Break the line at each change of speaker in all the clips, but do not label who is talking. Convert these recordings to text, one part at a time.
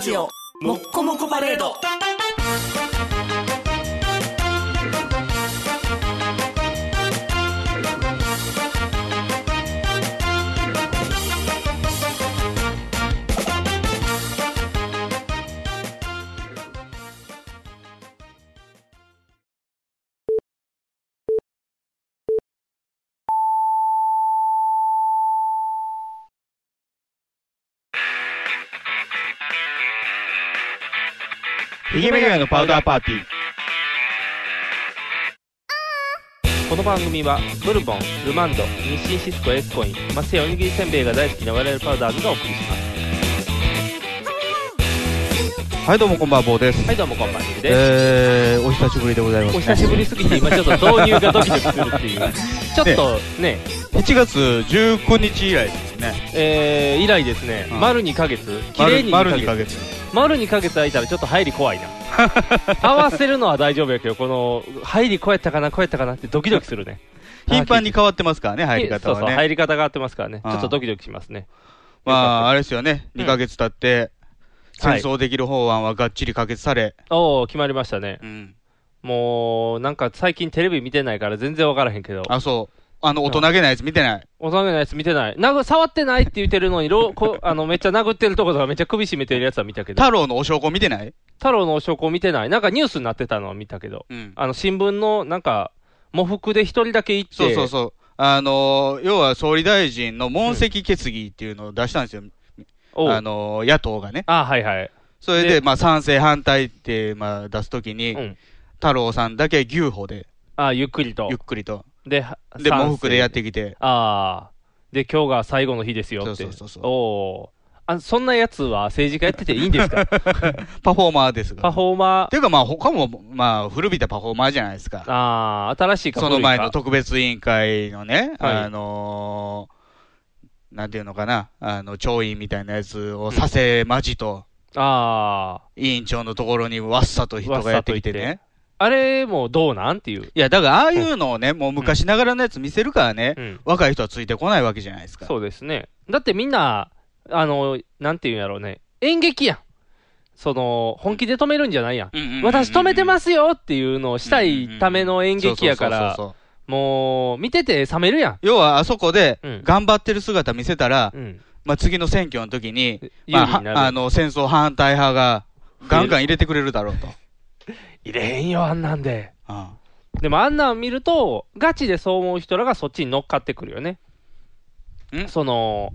ジオもっこもこパレード
イケメガネのパウダーパーティー。この番組は、ブルボン、ルマンド、日清シスコエースコイン、マセイおにぎりせんべいが大好きな我々パウダーズがお送りします。
はい、どうもこんばんは、坊です。
はい、どうもこんばんは。です。
えー、お久しぶりでございます、
お久しぶりすぎて今ちょっと導入がドキドキするっていう。ちょっとね、
7月19日以来ですね。
えー、以来ですね、
うん
丸2ヶ月、綺麗に2ヶ
丸2ヶ
月。
月。
丸2ヶ月空いたらちょっと入り怖い な。合わせるのは大丈夫やけど、この、入りこうやったかな、こうやったかなってドキドキするね。
頻繁に変わってますからね、入り方は
そうそう、
ね。
入り方が合ってますからね。
う
ち
ん
ょっとドキドキしますね。
まあ、
あ、
あれですよね、
うん
2ヶ月経って、
は
戦
い
争できる法案はがっちり可決され、
おー、決まりましたね。
うん。
もう、なんか最近テレビ見てないから全然わからへんけど。
あ、そう。あの、大人げないやつ見てない。
おさげのやつ見てない。なぐ、触ってないって言ってるのに、ろこ あの、めっちゃ殴ってるとことかめっちゃ首絞めてるやつは見たけど。
太郎のお証拠見てない
太郎の証拠見てない。なんかニュースになってたのは見たけど。
うん。
あの、新聞の、なんか、喪服で一人だけ行って。
そうそうそう。あのー、要は総理大臣の問責決議っていうのを出したんですよ。
おう
あのー、野党がね。
あ、はいはい。
それ
で
で、まあ、賛成反対って、まあ、出すときに、
うん。
太郎さんだけ牛歩で、
あ、ゆっくりと
ゆっ。くりと。
で、は
で、
賛成
喪服でやってきて、
ああ。で、今日が最後の日ですよって。
そうそうそうそう
おーあ、そんなやつは政治家やってていいんで すか
パフォーマーですが。
パフォーマ
ていうか、まあ、他も、まあ、古びたパフォーマーじゃないです
ー、
か。
ああ、新しいか
その前の
古いか
特別委員会のね、
はい
あのーなんていうのかな、あの、調印みたいなやつをさせまじと、
あ
委員長のところにわっさと人がやってきて
わっさ
ね。
あ。あれもどうなんっていう。
いや、だから、ああいうのをね、もう昔ながらのやつ見せるからね、
うん。
若い人はついてこないわけじゃないですか。
そうですね。だってみんな、あの、なんていうんやろうね。演劇やん。その、本気で止めるんじゃないやん。
うんうんうんうん
私止めてますよっていうのをしたいための演劇やか
そうそう
ら
そう、そう
もう、見てて冷めるやん。
要はあそこで
うん
頑張ってる姿見せたら、
うん。
まあ、次の選挙の時に、
有利に
まあ、
な
あ
る。
の戦争反対派がガンガン入れてくれるだろうと。
入れへんよ、あんなんで。
うん
でもあんなん見ると、ガチでそう思う人らがそっちに乗っかってくるよね。
ん
その、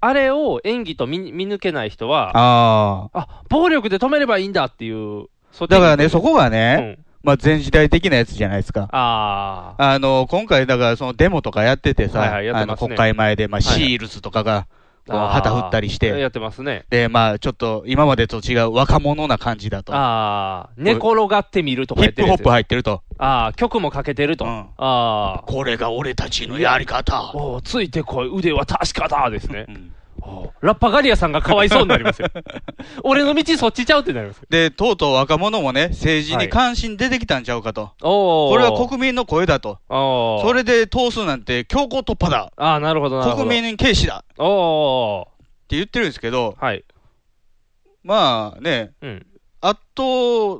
あれを演技と見見抜けない人は、あ
あ
暴力で止めればいいんだっていう、そ
あ。だからね、そ
こ、
こが
う
ね、
ん、
まあ、全時代的なやつじゃないですか。
ああ、
あの、今回、だから、そのデモとかやっててさ、
はいはいやっ
あ
てま
の
すね
国会前で、まあ、
はいはい
シールズとかが、こう
あー
旗振ったりして
やってますね。
で、まあ、ちょっと、今までと違う若者な感じだと。
ああ、寝転がってみるとか
ヒ
やっ
ップ
てる
ホ
や
ッ
つ
プ入ってると。
ああ、曲もかけてると。
うん
ああ、
これが俺たちのやり方。
おうついてこい、腕は確かだですね
う。ん
おうラッパガリアさんがかわいそうになり ますよ。俺の道そっちちゃうってなりますよ。
で、とうとう若者もね、政治に関心出てきたんちゃうかと。
お
これは
国
国民の声だと。
そ
それで通すなんて強行突破だ
ああ、なるほど、なるほど。
国民軽視だっ
おーお
て言ってるんですけど
ーお、ーはい。
まあね、
うん。
圧倒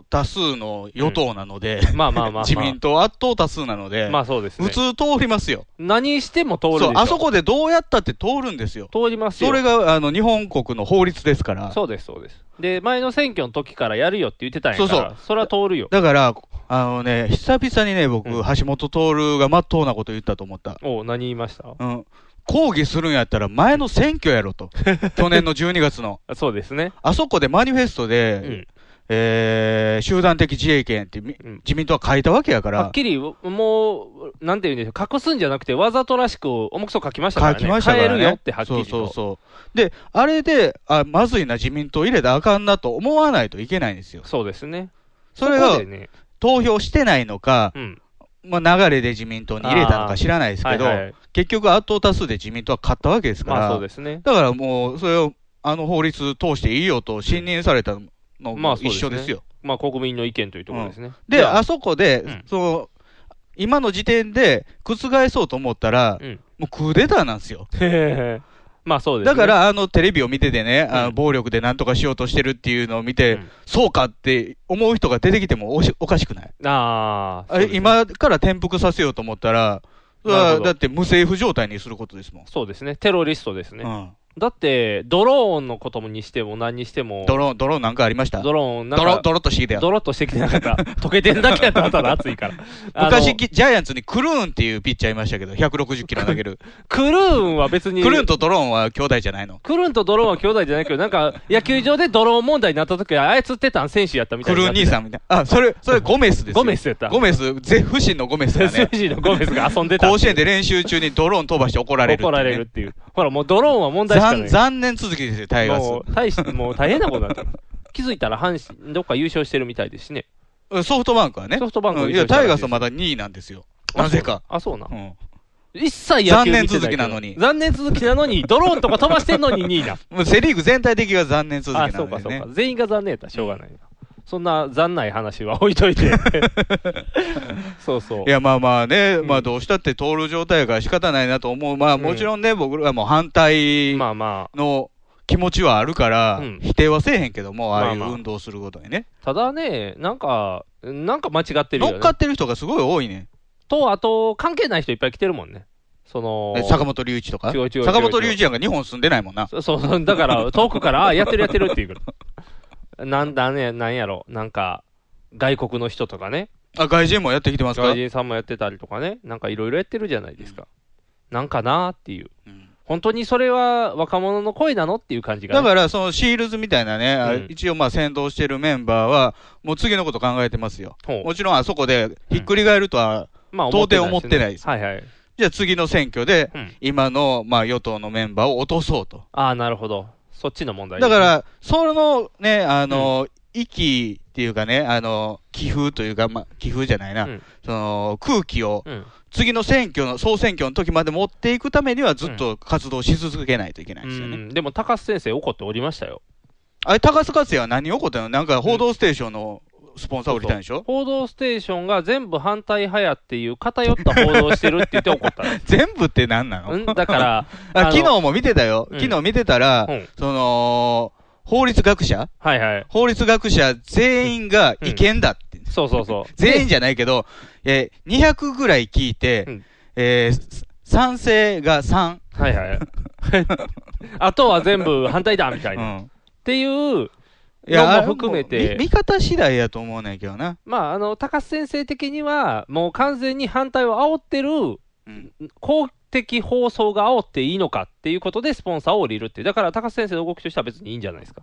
多数の与党なので、
まあまあまあ、まあ。
自民党圧倒多数なので、
まあそうですね。
普通通りますよ。
何しても通るでし
そ
ょ
う、あそこでどうやったって通るんですよ。
通りますよ。
それがあの日本国の法律ですから。
そうです、そうです。で、前の選挙の時からやるよって言ってたんやから、
そ
そう
そう
れは通るよ。
だから、あのね、久々にね、僕、
うん
橋本徹がまっとうなこと言ったと思った。
おう何言いました
うん。抗議するんやったら前の選挙やろ と。去年の12月の。
あそうですね。
あそこでマニフェストで、
うん。
えー集団的自衛権ってみ
うん
自民党は書いたわけやか
は
ら
っ、きり、もう、なんて言うんでしょう、隠すんじゃなくて、わざとらしく、重くそ書きましたからね。
書きましたから、ね、
変えるよってはっきりと。
そうそうそう。で、あれで、あ、まずいな、自民党入れたらあかんなと思わないといけないんですよ。
そうですね。
それが
こでね、
投票してないのか、
うん。
まあ、流れで自民党に入れたのか知らないです
は
け
い
ど、
はい。
結局圧倒多数で自民党は勝ったわけですから、
まあそうですね。
だからもう、それを、あの法律通していいよと信任されたの
まあ
も
そうで
一
すね
緒ですよ。
まあ国民の意見というところですね。
で、あそこで、
うん
その、今の時点で覆そうと思ったら、
うん
もうクーデターなんですよ。
へへへまあそうです、
だ
ね。
から、あのテレビを見ててね、あの
うん
暴力でなんとかしようとしてるっていうのを見て、
うん
そうかって思う人が出てきてもおしおかしくないあ
ああ、そう
れ、
ですね。
今から転覆させようと思ったら、それは
なるほど
だって無政府状態にすることですもん。
そうですね。テロリストですね。
うん、
だって、ドローンのことにしても何にしても、
ドローン、ドローンなんかありました
ドローン、なん
ドロ
か、
ドロっとしてきたやん
ドロッとしてきて なかった。溶けてるだけやったらただ暑いから。あの
昔、きジャイアンツにクルーンっていうピッチャーいましたけど、160キロ投げ る。
クルーンは別に、
クルーンとドローンは兄弟じゃないの。
クルーンとドローンは兄弟じゃないけど、なんか、野球場でドローン問題になった時は、操ってたん選手やったみた
ク
い
ル
に
ー
な
ン兄さんみ
ってた。
たいな。あ、それ、それゴメスですよ。
ゴメスやった
ゴメス、ゼ不審のゴメスだね。
スのゴメスが遊 んでた。
甲子園で練習中にドローン飛ばして怒られるってい
怒
うね、
られるっていう。ほら、もうドローンは問題しか
残
ない。
残念続きですよ、タイガ
も
ー
う、大し、もう大変なことになってる。気づいたら阪神、どっか優勝してるみたいですしね。
ス。ソフトバンクはね。
ソフトバンク
う
も
んい
優
や、タ
勝したらし
イガ
いで
ー
す
スはまだ2位なんですよ。なぜか。
あ、そうな
う。ん。
一切野球見てないけど
残念続きなのに
残念続きなのに、ドローンとか飛ばしてんのに2位だ。
もうセ・リーグ全体的が残念続きな
あ、
んで
そ
す
うかそう
ね
か。。全員が残念やったらしょうがないな。そんな残ない話は置いといて。 そうそう
い。や、まあまあね、
ん
まあどうしたって通る状態やから仕方ないなと思う。まあもちろんね、僕らも反対
まあま
の気持ちはあるから、
うん
否定はせえへんけども、ああいう
まあまあ
運動することにね。
あ、ただね、なんか、なんか間違ってるよ
乗
ね
っ。かってる人がすごい多いね。
と、あと、関係ない人いっぱい来てるもんね。その、
え坂本龍一とか
違う違う違う
坂本龍一なんか日本住んでないもんな。
そうそう、だから、遠くから、あやってるやってるっていうから。なんだね、なんやろ、なんか、外国の人とかね、
あ、外人もやってきてますか
外人さんもやってたりとかね、なんかいろいろやってるじゃないですか。なんかなーっていう。
うん
本当にそれは若者の声なのっていう感じがね、
だから、そのシールズみたいなね、あ
うん
一応まあ先導してるメンバーは、もう次のこと考えてますよ。
ほう
もちろんあそこでひっくり返るとは、
まあ
到底思ってないです
はいはい。
じゃあ次の選挙で
うん、
今のまあ与党のメンバーを落とそうと。
ああ、なるほど。そっちの問題、
だか、ら、そのね、あの、息っていうかね、あの、気風というか、まあ、気風じゃないな、
うん
その空気を
うん。
次の選挙の、総選挙の時まで持っていくためには、ずっと活動し続けないといけないんですよね。
うんでも、高須先生怒っておりましたよ。
あれ、高須克也は何起こったのなんか、報道ステーションのスポンサー降りたんでしょ
報道ステーションが全部反対派やっていう偏った報道をしてるって言って 怒ったんです
全部って何なの、
うん、だから、あ
あ
の
昨日も見てたよ。
うん
昨日見てたら、
うん
その、法律学者
はいはい。
法律学者全員が違憲だって。
そうそうそう。
全員じゃないけど、えー200ぐらい聞いて、
うん
えー賛成が3。
は いはい。 あとは全部反対だみたいな。
う
っ
ん
ていう、
あれ
のも含めて
み見方次第やと思うねんけどな。
まあ、あの、高須先生的には、もう完全に反対を煽ってる、
うん
公的放送が煽っていいのかっていうことで、スポンサーを降りるっていう。だから、高須先生の動きとしては別にいいんじゃないですか。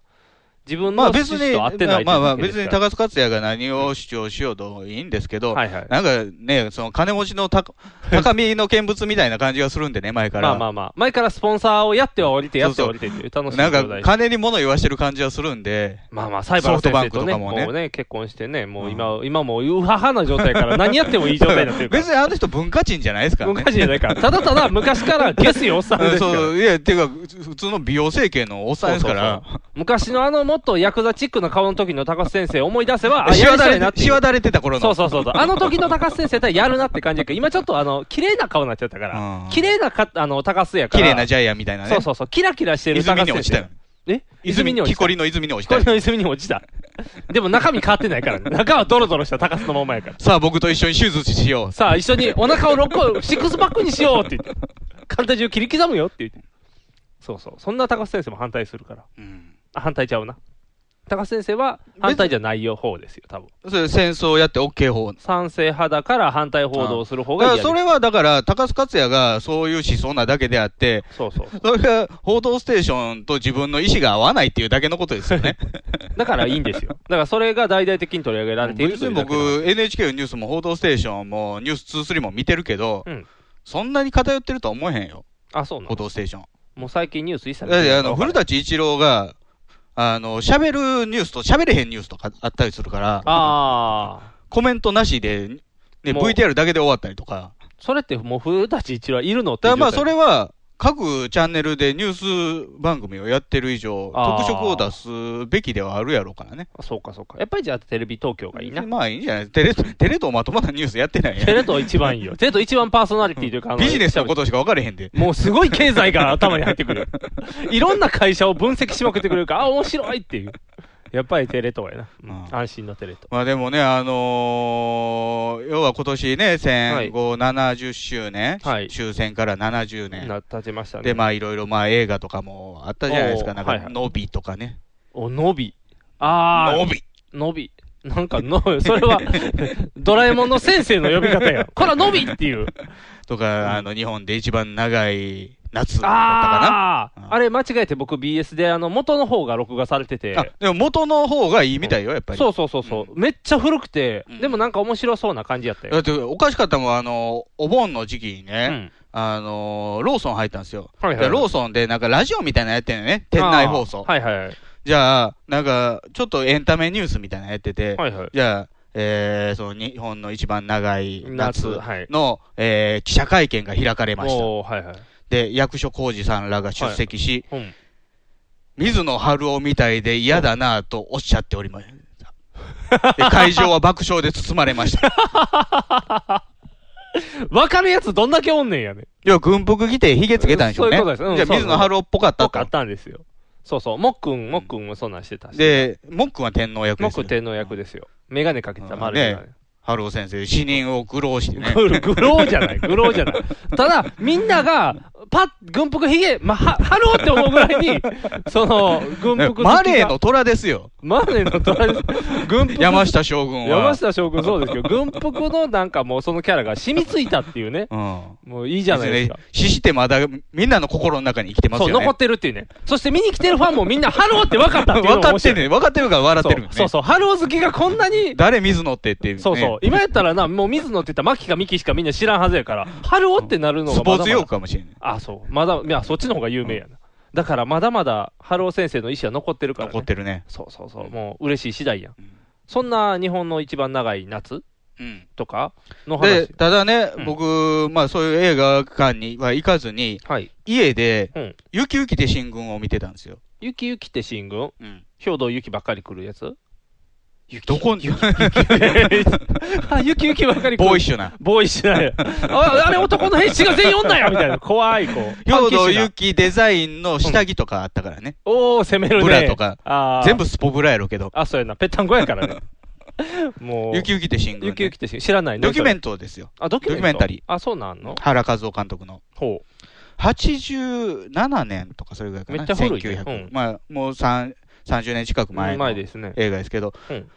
自分の
まあ
趣
別
旨
に、
と合ってない
まあまあ別に
高須
高須克也が何を主張しようといいんですけど、
はいはい。
なんかね、その金持ちのた 高みの見物みたいな感じがするんでね、前から。
まあまあまあ。前からスポンサーをやっては降りて、やっては降りてっていう楽しい
なん
状
か
態
金に物言わしてる感じがするんで、
まあまあ、裁判の先生と
ソ
ね、
フトバンクとかも
も
ね
うね、結婚してね、もう今、今もう、うははな状態から、何やってもいい状態になってるから。
別にあの人文化人じゃないですからね
昔。じゃないから。ただただ昔からゲスいおっさんで
うん
すから
そう、いや、てか、普通の美容整形のおっさんですから、
昔のあのもっとヤクザチックな顔の時の高須先生思い出せば、あ、
し
や
わ
り
だ
たいなって
れ、
い
し
う
わだれてた頃の。
そうそうそうそう。あの時の高須先生ってやるなって感じやけど、今ちょっとあの、綺麗な顔になっちゃったか
う
ら
ん、
綺麗なか、あの、高須やから。
綺麗なジャイアンみたいなね。
そうそうそう、キラキラしてる高須
泉に
先
落ちたよ
生。。え泉に落ち
木
た。
こりの泉に落ちた
これ
よ。
の泉に落ちた。でも中身変わってないからね。中はドロドロした高須のままやから。
さあ、僕と一緒に手術しよう。
さあ、一緒にお腹を6個、シックスパックにしようって言って。体中切り刻むよって言って。そうそう。そんな高須先生も反対するから。
うん
あ反対ちゃうな。高須先生は反対じゃないよ方ですよ、多分。
それ戦争やって OK 法。
賛成派だから反対報道する方
だ
が
から
嫌です。
それはだから、高須克也がそういう思想なだけであって、
そうそう。
それが報道ステーションと自分の意思が合わないっていうだけのことですよ ね。
だからいいんです よ。だからそれが大々的に取り上げられている
別
とい
に
うだけの
僕、NHK のニュースも報道ステーションも、ニュース2、3も見てるけど、
うん
そんなに偏ってるとは思えへんよ、
あ、そうな
報
の
道ステーション。
もう最近ニュース一切見て
だっ
ない
てあの、古
田。
舘一郎が、あの、喋るニュースと喋れへんニュースとかあったりするから、
ああ。
コメントなしで、ね、
もう
VTR だけで終わったりとか。
それってもう古舘一郎はいるのって
だか
いう
らまあ、それは、各チャンネルでニュース番組をやってる以上、
あー
特色を出すべきではあるやろうからね。
あそうかそうか。やっぱりじゃあテレビ東京がいいな。
まあいいんじゃないテレテレ東まともなニュースやってないやん
テレ東一番いいよ。テレ東一番パーソナリティというか、あの
ビジネスのことしか分かれへんで。
もうすごい経済が頭に入ってくる。いろんな会社を分析しまくってくれるから、あ、面白いっていう。やっぱりテレ東やな。
う
うん、安心のテレ東。
まあでもね、あのー要は今年ね、戦後70周年、
はい
終戦から70年。
な、立ちましたね。
で、まあいろいろまあ映画とかもあったじゃないですか。
おー
なんか、
はいはい
のびとかね。
お、のび。あ
の
ー、
び
のび。なんか、の、それ は、ドラえもんの先生の呼び方や。これはのびっていう。
とか、あの、日本で一番長い夏だったかな。
あ
う
ー
ん
あれ間違えて僕 BS で、あの、元の方が録画されてて。
あ、でも元の方がいいみたいよ、やっぱり。
そうそうそうそう、めっちゃ古くて、
うん
でもなんか面白そうな感じやっ
だ
たよ。
って、おかしかったもん、あの、お盆の時期に
う
ね、
ん。
あの、ローソン入ったんですよ。
はいはいは
で
い
ローソンで、なんかラジオみたいなのやってんのね。店内放送。
あーはいはいはい。
じゃあ、なんか、ちょっとエンタメニュースみたいなのやってて、
はいはい。
じゃあ、えー、その日本の一番長い夏
夏はい
の、えー記者会見が開かれました。
おーはいはい。
で、役所広司さんらが出席し、
うん。
水野晴夫みたいで嫌だなぁとおっしゃっておりました。 で会場は爆笑で包まれました。
わかるやつどんだけおんねんやねん。
要は軍服着てヒゲつけたんでしょうね。
そういうことですうん
じゃあ、水野晴夫っぽかった
とかあ
と
っ。たんですよ。そうそう。もっくん、もっくんもそんなんしてたし。、
で、モックンは天皇役
も
で
っ
す、
くん
ね。
天皇役ですよ。メガネかけてた
うん
丸いメガネ。
晴夫先生、死人を愚弄してね。
グログローじゃ ない、グローじゃない。ただ、みんなが、パッ、軍服ひげ、ま、は、はろうって思うぐらい に、その、軍服好きが
マレー。の虎ですよ。
マレーの虎です。軍服好き。
山下将軍は。
山下将軍そうですけど、軍服のなんかもうそのキャラが染みついたっていうね。
うん。
もういいじゃないですか。
別に死してまだみんなの心の中に生きてます
そう、
よね。
残ってるっていうね。そして見に来てるファンもみんな、ハローって分かったっていうの
分
が
か
面
って
白い
んねん分かってるから笑ってるんね。
そうそうそう、ハロー好きがこんなに、
誰水野ってって、ね。
そうそう、今やったらな、もう水野って言ったら、マキかミキしかみんな知らんはずやから、ハローってなるの
ス
が
ポ
まだまだ
ーツ用かもしれない。
あ、そう。まだ、いや、そっちの方が有名やな。だから、まだまだ、ハロー先生の意思は残ってるから、ね。
残ってるね。
そうそうそう、もう嬉しい次第やん
うん。
そんな日本の一番長い夏
うん。
とかの
で、
話。
ただね、
うん
僕、まあそういう映画館には行かずに、
はい。
家で
うん、
雪雪で新聞を見てたんですよ。
雪雪って新軍
うん。
兵道雪ばっかり来るやつ 雪
どこに、
あ、雪雪ばっかり来る。
ボーイッシュな。
ボーイし ない。ああれ男の兵士が全員女やみたいな。怖い子。
兵
パン
道
キッシュな
雪デザインの下着とかあったからね。
おー、攻めるね。
ブラとか
あー
全部。スポブラやろうけど。
あ、そうやな。ぺったんこやか らね。もう。
雪雪で新聞、ね。
ゆきゆきって知らない
ドキュメ
ン
ントですよ。
ト。あ、ドキュメ
ドキ
ント。
ュメンタリ
ー。あ、そうなんの
原和夫監督の。
ほ
87年とかそれぐらいかな。
めっちゃ古いね
1900、
うん
まあ、もう3 30年近く
う。
前
前
の
ですね。
映画ですけど、
うん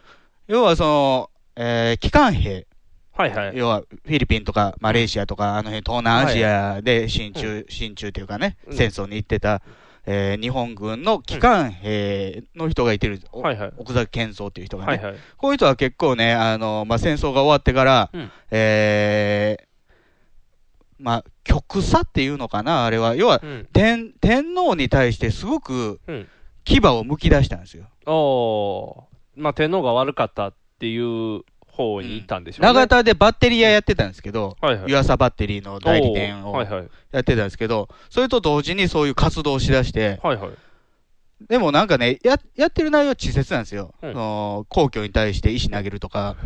要はその、えー機関兵、
はいはい。
要はフィリピンとかマレーシアとか、あの辺、東南アジアで進駐、進駐というかね、
うん
戦争に行ってた、えー日本軍の機関兵の人がいてる、お
はいはい。
奥崎健三っていう人がね、
はいはい。
こういう人は結構ね、あのまあ、戦争が終わってから、
うん
えーまあ、極左っていうのかな、あれは、要は
うん。
天天皇に対してすごく
うん
牙をむき出したんですよ。
おー。まあ、天皇が悪かったっていう方に行ったんでしょうね。
長田でバッテリー屋やってたんですけど、
はいはい。
湯浅バッテリーの代理店
おーは
を
いはい。
やってたんですけど、それと同時にそういう活動をしだして、
はいはい。
でもなんかね、ややってる内容は稚拙なんですよ。
うん
その皇居に対して石投げるとか、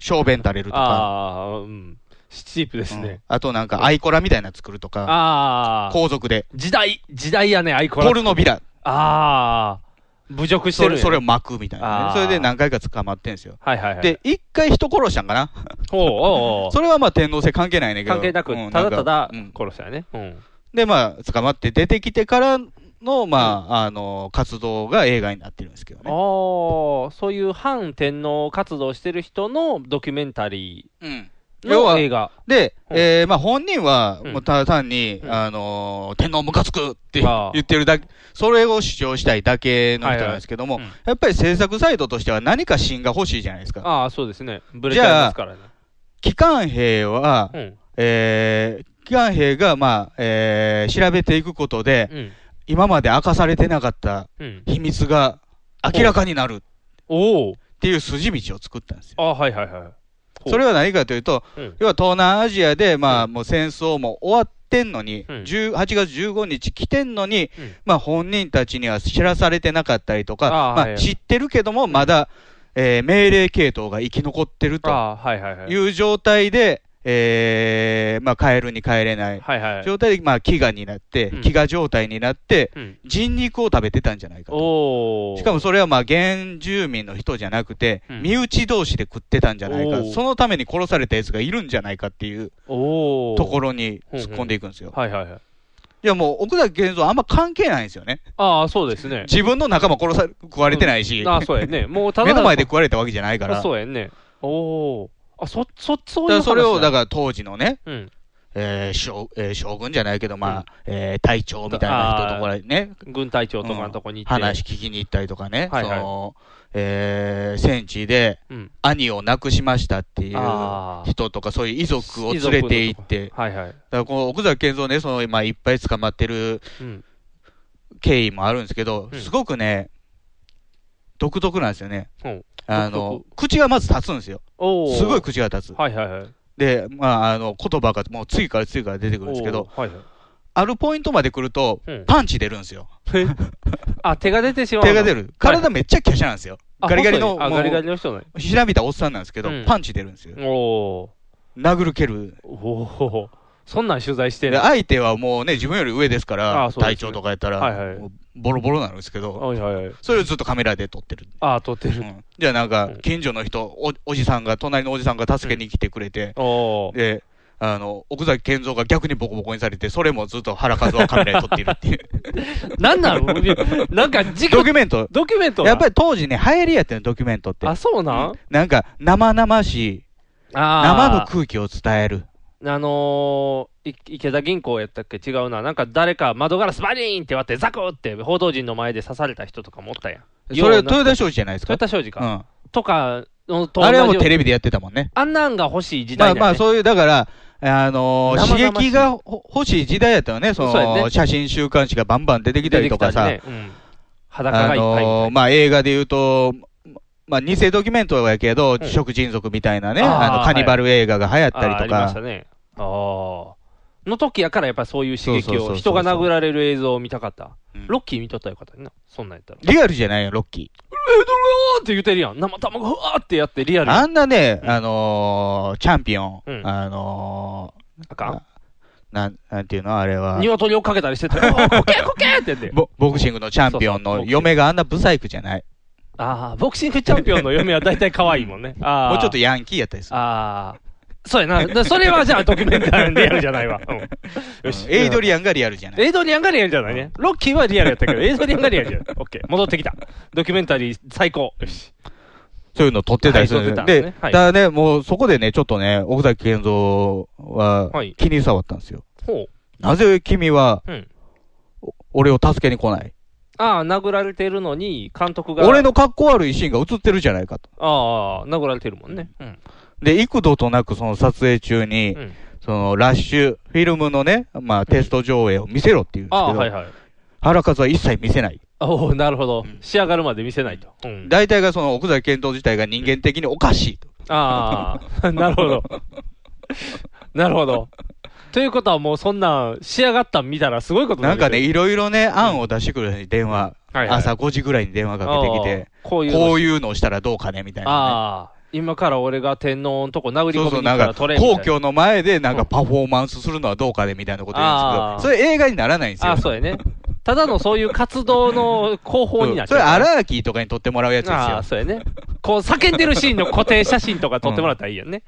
小便垂れるとか、
あー、うん。スチープです
うん
ね。
あとなんかアイコラみたいなの作るとか、
あー。
皇族で、
時代、時代やね、アイコラ。
ポルノビラ、
あー。侮辱して
そ
る、
れ
ね。
それを巻くみたいな、ね
あ、ー
それで何回か捕まってんですよ。
はいはいはい。、
で、一回人殺したんかな
ほう、おうおう
それはまあ天皇制関係ないねんけど。
関係なく、
うん
ただた
なん
だ
かうん
殺したよね。うん。
で、まあ、捕まって出てきてからの、まあ、あの、活動が映画になってるんですけどね。
ああ、そういう反天皇活動してる人のドキュメンタリ
うん。
ー
要
の
は
映画。
で、
うん
えーまあ、本人は、
うん
もうただ単に、
うん
あのー天皇ムカつくって
あー
言ってるだけ、それを主張したいだけの人なんですけども、
はいはい
やっぱり制作サイドとしては何か芯が欲しいじゃないですか。
ああ、そうですね。ブレちゃいますからね。
機関兵は、
うん。
えー機関兵が、まあ、えー調べていくことで、
うん。
今まで明かされてなかった
うん。
秘密が明らかになる
おお。
っていう筋道を作ったんですよ。
ああ、はいはいはい。ほう
それは何かというと、
うん
要は東南アジアで、まあ、
う
もう戦争も終わっってんのに、
うん
10 8月15日来てんのに、
うん
まあ、本人たちには知らされてなかったりとか、
あー
ま
は
あ、
い
知ってるけども、まだ、えー命令系統が生き残ってると
あーはいはいはい。
いう状態で、えーまあ、帰るに帰れない
はいはい。
状態で、まあ、飢餓になって、
うん
飢餓状態になって、
うん、
人肉を食べてたんじゃないかと。
おお。
しか
も、
もそれはまあ原住民の人じゃなくて、
うん
身内同士で食ってたんじゃないか
お、う
そのために殺されたやつがいるんじゃないかっていう
おお。
ところに突っ込んでいくんですよ。
はいはいはい。
いやもう奥崎健三あんま関係ないんですよね。
ああ、そうですね。
自分の仲間殺さ食われてないし、
ああ、そうやね。もうただ、
目の前で食われたわけじゃないから。
あそうやね。おお。あ、そ、そ、そ
だ
う
か
いう
ら
話
それをだ
か
から当時のね、
ら、うん。
えー将えー将軍じゃないけど、ま
う
あえー隊長みたいな人ところにね、
軍隊長とかのとこに行って。
話聞きに行ったりとかね、
はいは
そ
い
のえー戦地で
うん。
兄を亡くしましたっていう
ああ。
人とか、そういう遺族を連れて行って、だか
はいはい。
らこの奥崎健三ね、その今、いっぱい捕まってる
うん。
経緯もあるんですけど、
うん
すごくね、独特なんですよね。
うん
あの口がまず立つんですよ、
おお。
すごい。口が立つ。
はいはいはい。
で、まあ、あの言葉がもう次から次から出てくるんですけど、
おー。はいはい。
あるポイントまで来ると、
うん
パンチ出るんですよ、
えあ、手が出てしまうの。
手が出る、体めっちゃ華奢なんですよ、
あ。
ガリガリの、
細いあ、
もう
ガリガリの人ね。
ひらびたおっさんなんですけど、
うん
パンチ出るんですよ、
おお。
殴る蹴る、
おお。そんなん取材して
で
る。
相手はもうね、自分より上ですから、
あそうです
体
ね
調とかやったら、
はいはい
もうボロボロなんですけど、
はいはいはい。
それをずっとカメラで撮ってる。
ああ、撮って
う
る。
ん、じゃあなんか
う、ん
近所の人お、おじさんが、隣のおじさんが助けに来てくれて、
おお。
で、あの、奥崎健三が逆にボコボコにされて、それもずっと原和夫はカメラで撮っているっていう。
なん なのなんか、事
ド
故
キュメント。
ドキュメント
やっぱ
り。
り当時ね、流行りやってるドキュメントって。
あ、そうなん、
なんか、生々しい、生の
ああ。
空気を伝える。
あのー、い池田銀行やったっけ違うな。なんか誰か窓ガラスバリーンって割ってザクって報道陣の前で刺された人とかもおったやん。
それ、
ような
豊田商事じゃないです
トヨ
か。
タ商事
う
か。
ん。
とかのと同じ
あれはもうテレビでやってたもんね。
あんなんが欲しい時
ま
代
あ
だよね。
まあ、そういう、だから、あのー
生々しい
刺激がほ欲しい時代やったよね、そ
そうや
の、
ね
写真週刊誌がバンバン出てきたりとかさ、
出てきたりねうん裸が
あ
いっぱいみたいな
のーまあ、映画で言うと、まあ、偽ドキュメントやけど、
うん
食人族みたいなね、
あー
あの
はい
カニバル映画が流行っ
あ
たり
ーあ
と
りまし
か、
たね。ああ。の時やからやっぱそういう刺
そうそ
激
うそうそ
を、
う
人が殴られる映像を見たかった。
うん
ロッキー見とったらよかったな。そんなんやったら。
リアルじゃないよ、ロッキ
あーって言ってるやん。生卵ふわーってやってリア
ー。
ルに。
あんなね、
うん
あのーチャンピオン、
うん
あの
あかん
ーなん、なんていうの、あれは。
鶏をかけたりしてたら、おーこけこけって言って。
ボボクシングのチャンピオン
そう
の
そう
嫁があんなブサイクじゃない。
ああ、ボクシングチャンピオンの嫁は大体可愛いも んね。ああ。
もうちょっと。ヤンキーやったりする。
ああ。そうやな。だそれはじゃあドキュメンタリーリアルじゃないわ。うんよし
うん。エイドリアンがリアルじゃない。
エイドリアンがリアルじゃないね。ロッキーはリアルやったけど、エイドリアンがリアルじゃない。オッケー。戻ってきた。ドキュメンタリー最高。よし。
そういうの撮ってたりするんですよ
はい撮
で、
ってたんですねはい
だからね、もうそこでね、ちょっとね、奥崎健三は
はい
気に障ったんですよ。
ほ
なぜ君は
う。うん。
お俺を助けに来ない
ああ、殴られてるのに、監督が。
俺の格好悪いシーンが映ってるじゃないかと。
ああ、殴られてるもんね。うん。
で、幾度となくその撮影中に、
うん
そのラッシュ、フィルムのね、まあテスト上映を見せろって言うんで
あ
すけ
あ、
ど、
はいはい。
原和は一切見せない。
おお、なるほど
うん。
仕上がるまで見せないと。うん。
大体がその奥崎健三自体が人間的におかしいと。
あ あ、なるほど。なるほど。ということはもうそんなん仕上がったん見たらすごいことに
な
なんる
かね、、いろいろね、案を出してくるのに電話、
はいはい
朝5時ぐらいに電話かけてきて、
ああこういうの。
こういうのをしたらどうかねみたいな、ね。
ああ、今から俺が天皇のとこ殴り
そう
込み
そ
に
う、
行
な
く
ん
か
か、
ら取れみたいな。
皇居の前でなん
う
か
ん
パフォーマンスするのはどうかでみたいなこと言うんで
あー
すけど、それ映画にならないんですよ。
ああ、そうやね。ただのそういう活動の広報になっち
それ
ゃ
ア
う。
ラーキーとかに撮ってもらうやつです
あ
よ
あ、。そうやね。こう叫んでるシーンの固定写真とか撮ってもらったらいいよね。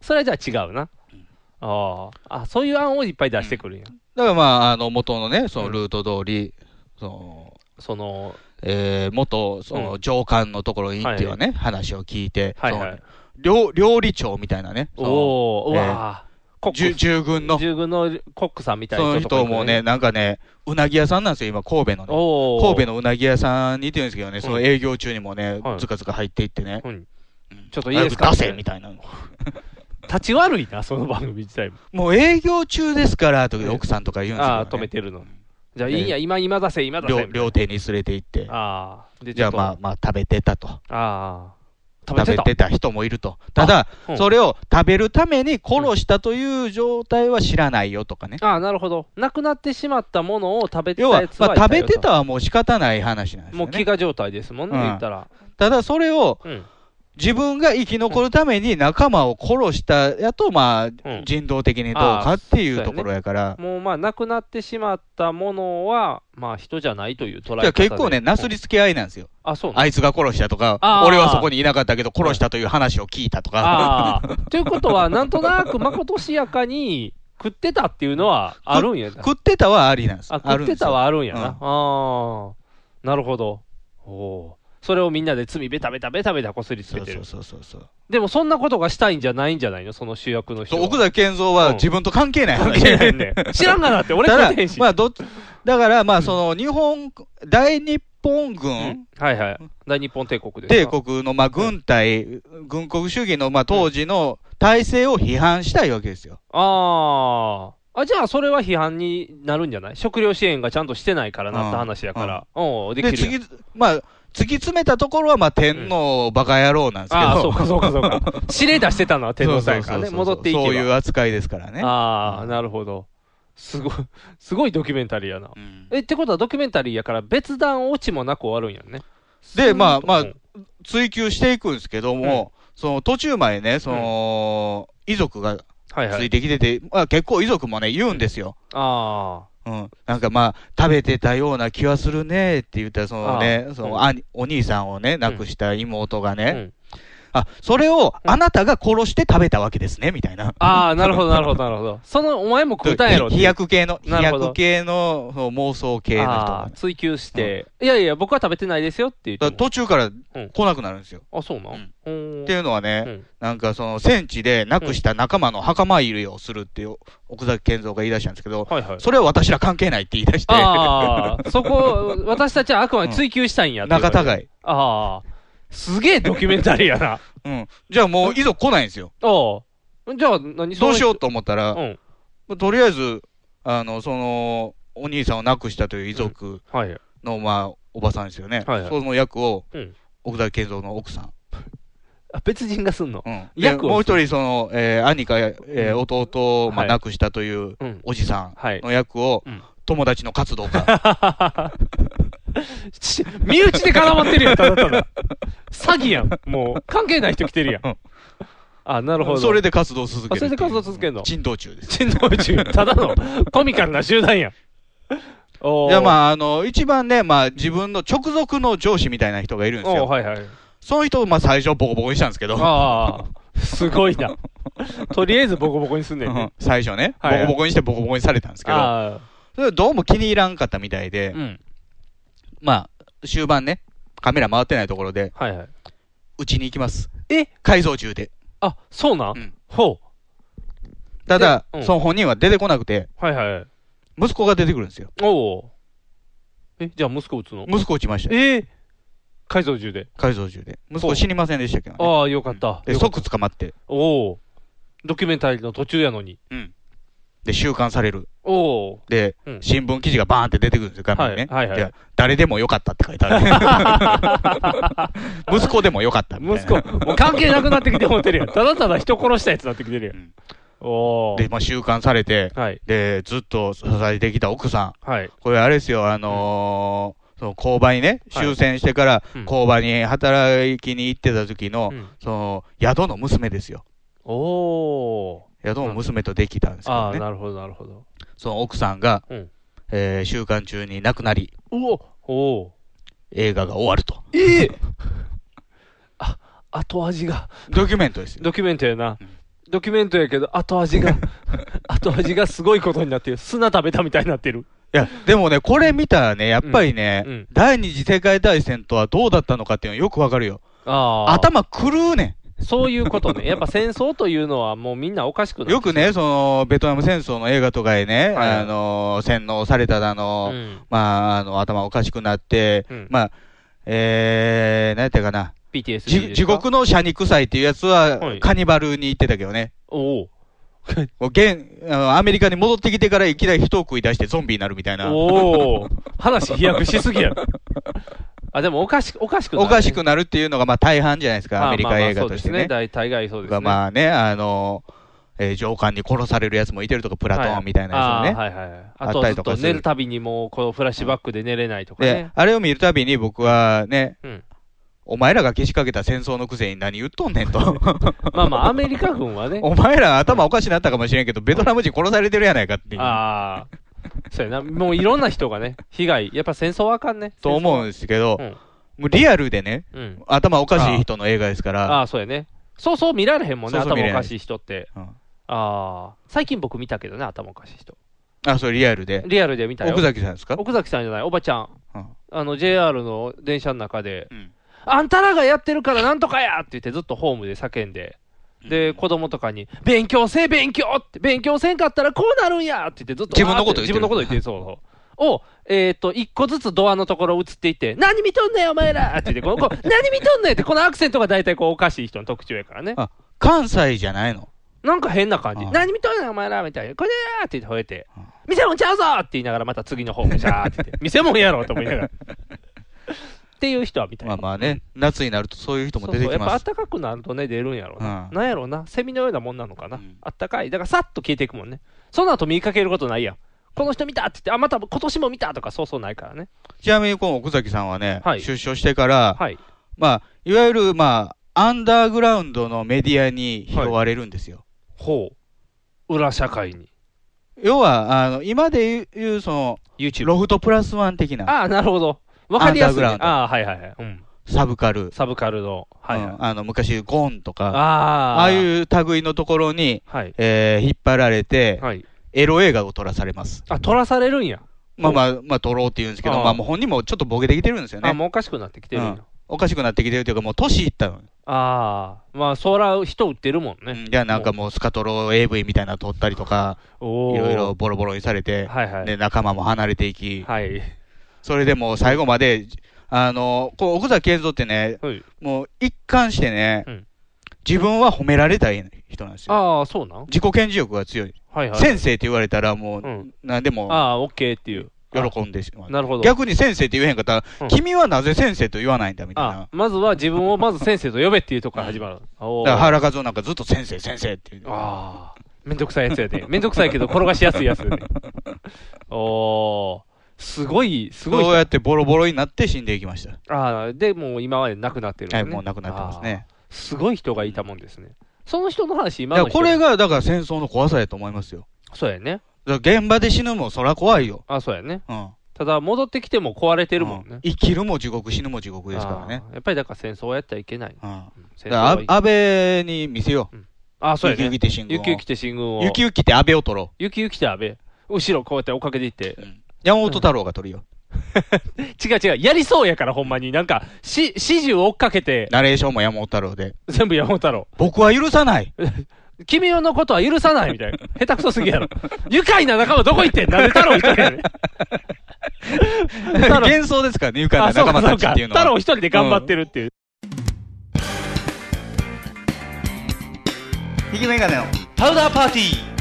それはじゃあ違うな。ああ、あそういう案をいっぱい出してくるんや。
だからまあ、あの、元のね、そのルート通り、その、
その、
えー、元、そうの、上官のところに行ってはね、話を聞いて、
はいはい。
その料料理長みたいなね、その
おお、う
えー
わあ。コ
じゅ従軍の、
従軍のコックさんみたい
その
な
人もね、、なんかね、うなぎ屋さんなんですよ、今、神戸のね。
お
神戸
の。
のうなぎ屋さんにいてるんですけどね、その営業中にもね
は、い
ずかずか入っていってね、
うん
うん
ちょっといいですか
早く出せみたいな。
立ち悪いな、その番組自体も。
もう営業中ですから、とか奥さんとか言うんですよ、ね。
ああ、止めてるの。じゃあ、
えー
いいや、今、今出せ、今出せ。
料料亭に連れて行って、
ああ。で、
じゃあ
ちょっと
まあまあ食べてたと。
ああ。食べてた
食べてた人もいると。ただ、
うん
それを食べるために殺したという状態は知らないよとかね。
ああ、なるほど。なくなってしまったものを食べて
要
た
は
や、つ
ま
は
あ、
いよ
食
と
べてたはもう仕方ない話なんです
も
よ
う飢
ね。
餓状態ですもんね、
うん
言ったら。
ただ、それを
うん。
自分が生き残るために仲間を殺したやと、ま
う
あ
ん、
人道的にどうかっていうところやから。
もうまあ、なくなってしまったものは、まあ、人じゃないという捉
だ
え方
から
で。
結構ね、なすりつけ合いなんですよ。
あ、そうね。
あいつが殺したとか
あ、ー
俺はそこにいなかったけど殺したという話を聞いたとか。
ああ。ということは、なんとなく、まことしやかに食ってたっていうのはあるん や。
食ってたはありなんです。
あ、
あ
食
る
っ
んで
て
すよ
たはあるんや
うん
な。ああ。なるほど。おおー。それをみんなで罪ベタベタベタベタこすりつ
そ
け
う
て
そ
る
う。そうそうそう。
でも、そんなことがしたいんじゃないんじゃないのその主役の人
そう
は。
奥崎健三
う
は
ん
自分と関係ない
関
話
係ないね。 知らんがなって、俺
た
食
だ
ってへんし。
まあ、どっちだから、まあ、その、日本、大日本軍、
はいはい。大日本帝国です
帝
か。
国の、まあ、軍隊、軍国主義の、まあ、当時の体制を批判したいわけですよ。
ああ。あ、じゃあ、それは批判になるんじゃない食料支援がちゃんとしてないからなった話やから。うん、で
で、
きるやん。
次、まあ、突き詰めたところは、まあ、天皇バカ野郎なんですけど、
ああ、そうか、そうか、そうか。指令出してたのは天皇さんやからね。
そうそうそうそう
戻っていけば。
そういう扱いですからね。
ああ、
うん
なるほど。すごい、すごいドキュメンタリーやな。
うん
え、ってことはドキュメンタリーやから別段落ちもなく終わるんやんね。
で、まあ、ま
う
あ
ん、
追求していくんですけども、その、途中までね、その、遺族が
はいは
つい
い。
てきてて、まあ、結構遺族もね、言うんですよ。
あ
うん、なんかまあ、食べてたような気はするねって言ったら、そのね
あ、あ
そうの
ん
兄お兄さんをね、亡くした妹が
あ。
ね、
うん
あそれをあなたが殺して食べたわけですね、みたいな。
ああ、なるほど、なるほど、なるほど。その、お前も食うたんやろって
飛
いう
躍系の、飛
なるほど
躍系のその妄想系の人
あ
が
あ
ね、
追求して、いやいや、僕は食べてないですよって言っ
だから
ても。
途中から来なくなるんですよ。
あ、そうな。
うん
ん
っていうのはね、
うん
なんかその戦地で亡くした仲間の袴入りをするっていう奥崎健三が言い出したんですけど、
はいはい。
それは私ら関係ないって言い出して、
ああ、そこ、私たちはあくまで追求したいんやってい う
仲違い。
ああ、すげえドキュメンタリーやな。
うん。じゃあもう遺族来ないんですよ。
おうじゃあ、何
どうしよ
う
うと思ったら、
うん。
まあとりあえず、あの、その、お兄さんを亡くしたという遺族
はい。
の、まあ、おばさんですよね。
はいはい
その役を、
うん
奥田健三の奥さん。
あ、別人がすんの
うん。で
役を
もう一人、その、えー兄か、えー
うん
弟を、ま
は
あ、
い
亡くしたという
うん。
おじさ
はい
ん。の役を、
うん
友達の活 動家。
し 身内で絡まってるやん、ただただ。詐欺やん。もう、関係ない人来てるや
うんん。
あ、なるほど。
それで活動を続けるっていう。
あそれで活動を続けるの
沈道中です。
人道中、ただのコミカルな集団やん。お
いや、まあ、あの、一番ね、まあ、自分の直属の上司みたいな人がいるんです
おう
よ。
はいはい。
その人を、まあ、最初、ボコボコにしたんですけど、
ああ、すごいな。とりあえずボコボコにすんねん
う
ね
ん。 最初ね、ボ
はいはい
コボコにしてボコボコにされたんですけど、
あ
それどうも気に入らんかったみたい
あ、
で
う、ん。
まあ、終盤ね、カメラ回ってないところで、
はいはい。
うちに行きます。
え
改造中で。
あ、そうなん、
うん
ほ
ただ、
えうん
その本人は出てこなくて、
う。はいはい。
息子が出てくるんですよ。
おお。え、じゃあ息子撃つの
息子撃ちましたよ。
ええ改造銃で。
改造中で。息
ほ
子
う
死にませんでしたけどね。
ああ、よかった。
で、
よかった
即捕まって、
おお。ドキュメンタリーの途中やのに。
で、収監される。
おお。
で、
うん
新聞記事がバーンって出てくるんですよ、画面にね。
はいはいはい
で誰でもよかったって書いてあ る。息子でもよかったみたい
息
な。
子、もう関係なくなってきて思って るやん。ただただ人殺したやつになってきてるやん。
うん
おお。
で、まあ、収監されて、
はい。
で、ずっと支えてきた奥さん。
はい。
これあれですよ、あのーその工場にね、
はい
終戦してから
うん
工場に働きに行ってた時の、
うん
その宿の娘ですよ。
おお。
宿の娘とできたんですけ
あ
ど
あ、
ね。
なるほど、なるほど。
その奥さんが、
うん
えー、週間中に亡くなり、
うおおお。
映画が終わると。
ええ あ、後味が。
ドキュメントですよ。
ドキュメントやな
うん。
ドキュメントやけど、後味 が、後味がすごいことになってる。砂食べたみたいになってる。
いや、でもね、これ見たらね、やっぱりね、
うんうん
第二次世界大戦とはどうだったのかっていうのよくわかるよ。
ああ。
頭狂うね。
そういうことね。やっぱ戦争というのはもうみんなおかしくなんる。
よくね、その、ベトナム戦争の映画とかでね、
はい
あのー、洗脳されただの、
うん。
まあ、あの、頭おかしくなって、
うん
まあ、えー、何やったかな。
PTSD
じ
です
地
か。
獄の社肉祭っていうやつは
はい、
カニバルに行ってたけどね。
おお。
こう現、あのアメリカに戻ってきてからいきなり人を食い出してゾンビになるみたいな。
おお。話飛躍しすぎやろ。あ、でもおかしく、おかしくなる
おかしくなるっていうのがまあ大半じゃないですか、アメリカ映画として
まあまあそ
ね。
うですね。大大概そうですね。
がまあね、あの、えー上官に殺されるやつもいてるとか、プラトーンみたいな
は
や
い
つもね。
あーはいはい。あ
あ
と
った
ずっ
りとか
と
する
寝るたびにもう、このフラッシュバックで寝れないとか
で
ね、。
あれを見るたびに僕はね、
うん
お前らがけしかけた戦争のくせに何言っとんねんと。
まあまあ、アメリカ軍はね。
お前ら頭おかしなったかもしれんけど、ベトナム人殺されてるやないかっていう。
ああ。そうやな。もういろんな人がね、被害。やっぱ戦争はあかんね。
と思うん
う。
ですけど、
うん
もうリアルでね、
うん。
頭おかしい人の映画ですから、
ああ、そうやね。そうそう見られへんもんね、
そうそう見
頭
れ
お
ない
かしい人って。
うん
ああ。最近僕見たけどね、頭おかしい人。
あ、それリアルで。
リアルで見たよ。
奥崎さんですか
奥崎さんじゃない、おばちゃん。
うん
あの、JR の電車の中で、
うん
あんたらがやってるからなんとかやって言ってずっとホームで叫んで、で、子供とかに、勉強せえ、勉強って、勉強せんかったらこうなるんやって言ってずっと、
自分のこと
わ
言っててる
ーっ自分のこと言ってる、そうそう。を、えっ、と、一個ずつドアのところ移っていって、何見とんねん、お前らって言って、この子、何見とんねんって、このアクセントが大体こう、おかしい人の特徴やからね。
あ関西じゃないの
なんか変な感じ。
ああ
何見とんねん、お前らみたいな。これやーって言って吠えて、店もんちゃうぞって言いながらまた次のホームシャー って言って、店もんやろと思いながら。っていう人はみたい
まあ
な。
まあね、夏になるとそういう人も出て
そうそう
き
やっ
ま
ぱ
す。
暖かくなるとね、出るんやろうな。
うん
なんやろうな。セミのようなもんなのかな。
うん
あったかい。だからさっと消えていくもんね。その後見かけることないやん。この人見たって言って、あ、また今年も見たとか、そうそうないからね。
ちなみにこの奥崎さんはね、
はい
出所してから、
はい。
まあ、いわゆる、まあ、アンダーグラウンドのメディアに拾われるんですよ。
ほう。裏社会に。
要は、あの、今で言うその、
YouTube。
ロフトプラスワン的な
ああ、なるほど。わかりやすい、ね。
アンダーグラウンド
ああ、はいはいはい。うん。
サブカル。
サブカルの。はいはい。
うんあの、昔、ゴンとか、
あ
ああ
う。
いう類のところに、
はい。
えー引っ張られて、
はい。
エロ映画を撮らされます。
あ、取らされるんや。
まあまあ、まあ、撮ろうって言うんですけ
あ
ど、
あ
まあもう本人もちょっとボケてきてるんですよ
あ、
ね。
もうおかしくなってきてるんや。
うんおかしくなってきてるというか、もう年いったの。
ああ、まあ、そら、人売ってるもんね。
うんじゃあなんかもうスカトロ AV みたいなの撮ったりとか、
おー
いろいろ。ボロボロにされて、
はいはい。
で、仲間も離れていき、
はい。
それでもう最後まで、あの、こう、奥崎健三ってね、
はい
もう一貫してね、
うん
自分は褒められたい人なんですよ。
ああ、そうなん
自己顕示欲が強い。
はいはい。
先生って言われたらもう、
うん
何でも
ああ、オッケーっていう。
喜んでしまう。
なるほど。
逆に先生って言えへんかったら、
うん
君はなぜ先生と言わないんだみたいな。
あまずは自分をまず先生と呼べっていうとこから 始まる。お
だから原
ー
和夫なんかずっと先生、先生っていう。
ああ、めんどくさいやつやで。めんどくさいけど転がしやす いやつやで。おー、すごい、すごい
そう。やってボロボロになって死んでいきました。
ああ、で、もう今まで亡くなってる
はい、
もんね。
もう亡くなってますね。
あー。すごい人がいたもんですね。その人の話、
だ
今
か
の
ら
人
これが、だから戦争の怖さやと思いますよ。
そうやね。
だから現場で死ぬもそら怖いよ。
あそうやね。
うん。
ただ、戻ってきても壊れてるもんね。
う生きるも地獄、死ぬも地獄ですからね。
あーやっぱりだから戦争はやってはいけない。
うん。
うん
だ
戦争
から
は
あ安倍に見せよ
あ
う。
そうや
雪
ね。
雪て進軍
ゆ
を。
きゆきて進軍を。
雪雪って安倍を取ろ
ゆきゆきて安倍。後ろこうやって追っかけていって
う。。山本太郎が取るよ。
違う違う、やりそうやからほんまに。なんか、し、指示を追っかけて、
ナレーションも山本太郎で。
全部山本太郎。
僕は許さない
君のことは許さないみた いな。下手くそすぎやろ。愉快な仲間どこ行ってんなんで太郎一人やねん。太郎
幻想ですからね、愉快
あ
な
そう
仲
か
間
そ
た
う
ちっ
か
ていうのは。
太郎一人で頑張ってるっていう。
引き眼鏡の。
パウダーパーティー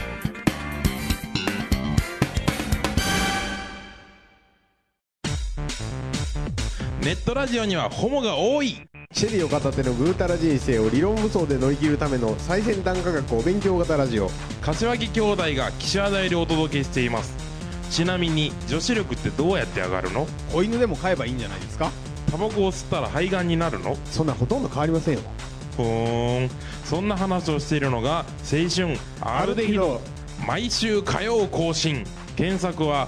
ネットラジオにはホモが多い
シェリーを片手のぐうたら人生を理論武装で乗り切るための最先端科学お勉強型ラジオ
柏木兄弟が岸和田よりお届けしていますちなみに女子力ってどうやって上がるの
子犬でも飼えばいいんじゃないですか
タバコを吸ったら肺がんになるの
そんなほとんど変わりませんよ
ふーんそんな話をしているのが青春アルデヒド毎週火曜更新検索は青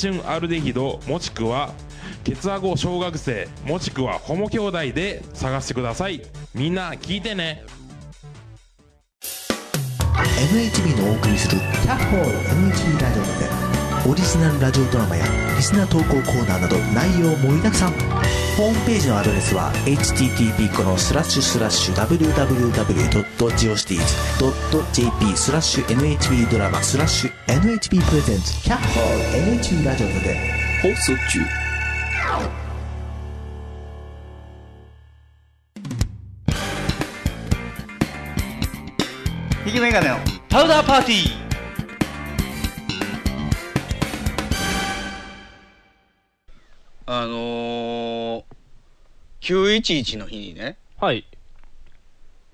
春アルデヒドもしくはケツアゴ小学生もしくはホモ兄弟で探してくださいみんな聞いてね
NHB のお送りする「キャッホール NHB ラジオ」でオリジナルラジオドラマやリスナー投稿コーナーなど内容盛りだくさんホームページのアドレスは http このスラッシュスラッシュ www.geocities.jp スラッシュ NHB ドラマスラッシュ NHB プレゼンツキャッホール NHB ラジオで
放送中
引き眼鏡の。
パウダーパーティー
あのー、 911の日にね、
はい。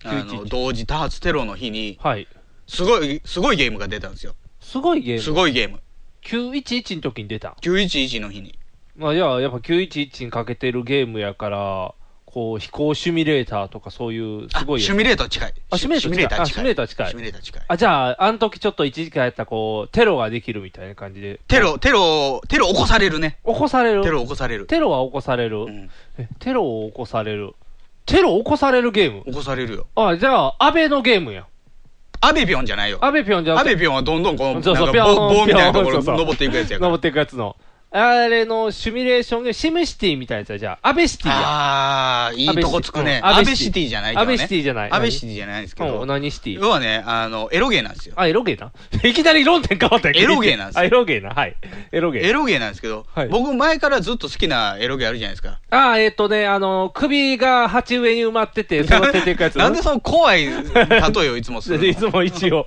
あ
911
の同時多発テロの日に、
はい。
すごい、すごいゲームが出たんですよ。
すごいゲー
す
ム。
ごいゲーム。
911の時に出た。
911の日に。
まあ、いや、やっぱ911にかけてるゲームやから、こう、飛行シミュレーターとかそういう、
あ
すごいやつ
シミュレーター近い。
あシミュレーター近いあ
シ
シ
ミ
ミ
ュレ
ュレ
ータ
ータ
ー
ー
近
近
い。
い
シミュレーター近い。
あ、じゃあ、あの時ちょっと一時間やった、こう、テロができるみたいな感じで。
テロ、テロ、テロ起こされるね。
起こされる。
テロ起こされる。
テロは起こされる、
うん
えテロを起こされる。テロ起こされるゲーム
起こされるよ。
あ、じゃあ、安倍のゲームや。
アベピョンじゃないよ。
安倍ぴょんじゃな
ア
くて
ベピョンはどんどんこの、なんか
そうそう
棒棒みたいなところ
ピョンそうそう
登っていくやつやから。
登っていくやつの。あれのシミュレーションゲーム、シムシティみたいなやつや、じゃあ、安倍シティや。
あー、いいとこつくね。
安
ア
倍シ
ベシティじゃないけどね。
安倍シティじゃない
アベシティじゃないですけ
う
ど
ん、。何シティ
要はね、あの、エロゲーなんですよ。
あ、エロゲーな いきなり論点変わったやん
エロゲーなんですよ
あ、エロゲーな。はい。エロゲー。
エロゲーなんですけど
はい、
僕前からずっと好きなエロゲーあるじゃないですか。
あ、えっ、とね、あの、首が鉢植えに埋まってて、育てていくやつ。
なんでその怖い例えをいつもする
でい
の
つも一 応。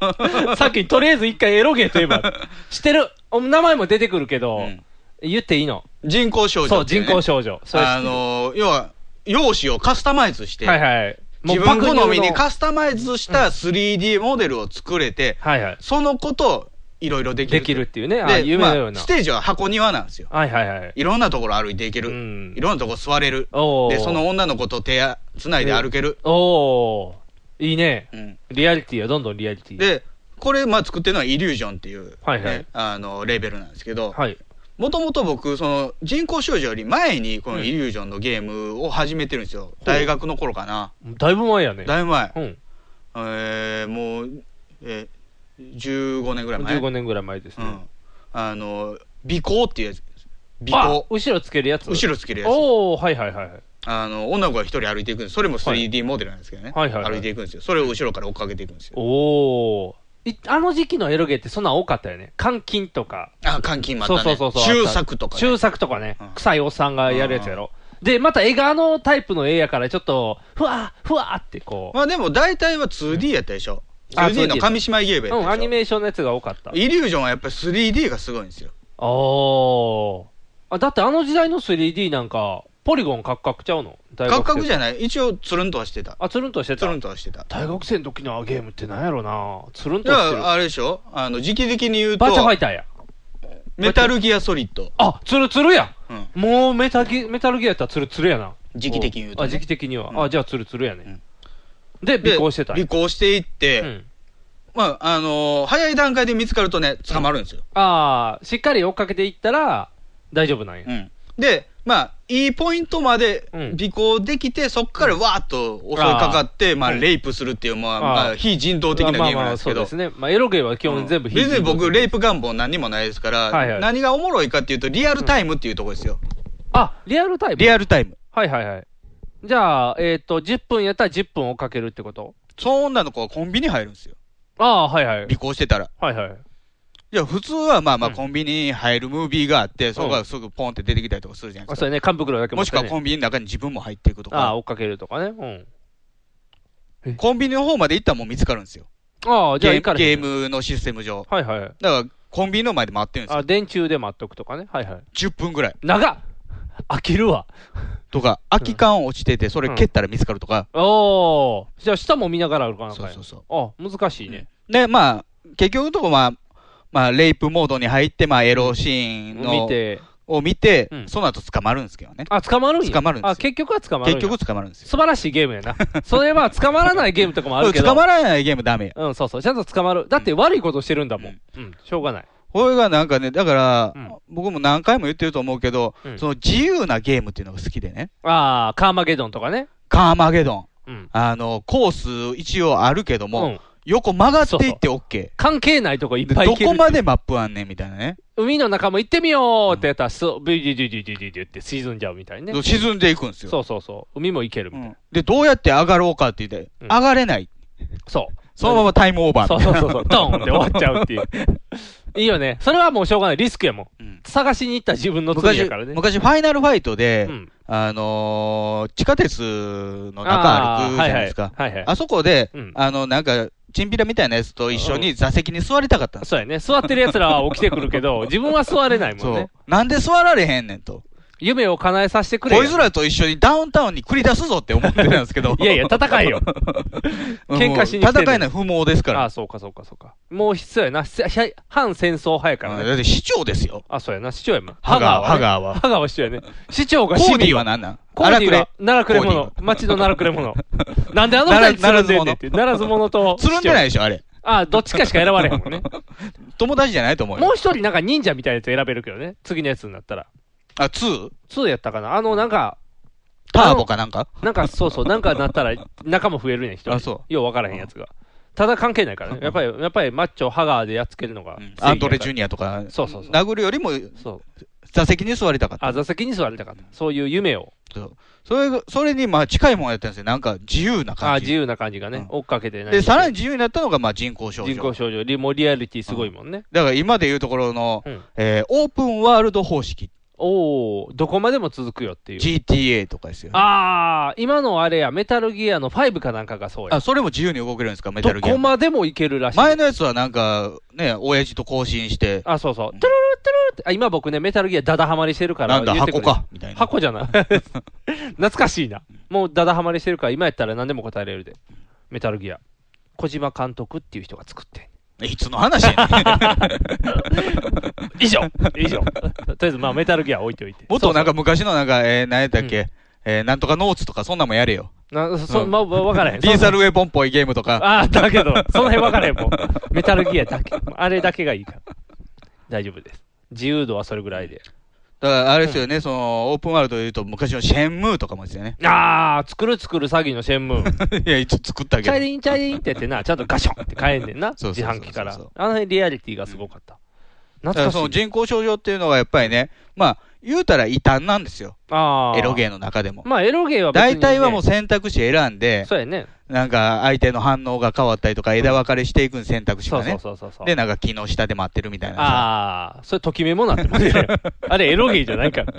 さっき、とりあえず一回エロゲーといえば、してる。お名前も出てくるけど、
うん
言っていいの
人工少女
そ
っ
う、
てい
人
ね。
工少女。それ知って
あ
る
の、要は、用紙をカスタマイズして、
はいはい。
自分好みに
か
カスタマイズした 3D モデルを作れて、
はいはい。
そのことをいろいろできる。
できるっていうね。あ、
で、
夢のよう
まあ、
な
ス。テージは箱庭なんですよ。
はいはいはい。
いろんなところ歩いていける。
うん
いろんなとこ座れる。
おー
で、その女の子と手やつないで歩ける。
おー。いいね。
うん
リアリティはどんどんリアリティ。
で、これ、まあ、作ってるのはイリュージョンっていう、ね
はいはい
あのレーベルなんですけど、
はい。
もともと僕、その人工少女より前にこのイリュージョンのゲームを始めてるんですよ。大学の頃かな。
だいぶ前やね。
だいぶ前。
うん。
えー、もう、えー、15年ぐらい前。
15年ぐらい前です
う
ね。
ん。あの、尾行っていうやつ。尾
あ
行。
後ろつけるやつ
後ろつけるやつ。
おー、はいはいはいはい。
あの、女の子が一人歩いていくんです。それも 3D モデルなんですけどね。
はいはいはい
歩いていくんですよ。それを後ろから追っかけていくんですよ。
おー。いあの時期のエロゲーってそんなん多かったよね。監禁とか。
あ、監禁また
そ
ね。
うそうそうそう。
中作とか、ね。
中作とかね
うん。
臭いおっさんがやるやつやろ。で、また映画のタイプの絵やから、ちょっと、ふわー、ふわーってこう。
まあでも大体は 2D やったでしょ。
あ
2D の紙芝居ゲームやったでし
う
ょ。
ん、アニメーションのやつが多かった。
イリュージョンはやっぱり 3D がすごいんですよ。
おーあ。だってあの時代の 3D なんか、ポリゴンカクカクちゃうの大
カクカクじ
ゃ
ゃない一応つるんとはしてた。
あ、つるんとして
つ
た
る。んとはしてた。
大学生の時のゲームってなんやろなつるんと
じ
してる。
ゃあ、あれでしょあの、時期的に言うと
バーチャファイ、ターや。
メタルギアソリッド。
あ、つるつるや。
うん
もうメタギ、メタルギアやったらつるつるやな。
時期的に言うとね
あ、時期的には。
うん
あ、じゃあつるつるやね。で、尾行してたんや
尾行していって、
うん。
まあ、あのー早い段階で見つかるとね、捕まるんですよ。
ああ、しっかり追っかけていったら、大丈夫なんや。
うんで、まあ、いいポイントまで
うん
尾行できて、そこからわーっと襲いかかって、まあ、レイプするっていう、まあ、
あー
まあ、非人道的なゲ
まあ
ーム
ま
なん
あま
で
あ、
す
そ
け
う
ど
で。すね。まあ、エロゲーは基本全部非人
別
道
に僕、レイ
プ。
プ願望何にもないですから、
はいはい
何がおもろいかっていうと、リアルタイムっていうところですよ。
あ、リアルタイム
リアルタイム。
はいはいはい。じゃあ、えっ、と、10分やったら10分をかけるってこと
その女の子はコンビニ入るんですよ。
ああ、はいはい。
尾行してたら。
はいはい。
いや、普通はまあまあ
うん
コンビニ入るムービーがあって、そこからすぐポンって出てきたりとかするじゃないで
あ、
す
そ
か。
れね、缶袋だけ持
も
っ
してく
ね、
はコンビニの中に自分も入っていくと
ああ、
か。
追っかけるとかね。うん。
コンビニの方まで行ったらもう見つかるんですよ。
ああ、じ
ゲ
ゃあ
ー
行か
ム
れ
ゲ
へ
ー
ん。
ムのシステム上。
はいはい。
だから、コンビニの前で待ってるんですよ。
あ、電柱で待っとくとかね。はいはい。
10分ぐらい。
長っ飽きるわ。
とか、空き缶落ちてて、それ蹴ったら見つかるとか。
おお。じゃあ、下も見ながらあるかなんか
そ
や
うそうそう。
あ、難しいね。
で、まあ、結局のとこまあ、まあ、レイプモードに入って、まあ、エロシーンの
見て。
を見て
う、ん
その後捕まるんですけどね。
あ、捕まるんや。
捕まるんですよ
あ、結局は捕まるん
結
や。
局捕まるんですよ。
素晴らしいゲームやな。それは捕まらないゲームとかもあるけど。
捕まらないゲームダメや。
うん、そうそう。ちゃんと捕まる。だって悪いことしてるんだもん。うん、しょうがない。
これがなんかね、だから、
うん
僕も何回も言ってると思うけど、
うん
その自由なゲームっていうのが好きでね、
ああ、カーマゲドンとかね。
カーマゲドン、
うん。
あの、コース一応あるけども、
うん
横曲がっていって OK。
関係ないとこいっ
で
ぱい
ど
行ける
こまでマップあんねんみたいなね。
海の中も行ってみようってやったら、そう、ビュービュービュービュービュービューって沈んじゃうみたいね。
沈んでいくんですよ。
そうそうそう。海も行けるみ
う
たいな。
んで、どうやって上がろうかって言って、
うん
上がれない。
そう。
そのままタイムオーバー
そう
みた
そ
いうな。
そうそう。 ドンって終わっちゃうっていう。 いいよね。それはもうしょうがない。リスクやもん。
うん
探しに行った自分の罪やから
昔、
ね。
昔ファイナルファイトで、
うん
あのー地下鉄の中歩くじゃないですか。あ,、
あーはいはいはいはい
そこで、
うん
あの、なんか、チンピラみたいなやつと一緒に座席に座りたかったんですよ
そうやね。座ってる奴らは起きてくるけど、自分は座れないもん
そう
ね。。
なんで座られへんねんと。
夢を叶えさせてくれや。。
こいつらと一緒にダウンタウンに繰り出すぞって思ってたんですけど
いやいや、戦えよ。
うん
喧嘩しに来てんねん
戦えない不毛ですか
あ
ら。
あ、そうかそうかそうか。もう必要やな。せひゃ反戦争派やから
うん
ね。
だって市長ですよ。
あ、そうやな。市長やもん。
ハガーは。ハ
はね。
ガーは。
ハガーは市長やね。市長
コ
が市民
ーディーは何なん
コーディ
荒
は
く
奈良くれ
コ
者
ーデ。ィ
町の奈良く れ者。なんであの二人つるんでんねんって。奈良ず者と。
つるんでない
い
でしょ、あれ。
ああ、どっちかしか選ばれへ んもんね。
友達じゃないと思う
も
よ
う。一人なんか忍者みたいなやつ選べるけどね。次のやつになったら。
あ、2?
そうやったかな。あの、なんか、
ターボかなんか
なんかそうそう、なんかなったら仲も増えるねん、一人。。
あそう
よう分からへんやつが。ただ関係ないからね。やっぱり、やっぱりマッチョ、ハガーでやっつけるのが
う
正
ん
義やから。
アンドレ・ジュニアとか、
そうそうそう
殴るよりも
そう。
座席に座りたかった。
あ、座席に座りたかった。そういう夢を。
それが、それにまあ近いもんやったんですよ。なんか自由な
あ
感
自
じ。
由な感じがね、追っかけてない。
で、さらに自由になったのがまあ人工少女。
人工少女、リもうリアリティすごいもんね。
だから今でいうところの、
うん
えーオープンワールド方式。
おおどこまでも続くよっていう。
GTA とかですよ。
ああ、今のあれや、メタルギアの5かなんかがそうや。
あ、それも自由に動けるんですか、メタ
ど
ルギ
こ
ア。
までもいけるらしい。
前のやつはなんか、ね、親父と交信して、
あ、そうそう。トゥルルトゥルルって、あ、今僕ね、メタルギアダダハマりしてるから。
なんだ
言ってく
箱
れ
か、みたいな。
箱じゃない。 懐かしいな。もうダダハマりしてるから、今やったら何でも答えれるで。メタルギア。小島監督っていう人が作ってん。
いつの話やねん
以上以上。 とりあえず、まあ、メタルギア置いておいて。
もっとなん
か
か昔のなんか、えー、何やったっけ、えーなんとかノーツとかそんなんもやれよ。
な、そ、
うん
まあ、わわからへん。
リーサ
ル。
ルウェポンっぽいゲームとか。
ああ、だけど、その辺わからへんもん。メタルギアだけ。あれだけがいいから。大丈夫です。自由度はそれぐらいで。
だからあれですよね、その、オープンワールドで言うと昔のシェンムーとかもですよね。
ああ、作る作る詐欺のシェンムー。
いや、いつ作ったけ
チ
ど
ャ。リンチャリンってやってな、ちゃんとガションって変えんねんな。
そう
自
そうそうそう
販機から。あの辺リアリティがすごかっ
だ
た。
から
懐
その
かしい。
人工症状っていうのがやっぱりね、まあ、言うたら異端なんですよ。
ああ。
エロゲーの中でも。
まあ、エロゲーは別にね
大体はもう選択肢選んで、
そうやね。
なんか相手の反応が変わったりとか、枝分かれしていく選択肢
そう
が
そう
ね。
そうそうそう。
で、なんか木の下で待ってるみたいなさ。
ああ、それ、ときめもなってま すね。あれ、エロゲーじゃないから。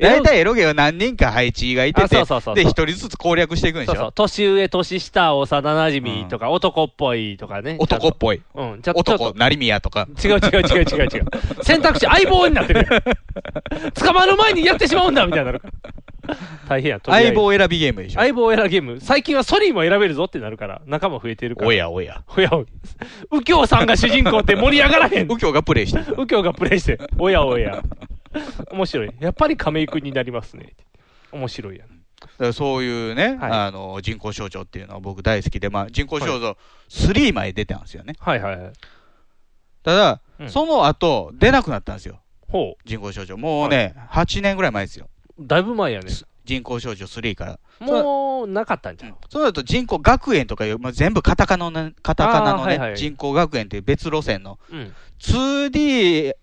大体エロゲは何人か配置がいて
あそ
て
うそうそうそう、
で、一人ずつ攻略していくんでし
そ
ょ
うそう。年上、年下、幼馴染とか、男っぽいとかね。
男っぽい。
ぽい。うん、ちょちょっ
男
と。、
成宮とか。
違う違う違う違う違う。 選択肢相棒になってるやん。捕まる前にやってしまうんだ みたいになるから。大変や。とりあえず
相。棒選びゲームでしょ。
相棒選ゲーム。最近はソリーも選べるぞってなるから、仲間増えてるから。
お。やおや。
おやおや。右京さんが主人公って盛り上がらへん。
右京がプレイしてる。
右京がプレイして、おやおや。面白い。やっぱり亀井君になりますね。面白いやん。
だ からそういうね、
はい
あの、人工少女っていうのは僕大好きで、まあ、人工少女3まで出てたんですよね。
はいはいはい。
ただ、
うん
その後、出なくなったんですよ。
ほ
人工少女。もうね、8年ぐらい前ですよ。
う。だいぶ前やね。
人工少女3から。
もう、なかったんじゃん。
その後、人工学園とかいう、まあ、全部カタカナのね、カタカナのね、
あーはいはい
人工学園っていう別路線の
うん。
2D っ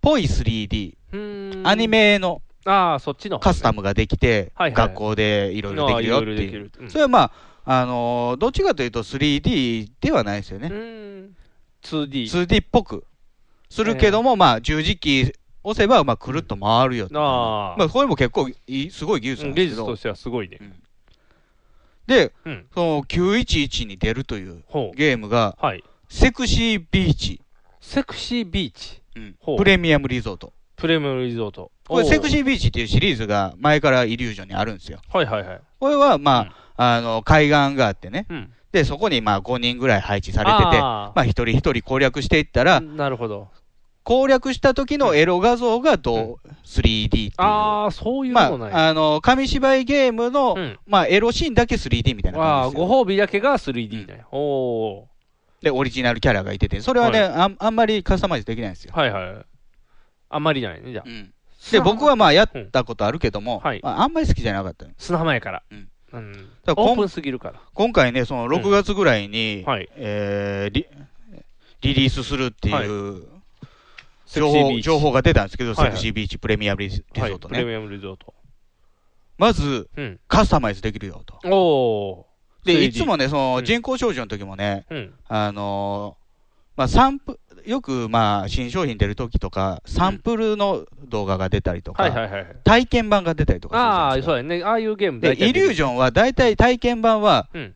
ぽい 3D、
うーん
アニ。メの
ああ、そっちの方ね。
カスタムができて、
はいはい
学校でいろいろできるよって
ああいろいろでき
いう
る。うん
それはまあ、あのーどっちかというと 3D ではないですよ
う
ね。
ーん。2D。
2D っぽくするけども、まあ、十字キー押せば、まあ、くるっと回るよっていう
ああ
まあ、これも結構いい、すごい技術
う
なんんで
技
すけ
術
ど。
としてはすごいね。
で、
うん。
その911に出るという
ほ
ゲームが、
う。はい。
セクシービーチ、
セクシービーチ。
うん
ほう
プレミアムリゾート。
プレミアムリゾート。
これ、セク
ー。
シービーチっていうシリーズが前からイリュージョンにあるんですよ。
はいはいはい。
これは、まあ、あの、海岸があってね。
うん。
で、そこに、まあ、5人ぐらい配置されてて、
あ
まあ、一人一人攻略していったら、
なるほど。
攻略した時のエロ画像がどう、3D っていう。
ああ、そういう
ま
のない。
あ、あの、紙芝居ゲームの、
うん。
まあ、エロシーンだけ 3D みたいな
あ
感
あ、
じですよ
ご褒美だけが 3D だよ。お
で、オリジナルキャラがいてて、それはね、
は
あんあんまりカスタマイズできないんです
ー
よ。
はいはい。あんまりないね、じゃあ
う。んで、僕はまあ、やったことあるけども、
はい
まあ、あんまり好きじゃなかったの
砂浜やから。
う
うんん。
らこん
オープンすぎるから。
今回ね、その6月ぐらいに、
はい。
えーリリリースするっていう
セク
情
シー
報,、
ビーチ
情報が出たんですけど、
はいはい
セクシービーチプレミアムリゾ
は
ー
い。
ト
プ
ね、
レミアムリゾート。
まず
うん。
カスタマイズできるよと。
おお。
で、
3D
いつもね、その
うん
人工少女の時もね、
うん。
あのーまあ、サンプよくまあ新商品出る時とか、サンプルの動画が出たりとか、
はいはいはいはい。
体験版が出たりとか
あ
する
あ、
じゃ
そ
な
う
い
やね。ああいうゲーム
ですか。で、イリュー
ジ
ジョンは大体体験版は
ョン。うん。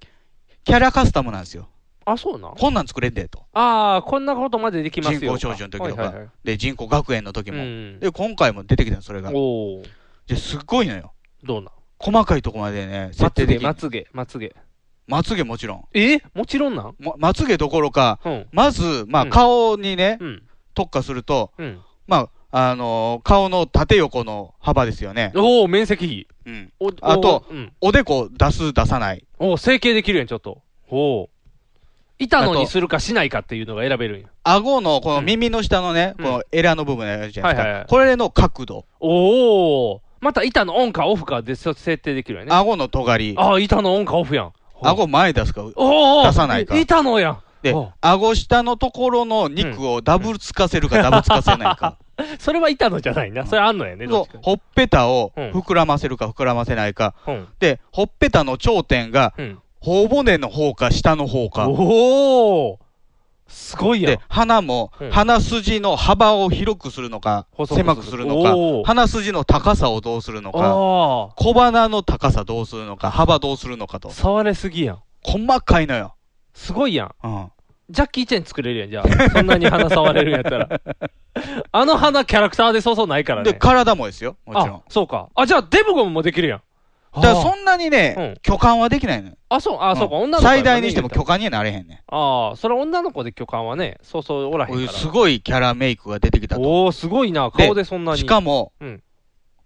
キャラカスタムなんですよ。
あ、そうなん
こんなん作れんでと。
ああ、こんなことまでできますよ。
人工少女の時とか
はいはいはい
で、人工学園の時
う
も。
ん。
で、今回も出てきたのそれが。
おお。
ですっごいのよ。
どうなん
細かいとこまでね、
ま
設
つ
定
げ、
的に
まつげ、まつげ。
まつげもちろん。
えもちろんなん
ままつげどころか、
うん。
まず、ま
う
あ、
ん
顔にね、
うん。
特化すると、
うん。
まあ、あのー顔の縦横の幅ですよね。
おお、面積比。
うん。
お
あと、
おうん。
おでこ出す、出さない。
おお、整形できるやん、ちょっと。おお。板の
あ
に
と
するかしないかっていうのが選べるんや。
顎のこの耳の下のね、
うん
このエラの部分あるじゃないですか。
はいはいはい
これの角度。
おお。また板のオンかオフかでそ設定できるやんね。
顎の尖り。
ああ、板のオンかオフやん。おう
顎前出すか。
おお
出さないか
板のやん。
で
おう、
顎下のところの肉をダブルつかせるかダブルつかせない か。
それは板のじゃないな。それあんのやね、どっ
と
ちか、
ほっぺたを
うん
膨らませるか膨らませないか。
うん。
で、ほっぺたの頂点が、
うん。
頬骨の方か下の方か。
おおすごいやん
で、鼻も
うん、
鼻筋の幅を広くするのか、
細くする
狭くするの
おー
か、鼻筋の高さをどうするのか、
あ
小鼻の高さどうするのか、幅どうするのか
あ、
と。
触れすぎやん。
細かいのよ。
すごいやん。
うん。
ジャッキーチェン作れるやん、じゃあ。そんなに鼻触れるんやったら。あの鼻キャラクターでそうそうないからね。
で、体もですよ、もちろん
あ、。そうか。あ、じゃあデブゴムもできるやん。
だから
あ
そんなに
うん
ね、巨漢はできないのよ。
あ、そう、あ、そうか、
うん
女の子やからね
最大にしても巨漢にはなれへんね
ああ、それ女の子で巨漢はね、そうそうおらへ
こうい
ん
う
か
すごいキャラメイクが出てきた
ら。
と。
おおすごいな、顔でそんなに。
しかも
うん、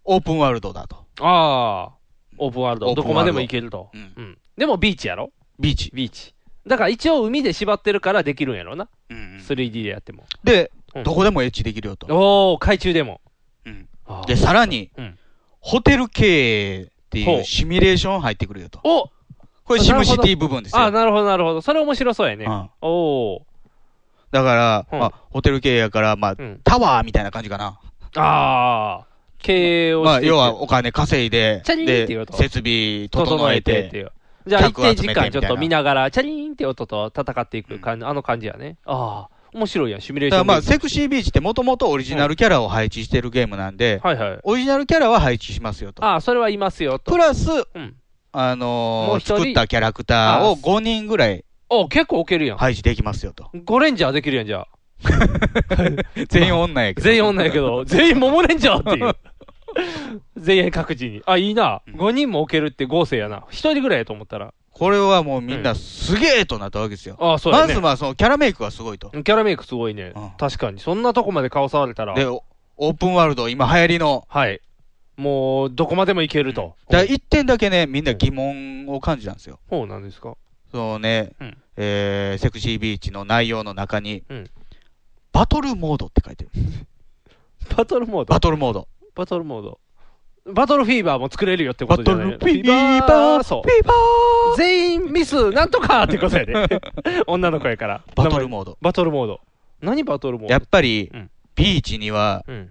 オープンワールドだと。
ああ、オープンワールド、
オープンワー
ど
ルド
こまでも行けると。
うん
うん。でもビーチやろ
ビーチ。
ビーチ。だから一応海で縛ってるからできるんやろな。
うんうん
3D でやっても。
で
うん、
どこでもエッチできるよと。
おお海中でも。
うん
ああ
で、さらに
うん、
ホテル経営って
ほ
いううシミュレーション入ってくるよと。
お
これシムシティ部分です
ああ、
よ。
なるほど、なるほど。それ面白そうやね。
うん
おお
だから、
うん
まあ、ホテル経営やから、まあ
う、ん。
タワーみたいな感じかな。
ああ、経営を
ま
し
あ、
ていく。
要はお金稼いで、
チャリーン
で
っていうこと
設備整え
ってて、いう。じゃあ、一
客集め
定
て
時
みたいな
間ちょっと見ながら、チャリーンって音と戦っていく感じ、あの感じやね。ああ、面白いやん、シミュレー
だか
ショ
らま
ン。
あ、セクシービーチってもともとオリジナルキャラを配置してるゲームなんで、
はいはい。
オリジナルキャラは配置しますよと。
ああ、それはいますよ、と。
プラス、
うん。
あ
もう
の
一
ー
人
作ったキャラクター
あ
を5人ぐらい
お結構置けるやん。
配置できますよと。
ゴレンジャーできるやん、じゃあ。
全員女やけど。
全員女や けど、全員モモレンジャーっていう。全員各自に。あ、いいな。
うん
5人も置けるって合成やな。1人ぐらいやと思ったら。
これはもうみんなすげえとなったわけですよ。
ああ、そうや
ま
ね。
ずまあ、そのキャラメイクがすごいと。
キャラメイクすごいね
うん。
確かに。そんなとこまで顔触れたら。
で、おオープンワールド、今流行りの。
はい。もう、どこまでも行けると。
だ1点だけね、みんな疑問を感じたんですよ。
ほうなんですか
そのね、
うん
えーセクシービーチの内容の中に、
うん
バトルモードって書いてる。
バトルモード
バトルモード。
バトルモード。バトルフィーバーも作れるよってことじゃない
バトルフィーバー
そう
ピ。ーパー
全員ミス、なんとかってこと やで。女の子やから。
バトル
ード。
モード。
バトルモード。何バトルモード
やっぱり、
うん
ビーチには、
うん。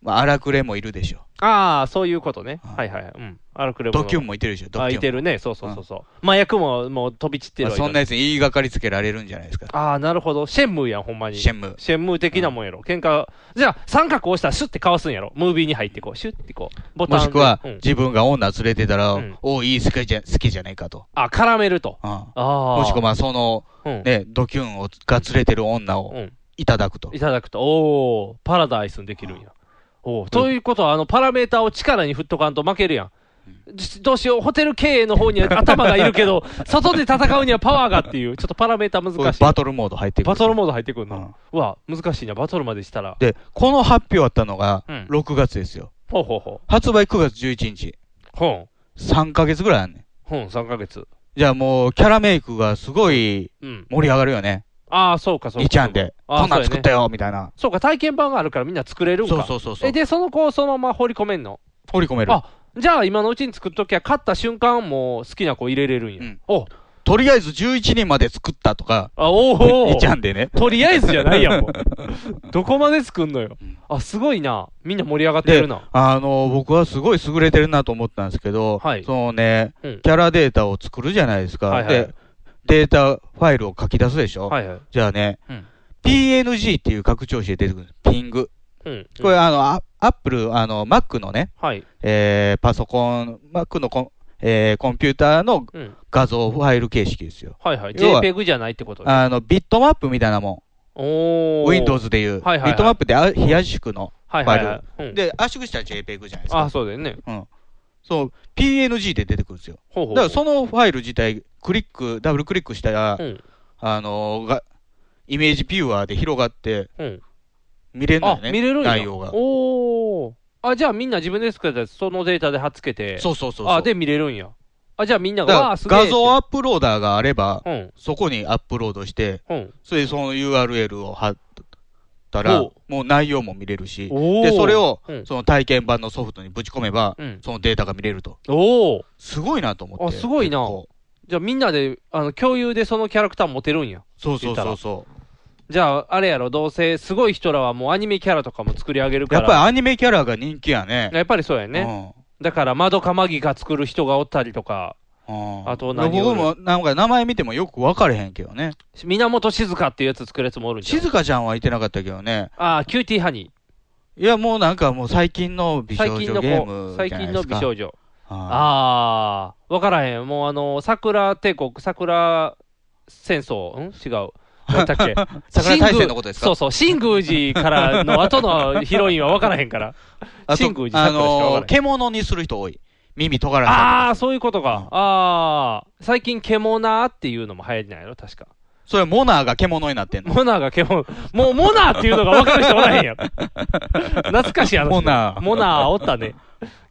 まあ、荒くれもいるでしょ。
ああ、そういうことね。
うん
はいはいはい。うん。アルクレボ
ド
の
キュンもいてるでしょ、ド
あ、
キ
い
ュ
て
ン。
るね。そうそうそうそう。麻薬も、もう飛び散ってる
まあ
わ
そんなやつに言いがかりつけられるんじゃないですか。
ああ、なるほど。シェンムーやん、ほんまに。
シェンムー。
シェンムー的なもんやろ。喧嘩、じゃあ、三角押したらシュッてかわすんやろ。ムービーに入ってこう、シュッてこう。ボタン
も
で
しくは、
うん
自分が女連れてたら、
うん
おういい好きじゃ、好きじゃないかと。
あ、絡めると。
うん
ああ。
もしくは、まあその、
うん、
ね、ドキュンをが連れてる女
う
を
ん。
いただくと。
いただくと、おおパラダイスにできるんや。おおということは、あの、パラメーターを力に振っとかんと負けるやん。じどうしよう、ホテル経営の方には頭がいるけ ど、外で戦うにはパワーがっていう、ちょっとパラメーター難
こういう
しい。
バトルモード入ってくる。
バトルモード入ってくるの。
う
うんわ、難しいな、バトルまでしたら。
で、この発表あったのが、
うん
6月ですよ。
ほうほうほう。
発売9月11日。
ほん。
3ヶ月ぐらいあんねん。
ほん、3ヶ月。
じゃあもう、キャラメイクがすごい
うん。
盛り上がるよね。
ああ、そうか、そうか。
2ちゃんで。
あー
こんなん作ったよ、みたいな。
そうか、体験版があるからみんな作れるんか。
そうそうそうそ
え、
う。
で、その子をそのまま放り込めんの
掘り込める
あ。じゃあ、今のうちに作っときゃ、勝った瞬間、もう好きな子入れれるんや。
うん
お
とりあえず11人まで作ったとか、
あ、おお
2ちゃんでね。
とりあえずじゃない やん、もう。どこまで作んのよ
うん。
あ、すごいな。みんな盛り上がってるな。
あの、僕はすごい優れてるなと思ったんですけど、
はい
そのね、
うん
キャラデータを作るじゃないですか。
はいはい
で、データファイルを書き出すでしょ、
はいはい。
じゃあね、
うん
PNG っていう拡張子で出てくるんです。ピング。
うん。
これ、あの、アアップル、あの、Mac のね、
はい。
えー、パソコン、Mac のコン、えー、コンピューターの
うん。
画像ファイル形式ですよ。
はいはい。
要は
JPEG じゃないってことね
あの、ビットマップみたいなも
お
ん。
ー。
Windows でいう。
はいはいはい
ビットマップってあ、非圧縮の。
はいはいはいはい。うん、
で、圧縮した JPEG じゃないですか。
あ、そうだよね。
うん。そう、PNG で出てくるんですよ。
ほうほうほう。
だからそのファイル自体、クリック、ダブルクリックしたら、
うん。
あのーが、イメージビューアーで広がって
うん。
見れるんだ
あ
よ、ね。
見れるんや。
内容が。
おー。あ、じゃあみんな自分で作ったやつ、そのデータで貼っつけて。
そうそうそうそう。
あ、で見れるんや。あ、じゃあみんな
だ
が、わ
か
あ、すげえ
ら画像アップローダーがあれば、
うん。
そこにアップロードして、
うん。
それでその URL を貼ったら
おう、
もう内容も見れるし、
おー
で、それを
う、ん
その体験版のソフトにぶち込めば、
うん。
そのデータが見れると。
おー。
すごいなと思って。
あすごいな
結構
じゃあみんなで、あの、共有でそのキャラクター持てるんや。
そうそうそうそう。
じゃあ、あれやろ、どうせ、すごい人らはもうアニメキャラとかも作り上げるか
やっ
ら。
ぱりアニメキャラが人気やね。
やっぱりそうやね。だから、窓かマギが作る人がおったりとか、
うん。うん
あと何
僕も、なんか名前見てもよく分かれへんけどね。
源静香っていうやつ作るやつもおるんじゃん。
静香ちゃんはいてなかったけどね。
ああ、キューティーハニ
いや、もうなんかもう最近の
ー。
美
最
少
近
女
の
ゲー
子
ム、
最
じゃない
近
で
の
すか。
美少女。
あ
ああ、わからへん。もうあの、桜帝国、桜戦争、ん違う。なんだ っけ
桜大戦のことですか
そうそう、新宮寺からの後のヒロイン はわからへんから。
あ
シン
と
グル、
あ
自作の人は分か
の
れへん
ー、獣にする人多い。耳尖らせたり
ああ、そういうことか。ああ、最近、獣っていうのも流行りないの確か。
それモナーが獣になってんの。
モナーが獣、もうモナーっていうのが分かる人おら へんやろ。懐かしい話。
モナー
モナーおったね。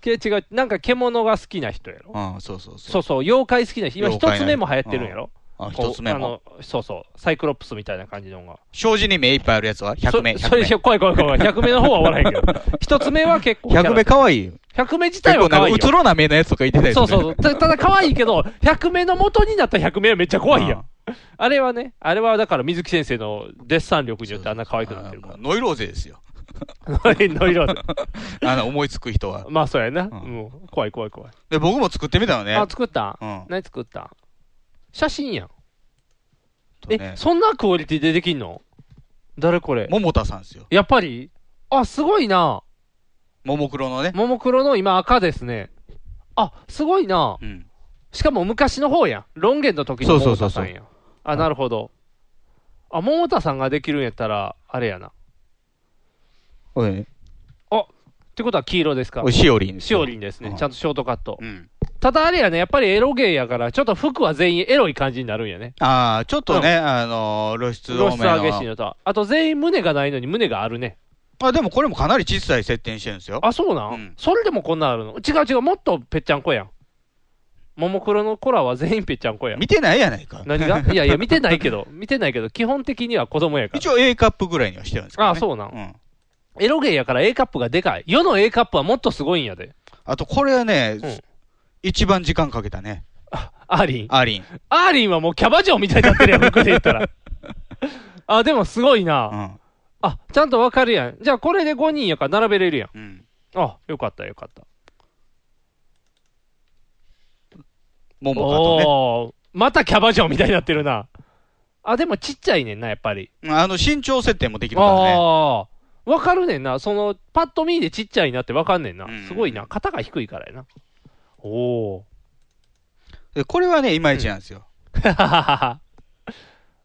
け違う、なんか獣が好きな人やろ。
うん、そうそうそ。
そううそう、妖怪好きな人。今
妖怪
一
ね
つ目も流行ってるんやろ。
あ
こう
一つ目も。。
あのそうそう、サイクロプスみたいな感じのが。
障子に目いっぱいあるやつは ?100 名。
そそれ、
100
怖い怖 い怖い。100名の方はおらへんけど。一つ目は結構。
名。100名かわいいよ。
100名自体
結構な
は
んか、
可愛いうよ
つ。ろな目のやつとかいてたりす
そ
る
うそう。たただ可愛いけど、100名の元になった100名はめっちゃ怖 いやん。あれはね、あれはだから水木先生のデッサン力によってあんな可愛くなってるか
あノイローゼですよ。
ら。 ノイローゼ。
あの、思いつく人は。
まあそうやな。
ん
もう怖い怖い怖い。
で、僕も作ってみたのね。
あ、作った
うん。
何作った写真やん。
と
え
ね、、
そんなクオリティでできんの誰これ
桃田さんですよ。
やっぱりあ、すごいな。
ももクロのね。
ももクロの今赤ですね。あ、すごいな。
うん。
しかも昔の方やん。論言の時の
そう
桃
そう
田
そ
さ
うそうん
やん。あ、なるほど。あ、桃田さんができるんやったら、あれやな。っ
おい、
てことは黄色ですか
おいしおりんです
し
よ
おりんですね
う。ん
ちゃんとショートカット。
うん。
ただあれやね、やっぱりエロゲーやから、ちょっと服は全員エロい感じになるんやね。
ああ、ちょっとね、あのー、露出
露
多
出
めの。
激しいのと。あと全員胸がないのに胸があるね。
あ、でもこれもかなり小さい設定にしてるんですよ。
あ、そうなん、
うん
それでもこんなんあるの違う違う、もっとぺっちゃんこやん。ももクロの子らは全員ぺっちゃんこやん。
見てないやないか。
何がいやいや、見てないけど、見てないけど、基本的には子供やから。
一応 A カップぐらいにはしてるんですけど、ね。
ああ、そうなん。
うん。
エロゲーやから A カップがでかい。世の A カップはもっとすごいんやで。
あと、これはね、
うん
一番時間かけたね。
アーリン。
アリン。
アーリンはもうキャバ嬢みたいになってるやん、僕で言った ら。あ、でもすごいな。
うん。
あ、ちゃんとわかるやん。じゃあこれで5人やから並べれるやん。
うん。
あ、よかったよかった。
ももかとね
おー、またキャバ嬢みたいになってるな。あ、でもちっちゃいねんな、やっぱり。
うん。あの、身長設定もできるからね。
ああ、わかるねんな。その、パッと見でちっちゃいなってわかんねんな
う。ん
すごいな。肩が低いからやな。おー。
でこれはね、いまいちなんですよ。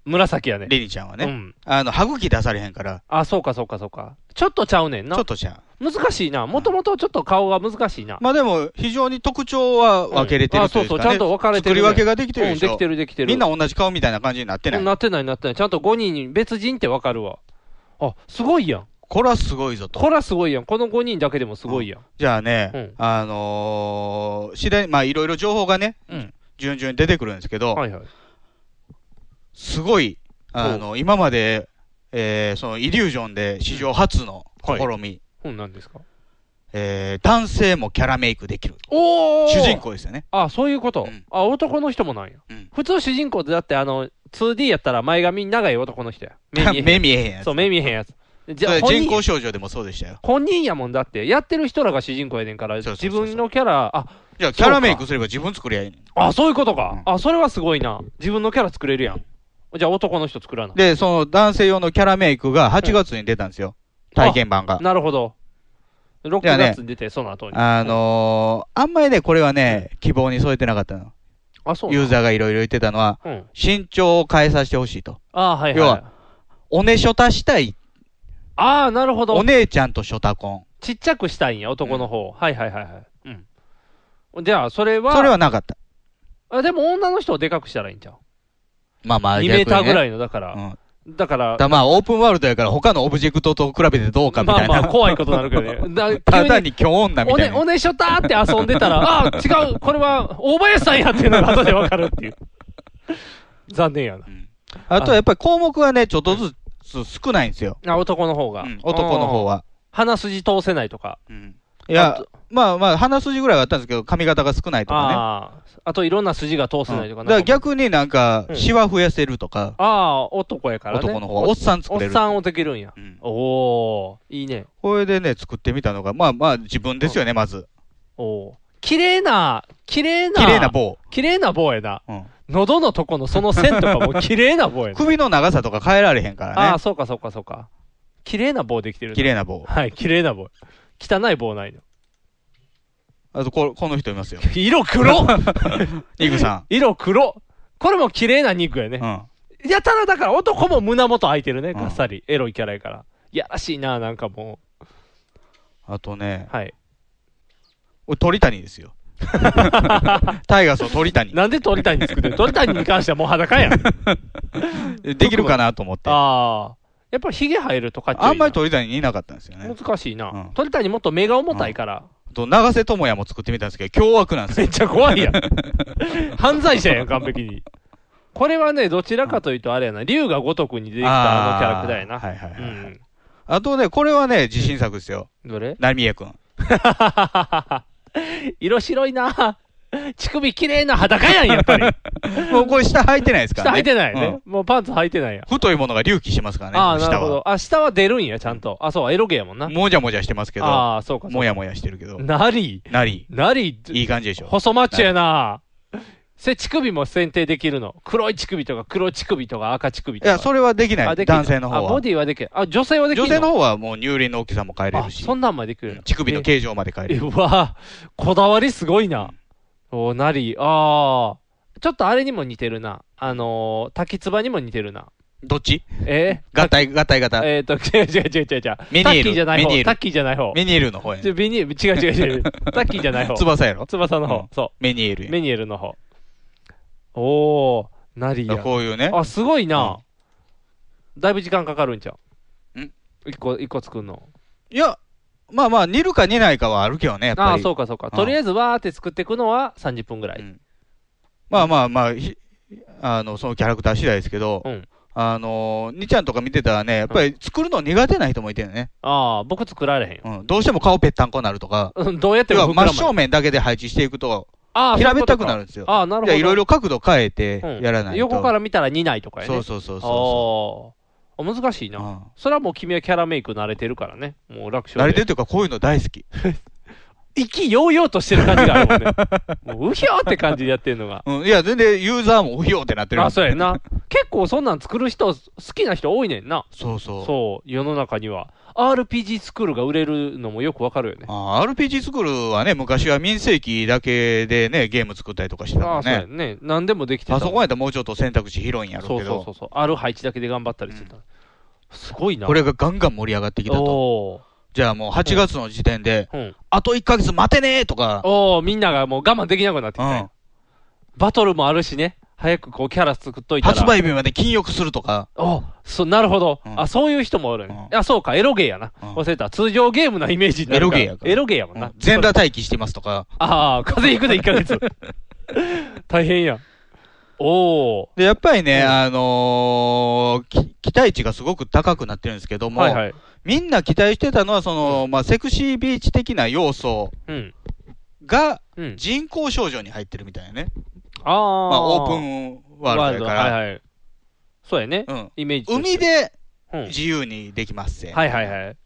紫やね。
リリちゃんはね。
うん。
あの、歯茎出されへんから、
あ、そうかそうかそうか。ちょっとちゃうねん
ちょ
な
っ。とじゃん。
難しいな。もともとちょっと顔が難しいな。
まあでも、非常に特徴は分けれて
う
る
んあ、
と
そ
いうう
そう、
か、ね
ちゃんと分かれて
作
る
り
ね。
分けができてる
う
で
ん、
し
で
ょ、
きてるできてる。
みんな同じ顔みたいな感じになってない、
うんなってないなってない。ちゃんと5人に別人って分かるわ。あ、すごいやん。
これはすごいぞと。
こらすごいやん。この5人だけでもすごいやん。
じゃあね、
うん
あのー、次第にまあいろいろ情報がね、
うん
順々に出てくるんですけど、
はいはい。
すごい、あの、今まで、えーそのイリュージョンで史上初の試み、
本なんですか
えー男性もキャラメイクできる。
お
主人。公ですよね。
あ、そういうこと。
うん
あ、男の人もなんや。
うん
普通主人公ってだってあの、2D やったら前髪長い男の人 や。目見え
目見えへんや
へん。
つ。
そう、目見えへんやつ。じ
そ
ゃあ
れ
本
人工
人、
少女でもそうでしたよ。
本人やもんだって、やってる人らが主人公やねんから、
そう
自
そうそうそう
分のキャラ、あ、
じゃあキャラメイクすれば自分作りゃいいの
あ、そういうことか。
う
あ、それはすごいな。自分のキャラ作れるやん。じゃあ男の人作らな。
で、その男性用のキャラメイクが8月に出たんですよ。体験版が。
なるほど。6
やね
月に出て、その後に。
あのー、あんまりね、これはね、希望に添えてなかったの。
あ、そうな
ユーザーがいろいろ言ってたのは、
うん。
身長を変えさせてほしいと。
あ、はいはい。
要はおねしょ足したい。
ああ、なるほど
お。姉ちゃんとショタコン。
ちっちゃくしたいんや、男の方。はいはいはいはい。うん。じゃあ、それは、
それはなかった。
あでも女の人をでかくしたらいいんちゃう
まあまあ、
2メーターぐら
い。
いの、だか
う
ら、
ん。
だから
た、だまあ、オープンワールドやから他のオブジェクトと比べてどうかみ
ま
た
あ
い
まあ、
な。
怖いことになるけど ね。だ
た
急
だに今日女み
お
た
ね
い、な
お。ねしょたーって遊んでたら、ああ、違う、これは大林さんやっていうのが後でわかるっていう。 残念や
あとはやっぱり項目がね、ちょっとずつ少ないんですよ。
な。あ、男の方が。
うん男の方
は。
は。
鼻筋通せないとか。
いや
あと、
まあまあ、鼻筋ぐらいはあったんですけど、髪型が少ないとかね。
ああ。あと、いろんな筋が通せ
う
なんいとか。
だから逆になんか
う、ん
シワ増やせるとか、
ああ、男やからね。
男の方は、おっさん
お
作
っ
れる。
さんをできるんや。
うん
おおいいね。
これでね、作ってみたのが、まあまあ、自分ですよね、まず。
おお綺麗な、綺麗な、
綺麗な棒。
綺麗な棒やな。
うん
喉のとこのその線とかも綺麗な棒 やな。
首の長さとか変えられへんから
ああ、
ね。
そうかそうかそうか。綺麗な棒できてるな
綺麗な棒。
はい、綺麗な棒。汚い棒ないの。
あと、ここの人いますよ。
色 黒
ニグさ
色黒これも綺麗な肉 やね
ん。う。ん。
やたらだから男も胸元開いてるね、
ん
がっさり。エロいキャラやから。いやらしいな、なんかも
あとね
う。、はい。
俺鳥谷ですよ。 タイガースの鳥谷。
なんで鳥谷作ってる鳥谷に関してはもう裸 やん。
できるかなと思って。あ
ああ。やっぱヒゲ生えるとかって。
んまり鳥谷いなかったんですよね。。
難しいうなん鳥谷もっと目が重たいから。
あと、長瀬智也も作ってみたんですけど、凶悪なんです
めっ
よ。
ちゃ怖いやん。犯罪者やん、完璧に。これはね、どちらかというとあれやな、竜が如くに出てきたあのキャラクターやな。
はいはいは
う
い。
ん。
あとね、これはね、自信作ですよ。
どれ
浪江くん。
色白いな乳首綺麗な裸やん、やっぱり。
もうこれ下履いてないですか
下
らね。
履いてないね。
うん
もうパンツ履いてないやん。
太いものが隆起してますからね、
ああ、なる
下
ほ
は。
ど。あ、下は出るんや、ちゃんと。あ、そう、エロゲやもんな。
もじゃもじゃしてますけど、
ああ、そうか、そう
も
か。
やもやしてるけど、
なり、
なり、
なり、
いい感じでしょ。
細マッチョやなせ、乳首も選定できるの。黒い乳首とか、黒乳首とか、赤乳首
い
とか。
や、それはできな
あ
い。
できん
男性の方
あ、ボ
は。
ディはできる。あ、女性はできる
女性の方はもう乳輪の大きさも変えれ
あ、
るし
そ、んなんまでできるの
乳首の形状まで変え
え、
れる。
うわこだわりすごいな。おなり、ああ。ちょっとあれにも似てるな。あのー、滝つばにも似てるな。
どっち
え
合体、合体型。
えっと、 違う違う違う違う違う。タ
メニエル
ッキーじゃな
メ
い
ニエ
方。
ル
タッキーじゃない方。
メニエルの方や
ち
ね。
ょビニ違う違う 違う。タッキーじゃない方。
翼やろ
翼の
うん
方。そ
メニエル
う。
や。
メニエルの方。おー、なり
だ
や
から。こういうね。
あ、すごいな
う。
だいぶ時間かかるんちゃうん一個、一個作るの。
いや、まあまあ、煮るか煮ないかはあるけどね、やっ
あ
ぱ
あ、
り
そ。うかそうか。
うん
とりあえずわーって作っていくのは30分ぐら
う
い。
んまあまあまあ、ひあの、そのキャラクター次第ですけど
うん、
あの、にちゃんとか見てたらね、やっぱり作るの苦手な人もいてるね。
ああ、僕作られへんよ。
うんどうしても顔ぺったんこになるとか、
うん どうやって
要
も
は
膨
真
らまない
正面だけで配置していくと、
ああ
平べったくな
る。
るんですよ。
ああ、なるほ
じゃ
ど。
あいろいろ角度変えて
うん
やらないと。
横から見たら2ないとかやね。
そうそうそうそ。
あーあ難しいう
う
な。
ん
それはもう君はキャラメイク慣れてるからね。もう楽勝
慣
で。
れてるというか、こういうの大好き。
意気揚々としてる感じがある もんね。もううひょーって感じでやってるのが。
うんいや、全然ユーザーもうひよってなってる。
あ、そうやな。結構そんなん作る人、好きな人多いねんな。
そうそう。
そう、世の中には。RPG スクールが売れるのもよくわかるよね。
あー RPG 作るはね、昔は民生機だけでね、ゲーム作ったりとかしてた
あ
も
あ、
ん
そうや
ね。
ね。何でもできてたも
パ
ん。
ソコンやったらもうちょっと選択肢広いんやろう
そう
け
そうそ
ど、
うそう。ある配置だけで頑張ったりしてた。すごいな。
これがガンガン盛り上がってきたと。
おー
じゃあもう8月の時点で、
うん。
あと1ヶ月待てねーとか、
おおみんながもう我慢できなくなってき
う
たよ、
ん
バトルもあるしね。早くこうキャラ作っといたら。
発売日まで禁欲するとか、
おそう、なるほど、
うん
あ、そういう人もおるね。
うん
あ、そうか、エロゲーやな、
うん
忘れた。通常ゲームなイメージになるから。
エロゲーやから
エロゲーやもんな。
全裸待機してますとか。
ああ、風邪ひくで1ヶ月。 大変や。おお
で、やっぱりね、
うん
あのーき期待値がすごく高くなってるんですけども、
はいはい。
みんな期待してたのは、その、まあ、セクシービーチ的な要素
うん。
が
うん。
人工少女に入ってるみたいなね。
ああ。
まあ、オープンワールドやから、
はいはい。そうやね。
うん。
イメージと
海
して。
で
うん、
自由にできますぜ。
はいはいはい。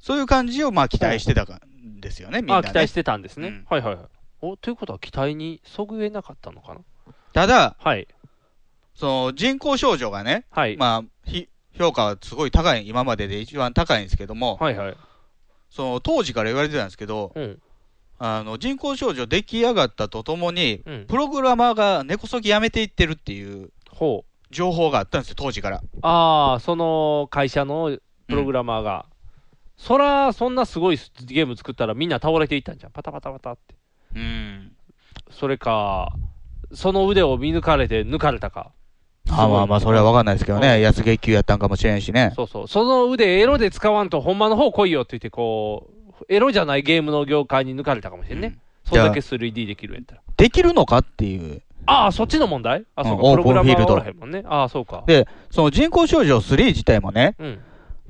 そういう感じを、まあ、期待してたんですよね、みんな、
ああ、期待
ね
し。てたんですね。
うん
はいはいはい。お、ということは期待にそぐえなかったのかな
ただ、
はい。
その、人工少女がね、
はい。
まあ、ひ評価はすごい高い、今までで一番高いんですけども、
はいはい。
その、当時から言われてたんですけど、
うん。
あの、人工少女出来上がったとともに、
うん。
プログラマーが根こそぎ辞めていってるっていう
ほう。
情報があったんですよ、当時から。
ああ、その会社のプログラマーが。そら、そんなすごいゲーム作ったらみんな倒れていったんじゃん。パタパタパタって。
うん。
それか、その腕を見抜かれて抜かれたか。
あまあまあ、それはわかんないですけどね。安月給やったんかもしれんしね。
そうそう。その腕エロで使わんとほんまの方来いよって言って、こう、エロじゃないゲームの業界に抜かれたかもしれんね。
うん
そんだけ 3D できるんやったら。
できるのかっていう。
ああ、そっちの問題あ、そうか、
うん
プログラマ
オープンフィール
ー
ド
おらへんもんね。ああ、そうか。
で、その人工少女3自体もね、
うん。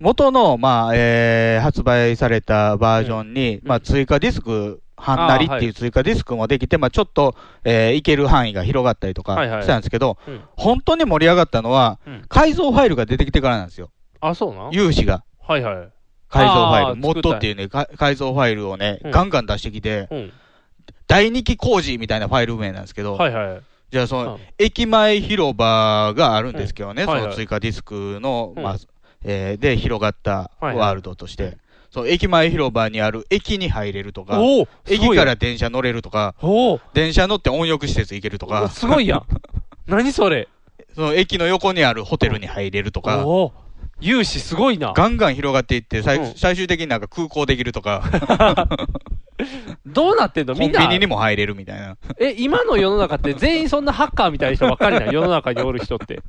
元の、まあ、えー、発売されたバージョンに、
ん
まあ、追加ディスク、ハンナリっ
あー
ていう追加ディスクもできて、まあ、ちょっと、えー、いける範囲が広がったりとか
はいはい
したんですけど、
うん
本当に盛り上がったのは、
うん
改造ファイルが出てきてからなんですよ。
あ、そうなん
有志が。
はいはい。
改造ファイ
あ
ル。
ー
モッドっていうね、か改造ファイルをね、
うん
ガンガン出してきて、
うん。
第二期工事みたいなファイル名なんですけど、
はいはい。
じゃあその、
うん
駅前広場があるんですけどね、
うんはいはい
その追加ディスクの、
うん
まあえーで広がった
はいはい
ワールドとして、その駅前広場にある駅に入れるとか、
おおすご
駅
いや
か
ん
ら電車乗れるとか、
お
電車乗って温浴施設行けると
お
か、
すごいや ん。何それ
その駅の横にあるホテルに入れるとか、
おお融資すごいな。
ガンガン広がっていって、最,、
うん
最終的になんか空港できるとか、
どうなってんの
コ
み
ン
んな
ビ、ニにも入れるみたいな。
え、今の世の中って全員そんなハッカーみたいな人ばっか りなん世の中におる人って。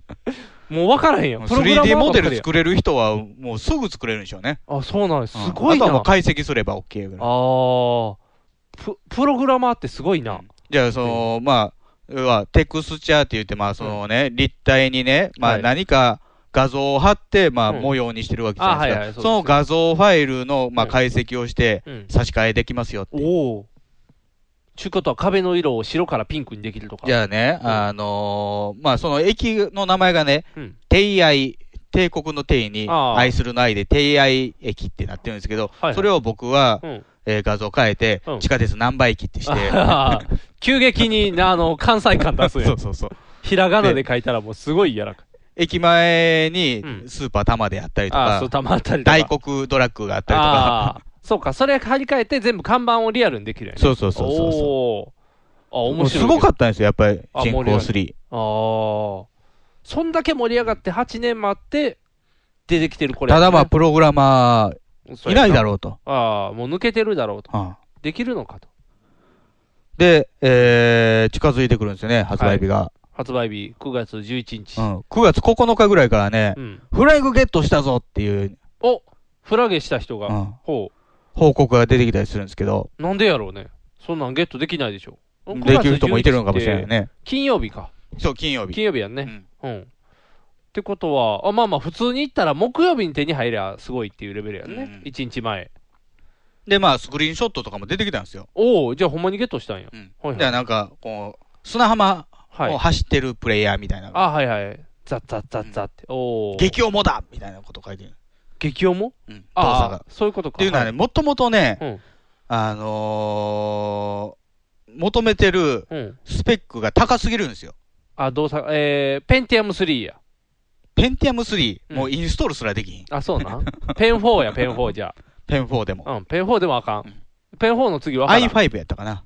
もう分からへんよ。プログラマー
3D
ば
モ
っ
デ
か
ル
りやん
作れる人はもうすぐ作れるんでしょうね。
あ、そうなんやす
うん
ごい
あ
な。
とはもう
あ
解析すれば OK ぐらい。
あ。ププログラマーってすごいな。
じゃあ、その、まあ、要はテクスチャーって言って、まあ、そのね、立体にね、まあ、
はい
何か画像を貼って、まあ、
うん
模様にしてるわけじゃない
あはいは
で
い
すか。
そうです
その画像ファイルの、まあ、
うん
解析をして、
うん。
差し替えできますよっていう。
おお。ちゅうことは壁の色を白からピンクにできるとか。
じゃあね、
うん
あのーまあ、その駅の名前がね、
うん。
帝愛、帝国の帝に、
あー
愛するの愛で帝愛駅ってなってるんですけど、
いはい
それを僕は、
うん。
えー画像変えて、
うん
地下鉄何倍駅ってして、
あー急激に、あの、関西感出すや
そ
ん
う。そうそう。
ひらがなで書いたらもうすごい柔らかい。
駅前に
うん
スーパー玉であったりと
あ
か、
あ、そう、たまったりとか。
大黒ドラッグがあったりと
あ
か。
あ、そうか。それ張り替えて全部看板をリアルにできるや ん。
そうそうそうそうそう。
おーあ、
も
面
う
白い。
すごか
っ
ったんですよ、やっぱり
あ
人工
盛り上がる
3。
た。ああ。そんだけ盛り上がって8年待って、出てきてるこれ、
ただまあ、プログラマ
あ
ーいないだ
ろ
ろうと。
う。ああ、もう抜けてるだろうと。
うん
できるのかと。
で、えー近づいてくるんですよね、発売日が。
発売日9月11日。
うん9月9日ぐらいからね
う、ん。
フライングゲットしたぞっていう、
おフラゲした人が、
うん
ほ
報告が出てきたりするんですけど、
う。なんでやろうね。そんなんゲットできないでしょ。
できる人もいてるのかもしれない
ね。
ね。
金曜日か。
そう、金曜日。
金曜日やんね。うん。ってことは、あまあまあ、普通に行ったら、木曜日に手に入りゃすごいっていうレベルやん
う
ね
ん。
一日前。
で、まあ、スクリーンショットとかも出てきたんですよ。
おお、じゃあ、ほんまにゲットしたんや。
うん
はいはい
で、なんか、こう、砂浜
は
を
い。
走ってるプレイヤーみたいな。
あ、はいはい。ザッザッザッザッって。おお。
激おもだみたいなこと書いてる。
激おも
うん、動作が
あ。あ、そういうこと
っ
か。
ていうのはね、もともとね、
うん
あのー求めてる
はい。うん。
スペックが高すぎるんですよ。
あ、動作、えー、ペンティアム3や。
ペンティアム3、
うん
もうインストールすらできひん。
あ、そう なん。ペン4や、ペン4じゃ
ペン4でも。
あ。うん、ペン4でもあか
うん
ん。ペン4の次わからん。
i5 やったかな。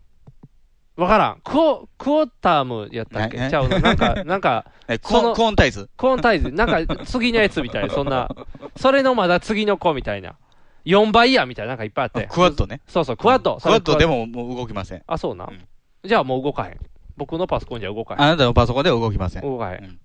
わからん。クオ、クオタムやったっけ
なな
ちゃうな。なんか、なんか、
えクオン
その
クオンタイズ。
コーンタイズ、なんか次のやつみたいな、そんな、それのまだ次の子みたいな、4倍やみたいな、なんかいっぱいあって、
クワッドね。
そうそう、クワッド、
クワッドで
も、
ももう動きません。
あ、そうな
うん、
じゃあもう動かへん、僕のパソコンじゃ動かへん、
あなたのパソコンでは動きません。
動かへ
うん
ん、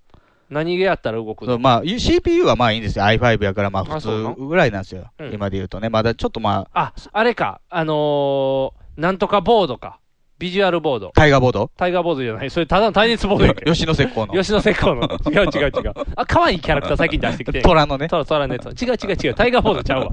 何気やったら動く
そう
の、
まあ、CPU はまあいいんですよ。i5 やからまあ普
あそうなの
通ぐらいなんですよ。
うん
今で言うとね。まだちょっとま
ああれか、あのー、なんとかボードか、ビジュアルボード
あ、、タイガーボード
タイガーボードじゃない、それただの耐熱ボードやけ
吉野石膏の。
吉野石膏の、違う違う違う、あ可愛いキャラクター最近出してきて、
虎のね。
トラトラのやつ違う違う違う、タイガーボードちゃう わ、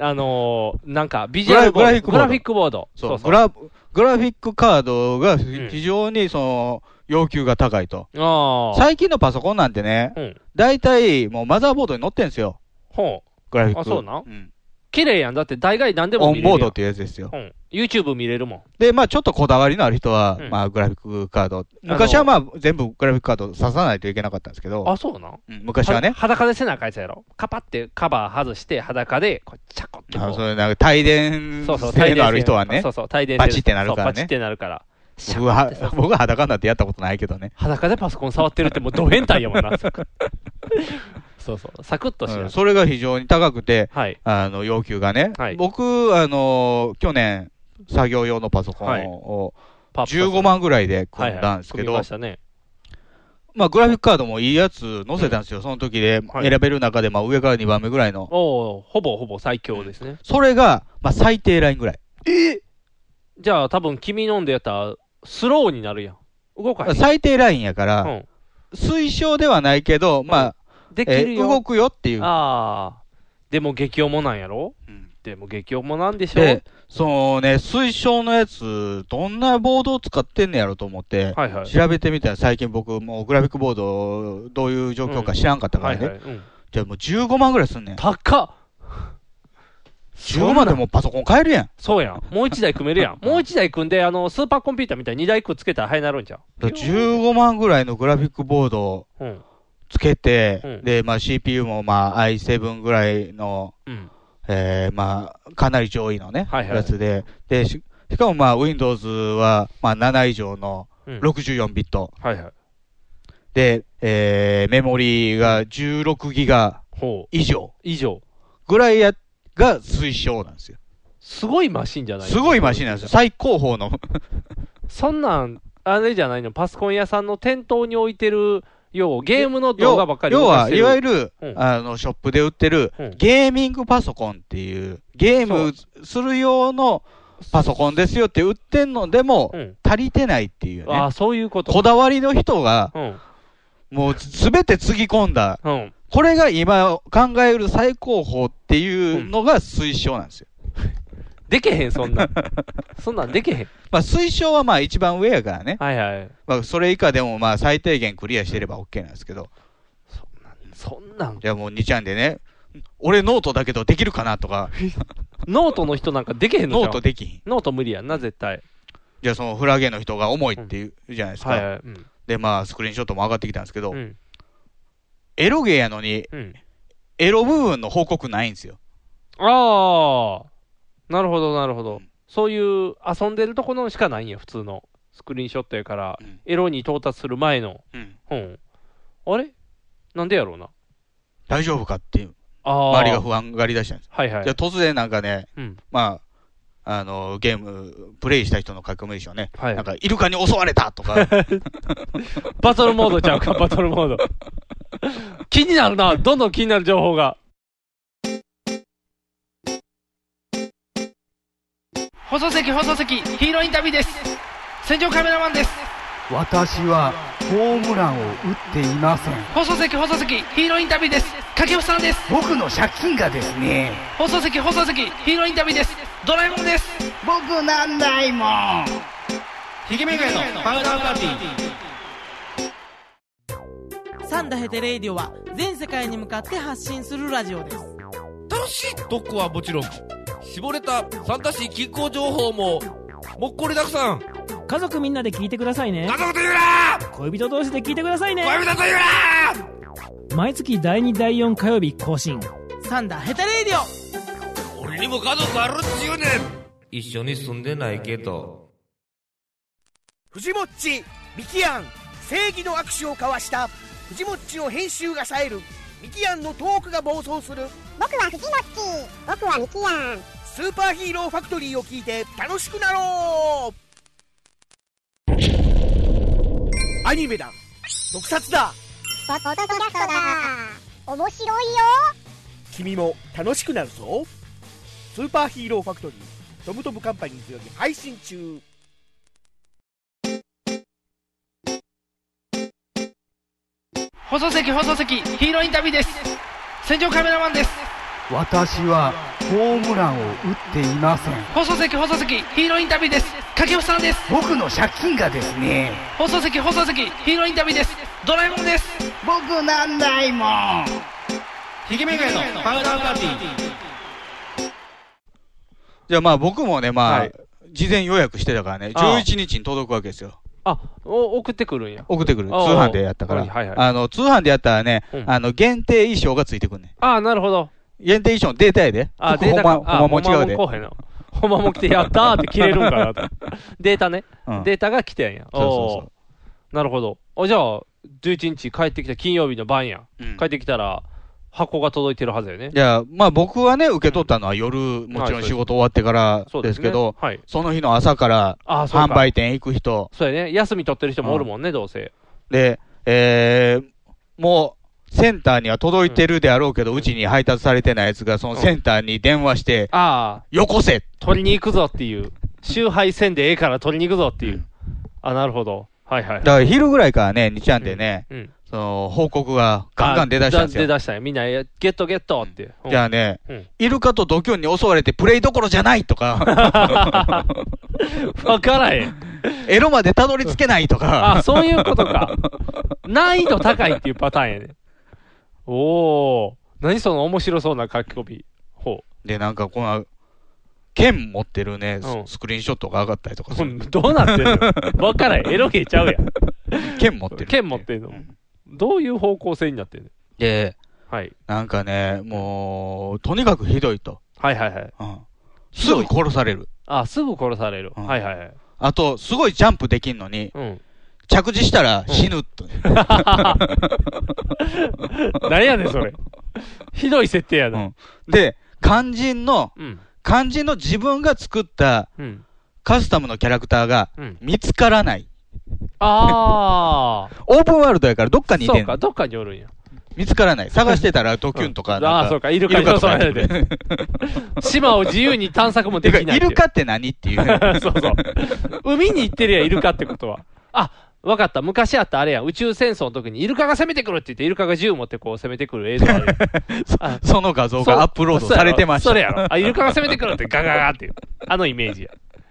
あのー、なんか、ビジュアルボ
グラ
ー
フ
ド、
グ
グ
ラ
ラ
フ
フ
ィ
ィックボード、
そうグラ、グラフィックカードが非
ん
非常にその、要求が高いと。
ああ。
最近のパソコンなんてね、
うん。
大体もうマザーボードに載ってんすよ。
ほ
グラフィッ
う。
ク。
あ、そうなん
うん
綺麗やん。だって大概何でも
オ
見
ン
れるや
ボ
ん。
ードっていうやつですよ。
うん。YouTube 見れるもん。
で、まあちょっとこだわりのある人は、
うん
まあグラフィックカード。昔はまあ全部グラフィックカード刺さないといけなかったんですけど、
あ、そうなん
うん昔はね、
裸で背中やつやろ。カパってカバー外して裸で、こう、チャコってこ
あ
う。
そういうなんか帯電
そうそう、
性のある人はね
そう、そう、帯電
バチってなるからね
そうバチってなるから。シャ
僕
ッ
は
てさ、
僕は裸になってやったことないけどね。
裸でパソコン触ってるってもうド変態やもんな。そうそう。サクッとし
うん
な
それが非常に高くて、
はい。
あの、要求がね。
はい
僕、あの、去年、作業用のパソコンを
パッと
15万ぐらいで
は
組
い
ん
はい
だんですけど、
組みましたね。
まあ、グラフィックカードもいいやつ載せたんですよ。その時で、
はい
選べる中で、まあ、上から2番目ぐらいの。
おおほぼほぼ最強ですね。
それが、まあ、最低ラインぐらい。
じゃあ多分君飲んでやったら、スローになるやん。動かへん。
最低ラインやか
う
ら、
ん。
推奨ではないけど、まあ、
でき
え
る
ー
よ。
動くよっていう。
ああ。でも激おもなんやろ
うん
でも激おもなんでしょ
で、そのね、推奨のやつ、どんなボードを使ってんねやろと思って、
はいはい。
調べてみたら最近僕、もうグラフィックボード、どういう状況か知らんかったか
は
ら
い
ね。
はい。うん。
じゃあもう15万ぐらいすんねん。
高っ
15万でもうパソコン買えるやん。
そうやん。もう一台組めるや ん。もう一台組んで、あの、スーパーコンピューターみたいに二台くっつけたら早なるんじゃん。
だから15万ぐらいのグラフィックボードを
うん。
つけて、
うん
で、まあ CPU もまあ i7 ぐらいの、
うん。
えー、まあ、かなり上位のね、
はいはい
やつで、で、ししかもまあ Windows はまあ7以上の
うん。
64ビット。
はいはい。
で、えー、メモリーが16ギガ
ほう。
以上
以上。
ぐらいや、が推奨なんですよ。
すごいマシンじゃない
すごいマシンなんですよ。最高峰の。
そんなん、あれじゃないの、パソコン屋さんの店頭に置いてる、よう、ゲームの動画ばっかり
要は、いわゆ
る、
る、
うん
あの、ショップで売ってる、
うん
ゲーミングパソコンっていう、ゲームする用のパソコンですよって売ってんのでも、
うん、
足りてないっていう
あ
ね。
あ、そういうこと。
こだわりの人が、
うん。
もうすべてつぎ込んだ。
うん。
これが今考える最高峰っていうのが推奨なんですよ。
でけへん、そ んなん。そんなんでけへん。
まあ推奨はまあ一番上やからね。
はいはい。
まあそれ以下でもまあ最低限クリアしてれば OK なんですけど。
そんなん。
いやもう2ちゃんでね、俺ノートだけどできるかなとか、
ノートの人なんかでけへんの
ノ
じゃ
ー
ん。
トできひん。
ノート無理やんな、絶対。
じゃあそのフラゲの人が重いっていうじゃないですか。
はいはい。うん。
でまあスクリーンショットも上がってきたんですけど、
うん。
エロゲーやのに
うん。
エロ部分の報告ないんですよ。
ああ。なるほど、なるほ
う
ど
ん。
そういう遊んでるとこのしかないんや、普通の。スクリーンショットやから
うん、
エロに到達する前の。
うん
うん。あれなんでやろうな。
大丈夫かっていう、
ああ。
周りが不安がりだしたんです。
はいはい
じゃあ。突然なんかね、
うん。
まあ、あの、ゲーム、プレイした人の書き込みでしょうね。
はい
なん。か、イルカに襲われたと か、
バトルモードちゃ うか、バトルモード。気になるな、どんどん気になる情報が。
放送席放送席ヒーローインタビューです戦場カメラマンです
私はホームランを打っていません
放送席放送席ヒーローインタビューです掛布さんです
僕の借金がですね
放送席放送席ヒーローインタビューですドラえもんです
僕なんないもん
ひげめがえのパウダーパーティー
サンダヘテレイディオは全世界に向かって発信するラジオです
楽しい特攻はもちろん、絞れた参加し近郊情報も、もっこりだくさん。
家族みんなで聞いてくださいね
家族と言うな
恋人同士で聞いてくださいね
恋人と言うな
毎月第2第4火曜日更新
サンダヘテレイディオ
俺にも家族あるっちゅうねん一緒に住んでないけど。
藤もっちミキアン正義の握手を交わした藤もっちの編集が冴えるミキアンのトークが暴走する僕は藤もっち僕はミキアンスーパーヒーローファクトリーを聞いて楽しくなろうアニメだ特撮だ
ポッドキャストだ面白いよ
君も楽しくなるぞスーパーヒーローファクトリートムトムカンパニーズより配信中放送席放送席ヒーローインタビューです戦場カメラマンです
私はホームランを打っていません
放送席放送席ヒーローインタビューです掛布さんです
僕の借金がですね
放送席放送席ヒーローインタビューですドラえもんです
僕なんないもん
ひげめがえのパウダーパーティー
じゃあまあ僕もね、まあ、
はい
事前予約してたからね、
ああ
11日に届くわけですよ。
あ、お送ってくるんや。
送ってくる。通
ああ
販でやったから。
はいはいはい
あの、通販でやったらね、
うん
あの、限定衣装がついてくんね
ああ、なるほど。
ん。限定衣装のデータやで。
あ
服
データ
ほん
あ
ま、ほんまも違うで。
ほんまもん来へんの。ほんまもん来て、やったーって切れるんか なと。データね。
うん
データが来てんや。
そうそう
おーなるほど。あじゃあ、11日帰ってきた金曜日の晩や。
そううん
帰っ。てきたら、箱が届いてるはずやね。
いや、まあ僕はね、受け取ったのは夜、もちろん仕事終わってから
そうで
ですす
ね
けど、
はい
その日の朝から
あそうか
販売店行く人、
そうやね。休み取ってる人もおるもんね、どうせ。
で、えーもう、センターには届いてるであろうけど、うちに配達されてないやつが、そのセンターに電話して、
ああ。
よこせ
取りに行くぞっていう。集配せんでええから取りに行くぞっていう。あ、なるほど。はいはい。
だから昼ぐらいからね、日ちゃんでね、
うんうん
その報告がガンガン出だしたんです
あ
よ。
出だしたんやみんな、えゲットゲットって。うん
じゃあね、
うん
イルカとドキョンに襲われてプレイどころじゃないと か、
わからへん。
エロまでたどり着けないとか。
あ、そういうことか。難易度高いっていうパターンやね。おお。何その面白そうな書き込み。ほ
で、なんかこの、剣持ってるね、ススクリーンショットが上がったりとかする。
う。どうなってんのわからへん。エロゲーちゃうやん。
剣持ってる。
剣持ってんの。どういう方向性になってんの
で、
はい。
なんかね、もう、とにかくひどいと。
はいはいはい。
うんすぐ殺される。
あ、すぐ殺される。はいはいはい。
あと、すごいジャンプできんのに、 着地したら死ぬと。
何やねん、それ。ひどい設定やな。
で、肝心の、
うん
肝心の自分が作った
うん。
カスタムのキャラクターが
うん
見つからない。
ああ。
オープンワールドやからどっかにい
そ
て
うんか、どっかにおるんや。
見つからない。探してたらドキュンとかなんか。
ああ、そうか、イルカに
と
襲
か
わ
や
れ
ってて
て。島を自由に探索もできない
イルカって何っていう。
そうそう。海に行ってるやん、イルカってことは。あ、わかった。昔あったあれやん。宇宙戦争の時にイルカが攻めてくるって言って、イルカが銃持ってこう攻めてくる映像あるやん
その画像がアップロードされてました
そうやろそれやろ。あ、イルカが攻めてくるってガガガっていう。あのイメージや。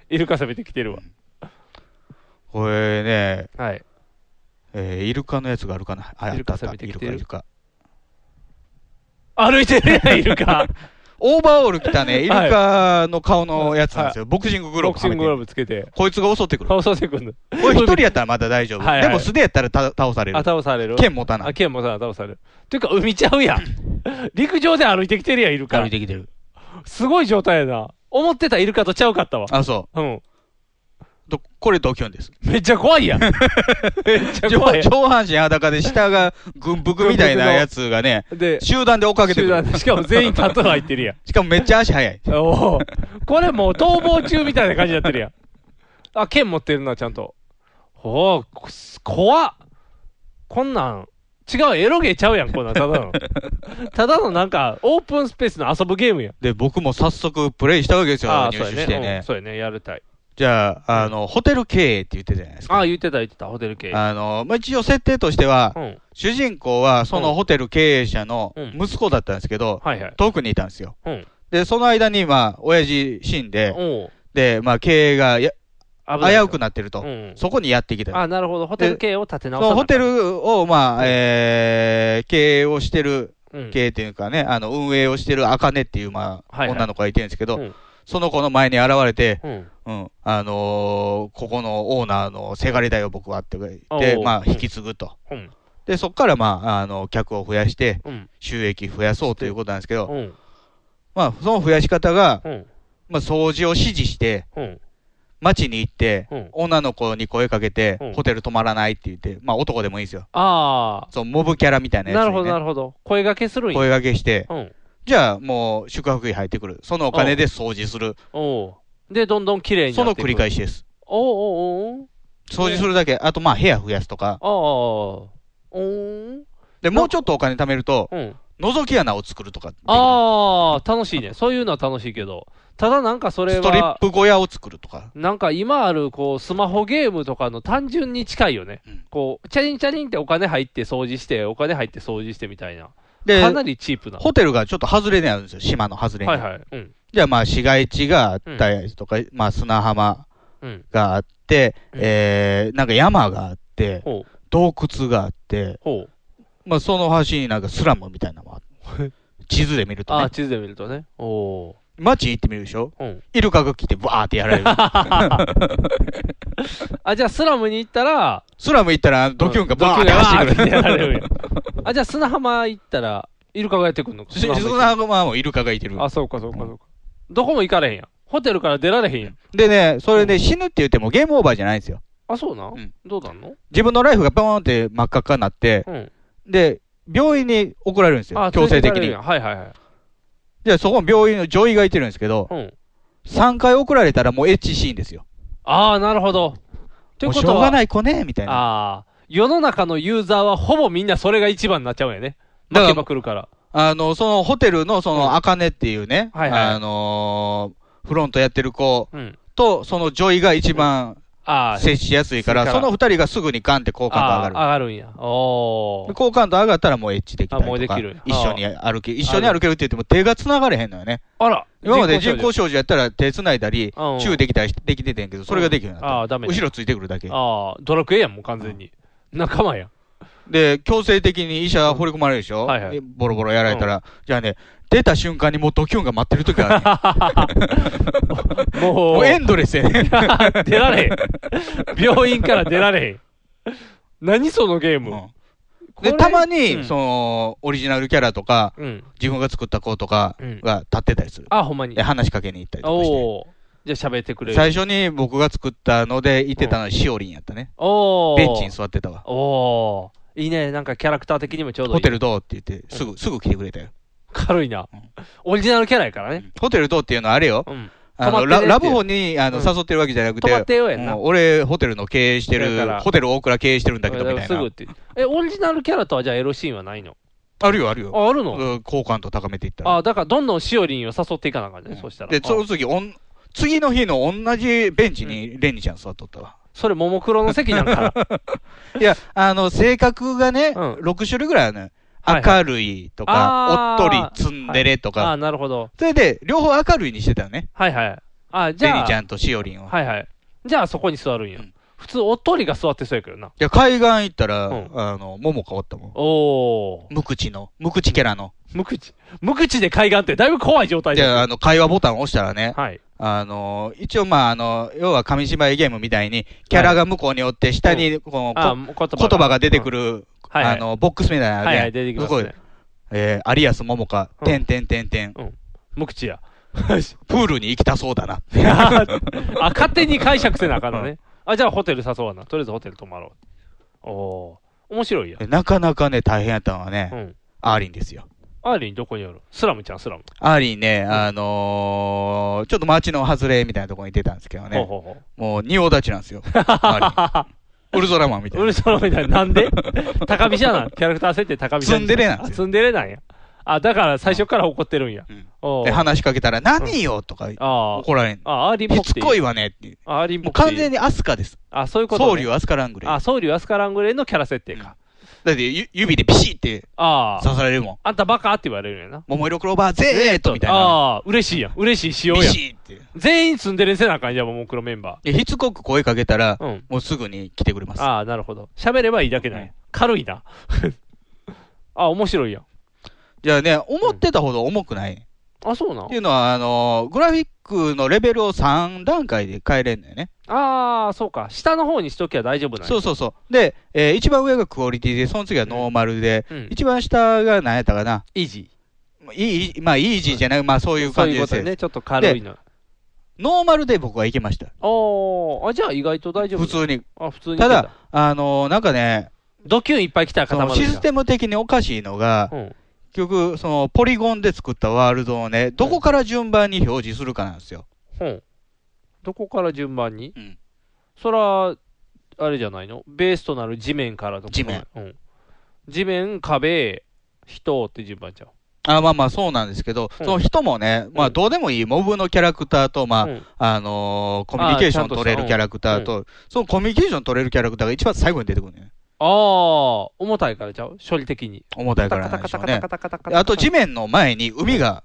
イルカ攻めてきてるわ。
これね、
はい。
えーイルカのやつがあるかな。あ、や
イル
った
カ
あった。
攻
イ
めてき
ル
て
カ、
る
イルカ。
歩いてるやん、イル カ。
オーバーオール着たね、イルカの顔のやつなんですよ。ボクシンググローブ
ボクシンググローブつけて。
こいつが襲って くる。
襲ってくる。
これ一人やったらまだ大丈夫。
はいはい
でも素手やったらた倒される。
あ、倒される
剣持たない
あ、剣持たない、倒される。ていうか、海ちゃうやん。陸上で歩いてきてるやん、イルカ。
歩いてきてる。
すごい状態やな。思ってたイルカとちゃうかったわ。。
あ、そう
うん。
どこれドキュンです。
めっちゃ怖いやん。 めっちゃ
上
怖い。
上半身裸で下が軍服みたいなやつが ね、
で、
集団で追っかけてく
集団
る。
でしかも全員タトゥー入ってるやん。
しかもめっちゃ足速い。
おお。これもう逃亡中みたいな感じになってるやん。あ、剣持ってるな、ちゃんと。おお、こ怖っ。こんなん、違う、エロゲーちゃうやん、こんなん、ただ の。ただのなんか、オープンスペースの遊ぶゲームやん。
で、僕も早速プレイしたわけですよ、
ああ、
入
そう
手
や
して
ね。うん
ね。
そうやね、やるたい。
じゃあ、あの、ホテル経営って言ってたじゃないですか。
ああ、言ってた言ってた、ホテル系。
あの、まあ、一応設定としては、
うん
主人公はそのホテル経営者の
うん
息子だったんですけど、
はいはい
遠くにいたんですよ。
うん。
で、その間に、まあ、親父死んで、
おう
で、まあ、経営がや
危
危
ないう
くなってると、
うん
そこにやってきた。
あ、なるほど。ホテル経営を立て
そ
直さ
の
なあ
ホ
かん
テルを、まあ、えー、経営をしてる、
うん
経営っていうかね、あの、運営をしてる、あかねっていう、まあ、
はいはい
女の子がいてるんですけど、
うん
その子の前に現れて、
うん
うんあのーここのオーナーのせがれだよ、僕はって言って、
おう
まあ、引き継ぐと。
うん
で、そこから、まあ、あの、客を増やして
うん、
収益増やそうということなんですけど、
うん
まあ、その増やし方が、
うん
まあ、掃除を指示して、
うん
街に行って、
うん
女の子に声かけて、
うん
ホテル泊まらないって言って、まあ、男でもいいんですよ。
あ
そう、モブキャラみたい
あ、
なやつ
な
に、
る
ね。
ほど、なるほど。声掛けするんや。
声掛けして、
うん
じゃあ、もう、宿泊費入ってくる。そのお金で掃除する。
おうで、どんどん綺麗にな
そ
って
の
いく
繰り返しです。
おうおうおう
掃除するだけ。あと、まあ、部屋増やすとか。
おうおうおう
で、もうちょっとお金貯めると、
うん
覗き穴を作るとか、
ああ、楽しいね。そういうのは楽しいけど。ただなんかそれ
ストリッ
は、
プ小屋を作るとか。
なんか今ある、こう、スマホゲームとかの単純に近いよね。こう、チャリンチャリンってお金入って掃除して、お金入って掃除してみたいな。
で
かなりチープな。
ホテルがちょっと外れにあるんですよ、島の外れに。
はいはい。うん。
じゃあ、まあ、市街地があったりとか、まあ、砂浜
うん。
があって、えー、なんか山があって、洞窟があって、まあ、その端になんかスラムみたいなのもあ って、地図で見ると
あ
ね
あ、。地図で見るとね。おお。
街行ってみるでしょ、
うん
イルカが来てバーってや られる。
あ、じゃあスラムに行ったら、
スラム行ったらドキュンがバーって
バ
走
ー
って
って
く
やられ
る。
るやん あ、じゃあ砂浜行ったら、イルカがやってくるのか。
砂浜もイルカがいてる。
あ、そうかそうかそうか。どこも行かれへんやん。ホテルから出られへんやん。
でね、それで死ぬって言ってもゲームオーバーじゃないんですよ。
あ、そうなん、どうなんの
自分のライフがバーンって真っ赤っかになって、
うん。
で、病院に送られるんですよ、強制的に。
はいはいはい。
じゃあそこの病院の上位がいてるんですけど、3回送られたらもうエッチシーンですよ。
ああ、なるほど。ということは。
もうしょうがない子ね、みたいな。
ああ。世の中のユーザーはほぼみんなそれが一番になっちゃうんやね。
だから
負けまくるから。
あの、そのホテルのその、あかねっていうね、
はいはい
あのーフロントやってる子
うん
と、その女医が一番
ああ。
接しやすいから、
そう
そ
から
の二人がすぐにガンって好感度上がる。
ああ上がるんや。お
で好感度上がったらもうエッチできたり
あもう
と
で
か
きる、
一緒に歩き、一緒に
あ
歩けるって言っても手が繋がれへんのよね。
あら。
今まで人工少女やったら手繋いだり
うん、
チューできたりできててんけど、それができるようになった。
ああ、ダメだ。
後ろついてくるだけ。
ああ、ドラクエやん、もう完全に。仲 間やん。
で、強制的に医者放り込まれるでしょ、
はいはい
でボロボロやられたら、じゃあね、出た瞬間にもうドキュンが待ってる時 ある、ね、
もう
エンドレス やね
出られへん。病院から出られへん。何そのゲーム。
で、たまに、
うん
その、オリジナルキャラとか、
うん。
自分が作った子とか
うん
が立ってたりする。
あ、ほんまに
で、。話しかけに行ったりとかし
おお。じゃあ喋ってくれ
て。最
る。
初に僕が作ったので、行ってたのはしおりんやったね。
おお。
ベンチに座ってたわ。
おおー。いいね。なんかキャラクター的にもちょうどいい。
ホテルどうって言って、すぐ、すぐ来てくれたよ。
軽いな。オリジナルキャラやからね。
ホテルどうっていうのはあれよ。あ
泊
のラ
まってねって
ラブホにあの、
うん
誘ってるわけじゃなくて、
泊まってよやな
もう俺、ホテルの経営して
それから
る、ホテル大倉経営してるんだけどみたい
すぐ
な
っ。て。え、オリジナルキャラとはじゃあエロシーンはないの
あるよ、あるよ。
あ、あるの
うん好感度高めていったら。
あだからどんどんしおりんを誘っていかなあかんね、そうしたら。
で、そ
あ
の次、おん次の日の同じベンチにレンニちゃん座っとったわ。
それ、ももクロの席なんかな。
いや、あの、性格がね、6種類ぐらいあるのよ。
はいはい
明るいと
あ
か、
ー
おっとり、ツンデレと
ああ、
か。
なるほど。
それで、両方明るいにしてたよね。
はいはい。あじ
レ
ゃあ。
ニちゃんとしおりんを。
はいはい。じゃあそこに座るんや。普通、おっとりが座ってそうやけどな。
いや、海岸行ったら、あの、桃香おったもん。
お
無口の、無口キャラの。
無口。無口で海岸ってだいぶ怖い状態
じ
だ
ゃあ、
よ。
あの、会話ボタンを押したらね、
はい。
あの、一応、まあ、あの、要は紙芝居ゲームみたいに、キャラが向こうにおって、下に、この、
あ
こ
言葉が
言葉が出てくる、
はいは
あ
い
の、ボックスみたいなのある
はい
やん
はい出てきます
そ
ね
こえー、有安桃香、てんてんてんてん。
無口や。
プールに行きたそうだな。
あ、勝手に解釈せなあかんのね。あ、じゃあホテル誘わな。とりあえずホテル泊まろう。おおー。面白いや。
なかなかね、大変やったのはね、
うん
アーリンですよ。
アーリンどこにあるスラムちゃん、スラム。
アーリンね、あのーちょっと街の外れみたいなところに出たんですけどね、
ほうほうほう。
もう、仁王立ちなんです よ。アーリンウルトラマンみたいな。
ウルトラマンみたいな。なんで 高飛車なんキャラクター設定高飛車。
ツンデレなん
あツンデレなんや。あ、だから最初から怒ってるんや。おー
で、話しかけたら、何よとか
あ
怒られん。
あ、アーリンっぽくて
し
いい。
つこいわねっていう。
あアーリンっ
もう
ぽくて
完
いい
全にアスカです。
あ、そういうこと、
僧侶アスカラングレー。
あ、僧侶アスカラングレーのキャラ設定か。
だってゆ指でビシって
ああ。
刺されるもん。
あんたバカって言われるんやな。
桃色クローバーゼーっとみたいな。
ああ、嬉しいやん。嬉しい仕様やん。
ビシ
全員ツンデレにせなあかんじゃん、ももクロメンバー。
で、しつこく声かけたら、もうすぐに来てくれます。
ああ、なるほど。喋ればいいだけだよ。軽い な。あ、面白いやん。
じゃあね、思ってたほど重くない。
あ、そうなん
っていうのは、あのーグラフィックのレベルを3段階で変えれるんだよね。
ああ、そうか。下の方にしときゃ大丈夫なんや
そうそうそう。で、えー一番上がクオリティで、その次がノーマルで、
うん
一番下が何やったかな。
イージ
ー。いい、まあ、イージーじゃない、まあ、そういう
そう
感
い
じで
うこ
す
とね。ちょっと軽い
で
の。
ノーマルで僕はいけました。
ああ、あじゃあ意外と大丈夫。
普通に。
あ、普通にいけ
た
ん。
だ、あのーなんかね、
ドキュンいっぱい来たら
そ
固
の
まる
シ
じゃん
ステム的におかしいのが、
結
局、そのポリゴンで作ったワールドをね、どこから順番に表示するかなんですよ。
うん。どこから順番に、そら、あれじゃないのベースとなる地面からとか。地面。うん。地面、壁、人って順番ちゃう。
あまあまあそうなんですけど、
うん
その人もね、まあどうでもいいモブのキャラクターと、まあ、
うん
あのーコミュニケーション取れるキャラクター
あ
と、そのコミュニケーション取れるキャラクターが一番最後に出てくるね。
ああ、重たいからちゃう処理的に。
重たいからなんでしょうね。あと地面の前に海が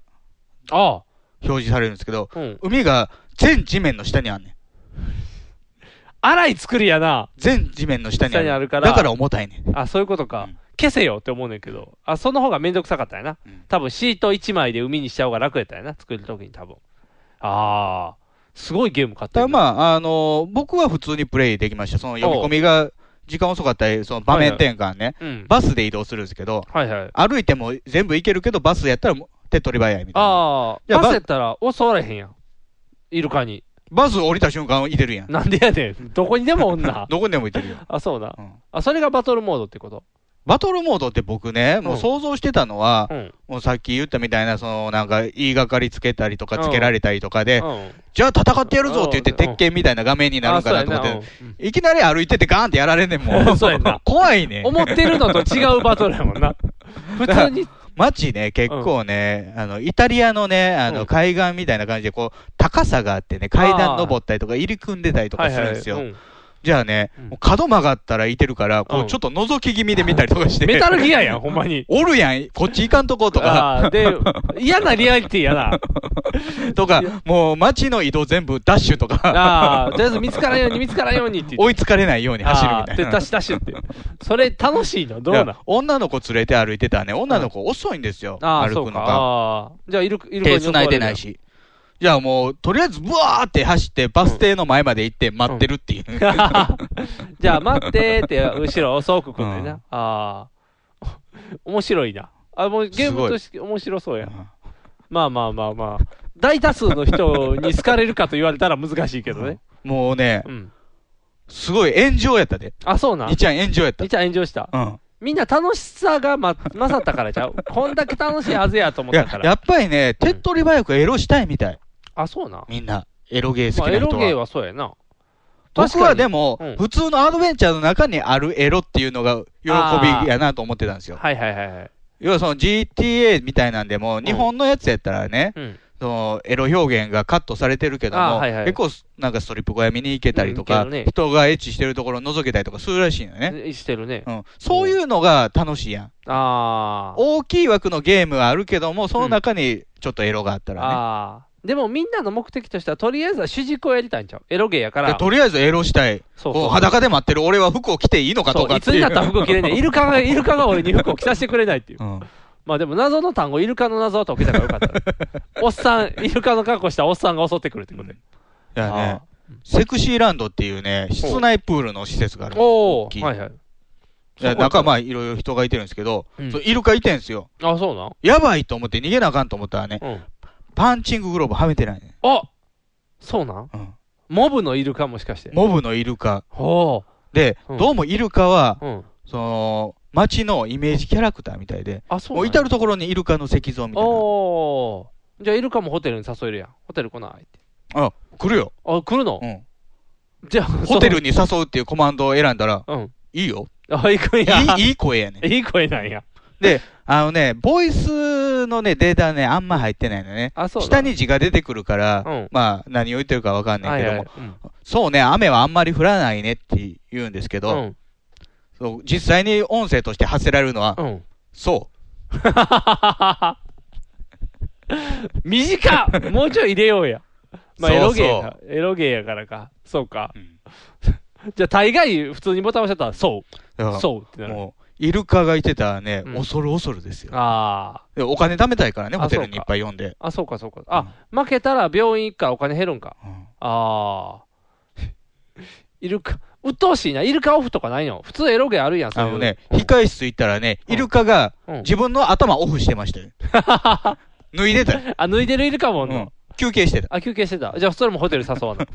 表
示されるんですけど、
うん
海が全地面の下にあんねん。
荒い作りやな。
全地面の下にあ
下にあるから
だから重たいねん。
あ、そういうことか。消せよって思うねんけど。あ、その方がめんどくさかったんやな。多分シート1枚で海にしちゃう方が楽やったんやな。作るときに多分。ああ、すごいゲーム買った
だからまあ、あのー僕は普通にプレイできました。その読み込みが、時間遅かったり、その場面転換ね、
はいはいうん
バスで移動するんですけど、
はいはい。
歩いても全部行けるけど、バスやったらもう手っ取り早いみたいな。
ああ、
いや
バ
バ
スやったら襲われへんやん。イルカに。
バス降りた瞬間、いてるやん。
なんでやねん。どこにでも女。
どこにでもいてるよ。
あ、そうな。あ、それがバトルモードってこと
バトルモードって僕ね、もう想像してたのは、もうさっき言ったみたいな、そのなんか言いがかりつけたりとか、つけられたりとかで、じゃあ戦ってやるぞって言って、鉄拳みたいな画面になるんかなと思
あそうや
って、いきなり歩いててガーンってやられんねん、もう。
そうやな
怖いね。
思ってるのと違うバトルやも んな。普通に。
街ね、結構ね、あの、イタリアのね、あの、海岸みたいな感じで、こう、高さがあってね、階段登ったりとか、入り組んでたりとかするんですよ。
はいはいうん
じゃあね、もう角曲がったらいてるから、こう、ちょっと覗き気味で見たりとかして。
メタルギアやんほんま に。
おるやん、こっち行かんとこと
あ
か
ー。で、嫌なリアリティ やな。
とか、もう街の移動全部ダッシュとか。
ああ、とりあえず見つからんように、見つからんようにって言って。
追いつかれないように走るみたい
あーで
な。
ダッシュダッシュって。それ楽しいのどう
い
な
や女の子連れて歩いてたらね、女の子遅いんですよ、
ああ、
歩
そう
くの
か。
が。
あーじゃあ、いる、いる
手繋いでない。し。じゃあもう、とりあえず、ブワーって走って、バス停の前まで行って待ってるっていう。
じゃあ、待ってーって、後ろ遅く来んねんな。ああ。面白いな。あ、もうゲームとして面白そうや。まあまあまあまあ。大多数の人に好かれるかと言われたら難しいけどね。
もうね、すごい炎上やったで。
あ、そうなん。
にちゃん炎上やった。
にちゃん炎上した。
うん。
みんな楽しさがま、勝ったからちゃう。こんだけ楽しいはずやと思
い
った
や
か、ら。
やっぱりね、手っ取り早くエロしたいみたい。
あ、そうなん。
みんな、エロゲー好
まあ、
きな
エ
人
ロ
は。
ゲーはそうやな。
僕はでも、
うん
普通のアドベンチャーの中にあるエロっていうのが喜びやなと思ってたんですよ。
はいはいはいはい。
要はその GTA みたいなんでも、日本のやつやったらね、
うん
そのエロ表現がカットされてるけど
あー
も、
はいはい
結構なんかストリップ小屋見に行けたりとか、
うん行けるね
人がエッチしてるところを覗けたりとかするらしいのね。
えしてるね。
うん、そういうのが楽しいやん。
ああ。
大きい枠のゲームはあるけども、その中にちょっとエロがあったらね。
ああ。でもみんなの目的としては、とりあえずは主軸をやりたいんちゃうエロゲーやから。
でとりあえずエロしたい。
そう
こう裸で待ってる俺は服を着ていいのか
そ
と
う
か
いつになったら服を着れ ない。イルカが、イルカが俺に服を着させてくれないっていう。まあでも謎の単語、イルカの謎は解けたからよ かったね。おっさん、イルカの格好したおっさんが襲ってくるってことで。
いやね、セクシーランドっていうね、室内プールの施設がある。
お
大
お
きい
はいはい。
いや
そこ
中、まあ、いろいろ人がいてるんですけど、
うん
そうイルカいてんすよ。
あ、そうなん
やばいと思って逃げなあかんと思ったらね、パンチンググローブはめてないね。
あそうなん、モブのイルカもしかして。
モブのイルカ。
ほ
で、
うん
どうもイルカは、
ん
その、街のイメージキャラクターみたいで、
あ、そう
もう至る所にイルカの石像みたい
おおーじゃあイルカもホテルに誘えるやん。ホテル来ないって。
な。あ、来るよ。
あ、来るのじゃあ、
ホテルに誘うっていうコマンドを選んだら、いいよ。
あ、行くんや
いい、いい声やね。
いい声なんや。
で、あのね、ボイスのね、データね、あんま入ってないのね。
そうなの
下に字が出てくるから、
うん
まあ、何を言ってるかわかんないけども、
はいはいうん
そうね、雨はあんまり降らないねって言うんですけど、
うん
そう実際に音声として発せられるのは、そう。
短っもうちょい入れようや。まあ、エ
そう
ロ
そ
ゲ
う
ーか。エロゲーやからか。そうか。 じゃあ、大概、普通にボタン押しちゃったら、そ
だから
う。そうってなる。
もう、イルカがいてたらね、恐る恐るですよ。でお金貯めたいからね、
あ
ホテルにいっぱい呼んで。
あ、そうか、そうか。あ、負けたら病院行くからお金減るんか。 ああ。イルカ、うっとうしいな。イルカオフとかないの普通エロゲーあるやん、そ
あ
ういう
のね、控室行ったらね、イルカが
うん
自分の頭オフしてました よ。脱いでたよ。
あ、脱いでるイルカもん
の、休憩してた。
あ、休憩してた。じゃあ、それもホテル誘わな。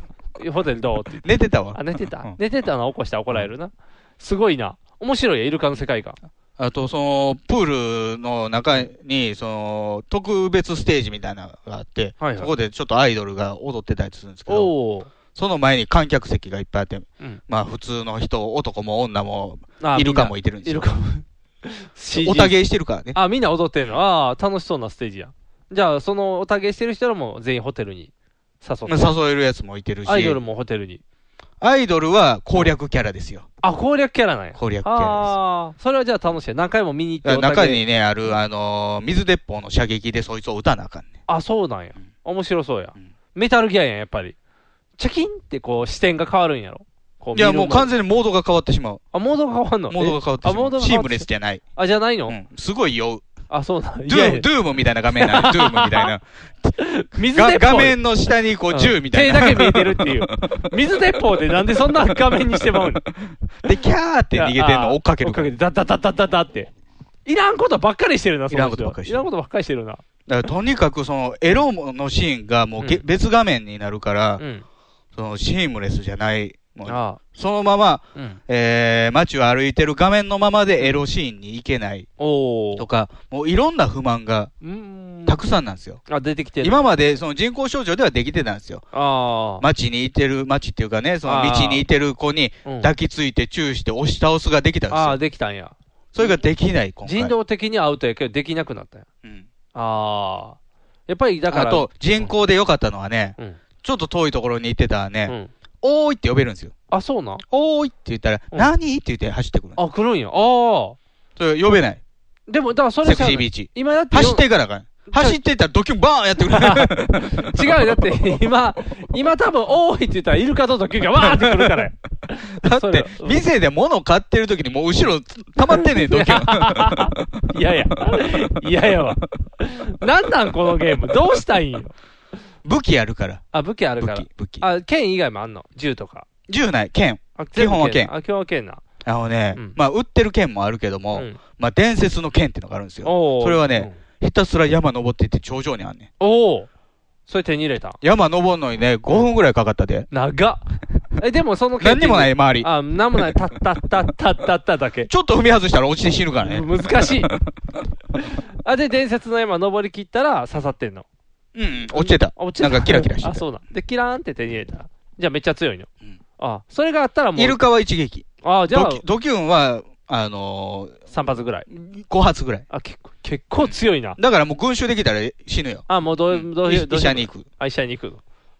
ホテルどうって。
寝てたわ。
あ、寝てた、寝てたな、起こしたら怒られるな。すごいな。面白いや、イルカの世界観。
あと、その、プールの中に、その、特別ステージみたいなのがあって、
はいはい
そこでちょっとアイドルが踊ってたりするんですけ
ど、
その前に観客席がいっぱいあって、
うん
まあ、普通の人、男も女も
あ、
イルカもいてるんですよ。
みんなイルカも CG
おたげしてるからね。
あ、みんな踊ってんの。ああ、楽しそうなステージや。じゃあ、そのおたげしてる人らも全員ホテルに誘って。
誘えるやつもいてるし、
アイドルもホテルに。
アイドルは攻略キャラですよ。
あ、攻略キャラなんや。
攻略キャラです
ああ、それはじゃあ楽しい。何回も見に行って
だ
お
から
た
中
げ
にね、ある、あのー水鉄砲の射撃でそいつを撃たなあかんね。
あ、そうなんや。面白そうや。メタルギアやん、やっぱり。チャキンってこう視点が変わるんやろ。こ
いや、
見る
もう
の
完全にモードが変わってしまう。
あ、モードが変わんの
モードが変わってし
えあモ
ま
ード
う。
が
シ
変わ
ーム
って
レスじゃない。
あ、じゃないの、
すごい酔う。
あ、そうなん
ドゥーム、ドゥームみたいな画面な の、ドゥームみたいな。
水
が
鉄砲。
画面の下にこう銃みたいな
うん手だけ見えてるっていう。水鉄砲でなんでそんな画面にしてまうの
で、キャーって逃げてんの追っかける
追っかけて、ダッダッダッダッダッダッって。いらんことばっかりしてるな、その人
いらんことばっかりして
いらんことばっかりしてるな。
だからとにかくそのエロのシーンがもうげ、別画面になるから、
うん
そのシームレスじゃないもうそのまま、
うん
えー街を歩いてる画面のままでエロシーンに行けないとか、もういろんな不満がたくさんなんですよ。
あ、出てきてる。
今までその人工少女ではできてたんですよ。
ああ。
街にいてる、街っていうかね、その
あー
道にいてる子に
うん
抱きついてチューして押し倒すができたんですよ。
ああ、できたんや。
それができない、今回。
人道的にアウトやけど、できなくなったんや。ああ。やっぱりだから。
あと、人口で良かったのはね、
うん
ちょっと遠いところに行ってたらね、おーいって呼べるんですよ。
あ、そうなん
おーいって言ったら、
うん
何って言って走ってくる。
あ、来るんや。ああ。
それ呼べない。
でも、だからそれ
セク
さ
シービーチ。
今だってよ
走っていかなあかん。走っていったらドキュンバーンやってくる。
違うよ。だって、今、今多分、多いって言ったら、イルカとドキュンがわーって来るからや。
だって、店で物買ってる時にもう後ろ溜まってんねん、ドキュン。
いやいや。いやいやわ。なんなん、このゲーム。どうしたいんよ。
武器あるから。
あ、武器あるから。
武器、
あ、剣以外もあんの銃とか。
銃ない、剣
あ。
基本は
全
剣
部。あ、基本は剣な。
あのね、まあ、売ってる剣もあるけども、まあ、伝説の剣っていうのがあるんですよ。
おー
それはね、ひたすら山登っていって頂上にあんねん。
おお。それ手に入れた。
山登るのにね、5分ぐらいかかったで。
長っ。え、でもその
何にもない周り
あ、なんもない。たったったったったっただけ。
ちょっと踏み外したら落ちて死ぬからね。
難しい。あ、で、伝説の山登り切ったら刺さってんの。
うんうん、落ちてた。
落ちて
な
た
んかキラキラして
あ、
た。
そうだ。で、キラーンって手に入れた。じゃあめっちゃ強いの。あ、それがあったらもう。
イルカは一撃。
あ、じゃあ
ドキドキュンは、あの
3発ぐらい。
5発ぐらい。
あ、結構、結構強いな。
だからもう群衆できたら死ぬよ。
あ、もうどう、どういう、
医
どういう
医者に行く。
あ、医者に行くの。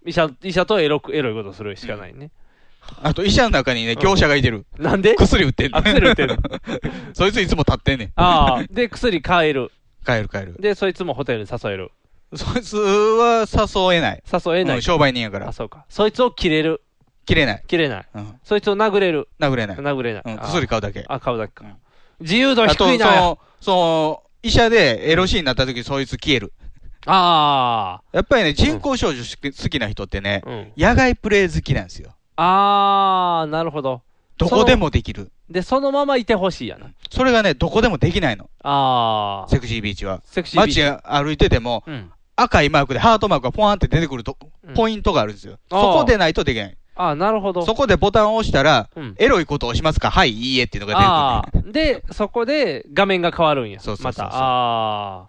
医者、医者とエロく、エロいことするしかないね。
あと医者の中にね、
うん
業者がいてる。
なんで
薬売ってんねん
あ薬売ってんの
そいついつも立ってんねん。
ああ、で、薬変える。
帰る帰る。
で、そいつもホテルに誘える。
そいつは誘えない。
誘えない
うん商売人やから。
あ、そうか。そいつを切れる。
切れない。
切れない。
うん
そいつを殴れる。
殴れない。
殴れない。
うん薬買うだけ。
あ、買うだけか。自由度低い
あと、そ
な。
の、その、医者でエロシーンになった時そいつ消える。
ああ。
やっぱりね、人工少女好き好きな人ってね、野外プレイ好きなんですよ。
ああ、なるほど。
どこでもできる。
で、そのままいてほしいやな。
それがね、どこでもできないの。
ああ。
セクシービーチは。
セクシービーチ
街歩いてても、
うん
赤いマークでハートマークがポワンって出てくると、ポイントがあるんですよ。
あー
そこでないとできない。
ああ、なるほど。
そこでボタンを押したら、
うん
エロいことをしますかはい、いいえっていうのが出てくる。
ああ。で、そこで画面が変わるんや。また。ああ。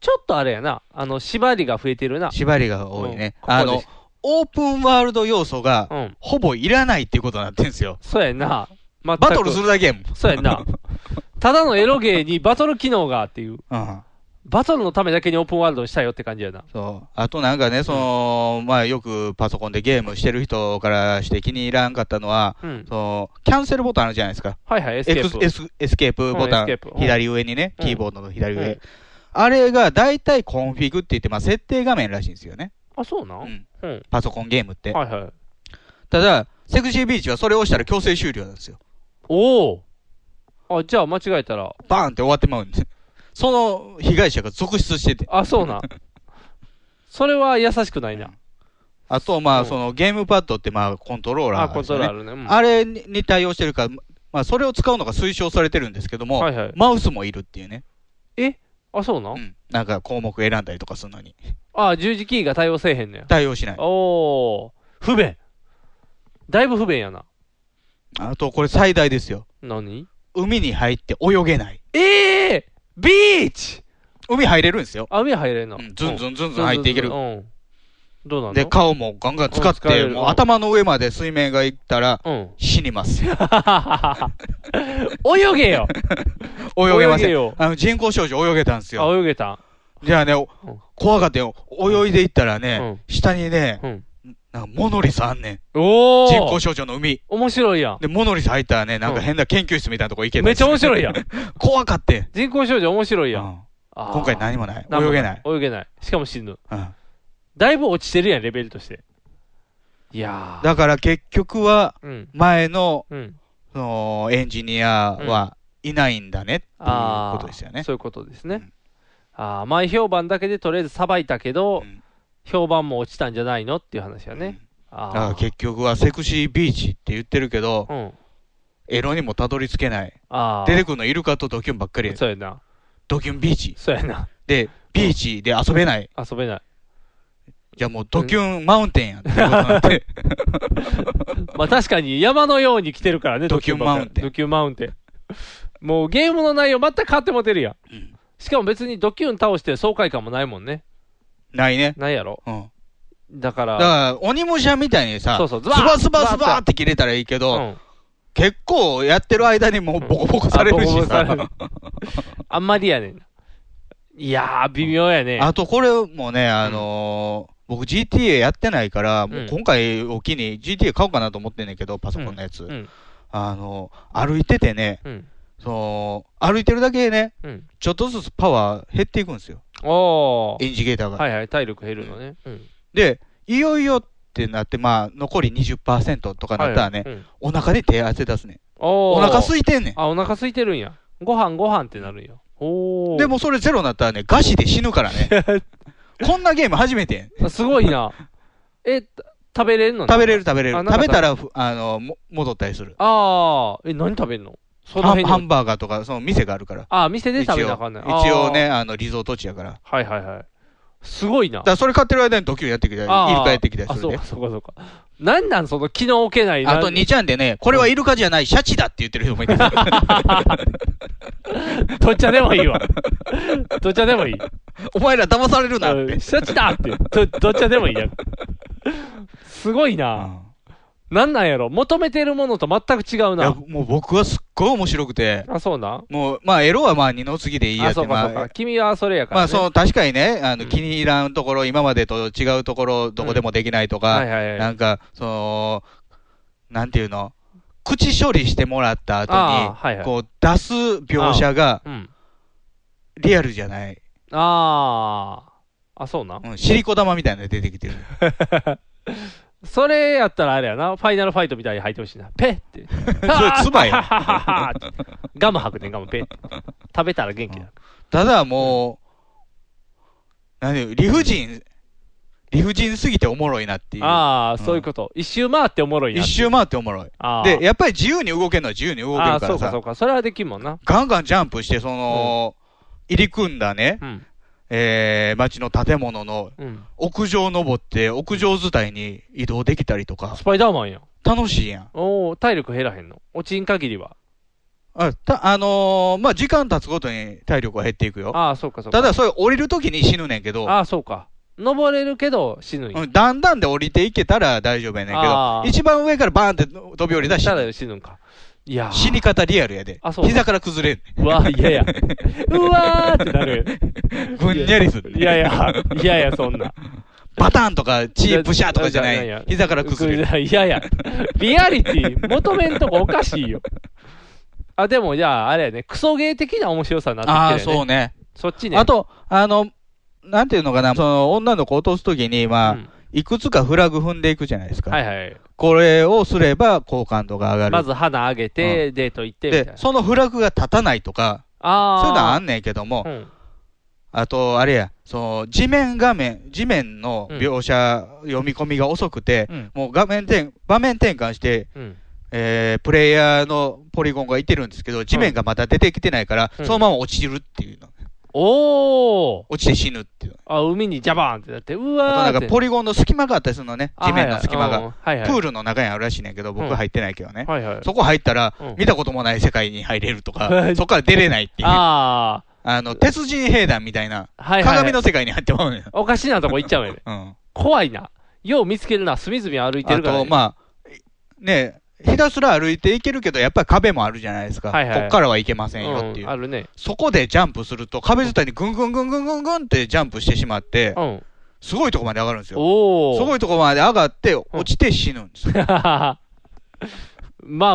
ちょっとあれやな。あの、縛りが増えてるな。
縛りが多いね。
うんここで
あの、オープンワールド要素が、ほぼいらないっていうことになってるんですよ。
そうやな。バ
バトルするだけやもん。
そうやんな。ただのエロゲーにバトル機能がっていう。
うん。
バトルのためだけにオープンワールドにしたよって感じやな。
そう。あとなんかね、その、まあよくパソコンでゲームしてる人からして気に入らんかったのは、
うん
その、キャンセルボタンあるじゃないですか。
はいはいエスケープ
エクスエスエスケープボタ
うんエスケー
ン
プ、うん
左上にね、キーボードの左上。
うん
あれが大体コンフィグって言って、まあ設定画面らしいんですよね。
あ、そうなんうん。
パソコンゲームって。
はいはい。
ただ、セクシービーチはそれを押したら強制終了なんですよ。
おおあ、じゃあ間違えたら。
バーンって終わってまうんです。その被害者が続出してて。
あ、そうなん。それは優しくないな。
あと、まあ、そのゲームパッドって、まあ、コントローラー、
あコントローラーあるねうん
あれにに対応してるから、まあ、それを使うのが推奨されてるんですけども、
はいはい
マウスもいるっていうね。
えあ、そうなん、
なんか項目選んだりとかするのに。
あ、十字キーが対応せえへんねや。
対応しない。
おお不便。だいぶ不便やな。
あと、これ最大ですよ。
何
海に入って泳げない。
ええビーチ
海入れるんですよ。
あ、海入れんの。
ズンズンズンズン入っていける
うん。どうなの
で、顔もガンガン使っ
うん使え
て、
る
もう頭の上まで水面が行ったら、死にます。
泳げよ
泳げませ
泳げ
ん
よ。
あの人工少女泳げたんですよ。
あ、泳げた
じゃあね、お怖かったよ。泳いでいったらね、下にね、なんかモノリスあんねん。
おー
人工少女の海。
面白いやん。
で、モノリス入ったらね、なんか変な研究室みたいなとこ行けたり
めっちゃ面白いやん。
怖かって。
人工少女面白いやん。あー
今回何もない。
んも
泳げない。。
泳げない。しかも死ぬ。
うん
だいぶ落ちてるやん、レベルとして。いや
だから結局は、
うん
前の、
うん
その、エンジニアはいないんだね、っていう
あ
こ
ー
とですよね。
そういうことですね。ああ、前評判だけでとりあえずさばいたけど、評判も落ちたんじゃないのっていう話やね。
だ
あ
から結局はセクシービーチって言ってるけど、エロにもたどり着けない。
あ
出てくるのイルカとドキュンばっかり
そうやな。
ドキュンビーチ。
そうやな。
で、ビーチで遊べない。
遊べない。
じゃあもうドキュンマウンテンやってことなん で、
まあ確かに山のように来てるからね、
ドキュンマウン
テン。ドキュンマウンテン。もうゲームの内容全く変わってもてるやん。しかも別にドキュン倒して爽快感もないもんね。
ないね。
ないやろ。
うん。
だから。
だから、鬼武者みたいにさ、
そうそう
ズ
ズバー
バズバズバーって切れたらいいけど、結構やってる間にもうボコボコされるし
あボコボ
さ。
あんまりやねん。いやー、微妙やね。
あとこれもね、あのー僕 GTA やってないから、もう今回を機に GTA 買おうかなと思ってんねんけど、パソコンのやつ。
ん
あのー歩いててね、
うん
その、歩いてるだけでね、
うん
ちょっとずつパワー減っていくんですよ。
おー
インジゲーターが。
はいはい、体力減るのね。うん。
で、いよいよってなって、まあ、残り20%とかなったらね、
はいうん
お腹に手当て出すね。
お
お腹空いてんねん。
あ、お腹空いてるんや。ご飯ご飯ってなるんや。おー
でもそれゼロになったらね、餓死で死ぬから ね。こんなゲーム初めて
あすごいな。え、た食べれんの
食べれる食べれる。
あなん
食
か
べたら、ふあの、も戻ったりする。
あー、え、何食べんのその
ハン
辺に
ハンバーガーとか、その店があるから。
あー、店で食べなあかんねん
一応一応ね、。あの、リゾート地やから。
はいはいはい。すごいな
だからそれ買ってる間にドキュンやってきたり、イル
あー
カやってきたりする
あ
ね。
そうかそうかそうか。なんなんその気の置けない
あと2ちゃんでね、これはイルカじゃない、シャチだって言ってる人もいてる。
どっちでもい いわ。どっちでもいい。
お前ら騙されるな
って。シャチだって。どどっちでもいいや。すごいな。なんなんやろ求めてるものと全く違うな。
もう僕はすっごい面白くて、
あ、そうなん
もう、まあ、エロはまあ二の次でいいや
あ、
っ
そ
て、
うか
ま
そうか
あ。、
君はそれやから、ね。
まあ、その、確かにね、あの、気に入らんところ、今までと違うところ、どこでもできないとか、
うんはいはいはい
なんか、その、なんていうの、口処理してもらった後に、
あーはいはい
こう、出す描写が、
うん。
リアルじゃない。
あー。あ、そうなん、
うん、シリコ玉みたいなの出てきてる。
それやったらあれやな、ファイナルファイトみたいに入ってほしいな。ペッ って。そ
れ唾や
ガム吐くねん、ガムペッって。食べたら元気だ。
ただもう、なんていう理不尽、理不尽すぎておもろいなっていう。
ああ、そういうこと。一周回っておもろいな
一周回っておもろい。
あー
で、やっぱり自由に動けるのは自由に動ける
あ
か
あー、そ
ら
うかそう
さ、
か。それはできんもんな。
ガンガンジャンプして、その、入り組んだね、えー町の建物の
うん。
屋上登って、屋上伝いに移動できたりとか
ス、パイダーマンやん。
楽しいやん。
おお体力減らへんの。落ちん限りは。
あ、たあのーまあ、時間経つごとに体力は減っていくよ。
ああ、そうかそうか。
ただ、それ降りるときに死ぬねんけど、
ああ、そうか。登れるけど死ぬんや。
うんだんだんで降りていけたら大丈夫やねんけ
あ
ど、
ー
一番上からバーンって飛び降りだした
ら死ぬんか。いやー
死に方リアルやで
あ。そう
膝から崩れる。
うわ、いやいや。うわーってなる。
ぐんにゃりする。
いやいや、いやいや、そんな。
バタンとか、チープシャーとかじゃな
じゃない
い。膝から崩 れる。
いやいや、リアリティ求めんとこおかしいよ。あ、でも、じゃあ、あれやね、クソゲー的な面白さにな
ああ
っ
ー、
てきて
そ
る
う
よね。
ね。
そっちね。
あ、と、あの、なんていうのかな、その、女の子落とすときに、まあ、いくつかフラグ踏んでいくじゃないですか。
はいはい。
これをすれば、好感度が上がる。
まず花あげて、デート行って、みたいな
で、。そのフラグが立たないとか、
ああ。
そういうのはあんねんけども、
うん
あと、あれや、その地面画面、地面の描写、読み込みが遅くて、
うん
もう画面転、場面転換して、
うん
えープレイヤーのポリゴンがいてるんですけど、地面がまた出てきてないから、
うん
そのまま落ちるっていうの。
おー
落ちて死ぬっていう。
あ、海にジャバーンってなって、うわーっ
あ
て。
となんかポリゴンの隙間があったりするのね、
あ
地面の隙間
はいは
が
い。はいはい
プールの中にあるらしいねんけど、
うん
僕入ってないけどね。
はいはい
そこ入ったら、
うん
見たこともない世界に入れるとか、そこから出れないっていう。
あ
あの、鉄人兵団みたいな、
はいはい
鏡の世界に入ってまうのよ。
おかしいなとこ行っちゃうよ ね。
うん
怖いな。よう見つけるな、隅々歩いて
あ
るから、
と、まあ、ねひたすら歩いていけるけど、やっぱり壁もあるじゃないですか。
はいはい
こっからはいけませんよっていう。
うんあるね。
そこでジャンプすると、壁伝いにぐんぐんぐんぐんぐんぐんってジャンプしてしまって、すごいとこまで上がるんですよ。
おー
すごいとこまで上がって、落ちて死ぬんですよ。
まあ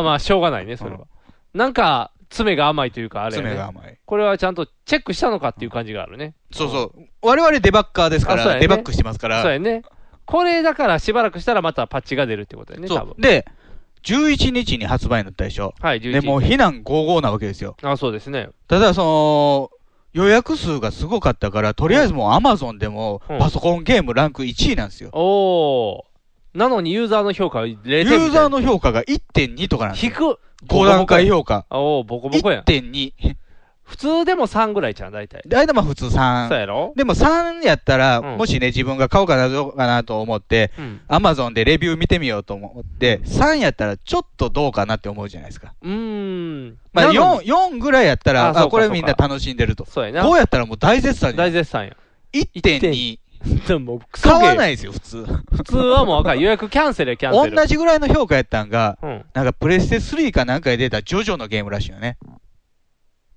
まあ、しょうがないね、それは。なんか、爪が甘いというか、あれ、ね。
爪が甘い。
これはちゃんとチェックしたのかっていう感じがあるね。
そうそう。我々デバッカーですか
あそうや
ら、
ね
デバッグしてますから。
そうやね。これだからしばらくしたらまたパッチが出るってことだよね、
そ
多
う
分。。
で、11日に発売になったでしょ。
はい、11
で、もう避難55なわけですよ。
あ、そうですね。
ただ、その、予約数がすごかったから、とりあえずもう Amazon でも、パソコンゲームランク1位なんですよ。
おー。なのにユーザーの評価は0点
ユ
みたいな
ーザーの評価が1.2とかなんですよ。
低っ
5段階評価。
おー、ボコボコやん。
1.2。
普通でも3ぐらいちゃう、大体。
で、あれでも普通3。
そうやろ
でも3やったら、
うん
もしね、自分が買おうかな、どうかなと思って、
うん
アマゾンでレビュー見てみようと思って、3やったらちょっとどうかなって思うじゃないですか。
うーん。
まあ、
なの
4、
に
4ぐらいやった
あ
ら、
そう
あ、
か
これ
そうか
みんな楽しんでると。
そうやな
5やったらもう大絶賛じゃん。
大絶賛や。
1.2。
でもクソゲー
買わないですよ、普通。
普通はもう赤い。予約キャンセルや、キャンセル。
同じぐらいの評価やったんが、
うん
なんかプレステ3かなんかで出たジョジョのゲームらしいよね。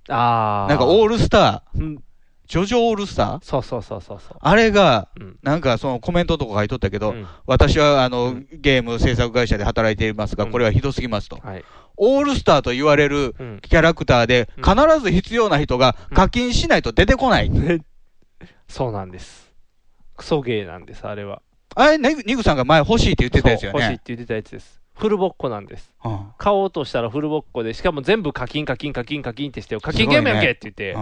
あー。
なんかオールスタ
ー、うん
ジョジョオールスター
そうそうそうそうそう。
あれが、なんかそのコメントとか書いとったけど、私はあの、ゲーム制作会社で働いていますが、これはひどすぎますと。オールスターと言われるキャラクターで、必ず必要な人が課金しないと出てこない。
そうなんです。クソゲーなんです、あれは。
あれ、ねニグさんが前欲しいって言ってたやつよ
そう欲しいっ
ね
て。言ってたやつです。フルボッコなんです。
うん
買おうとしたらフルボッコで、しかも全部課金課金課金課金ってしてよ、課金ゲームやんけって言って、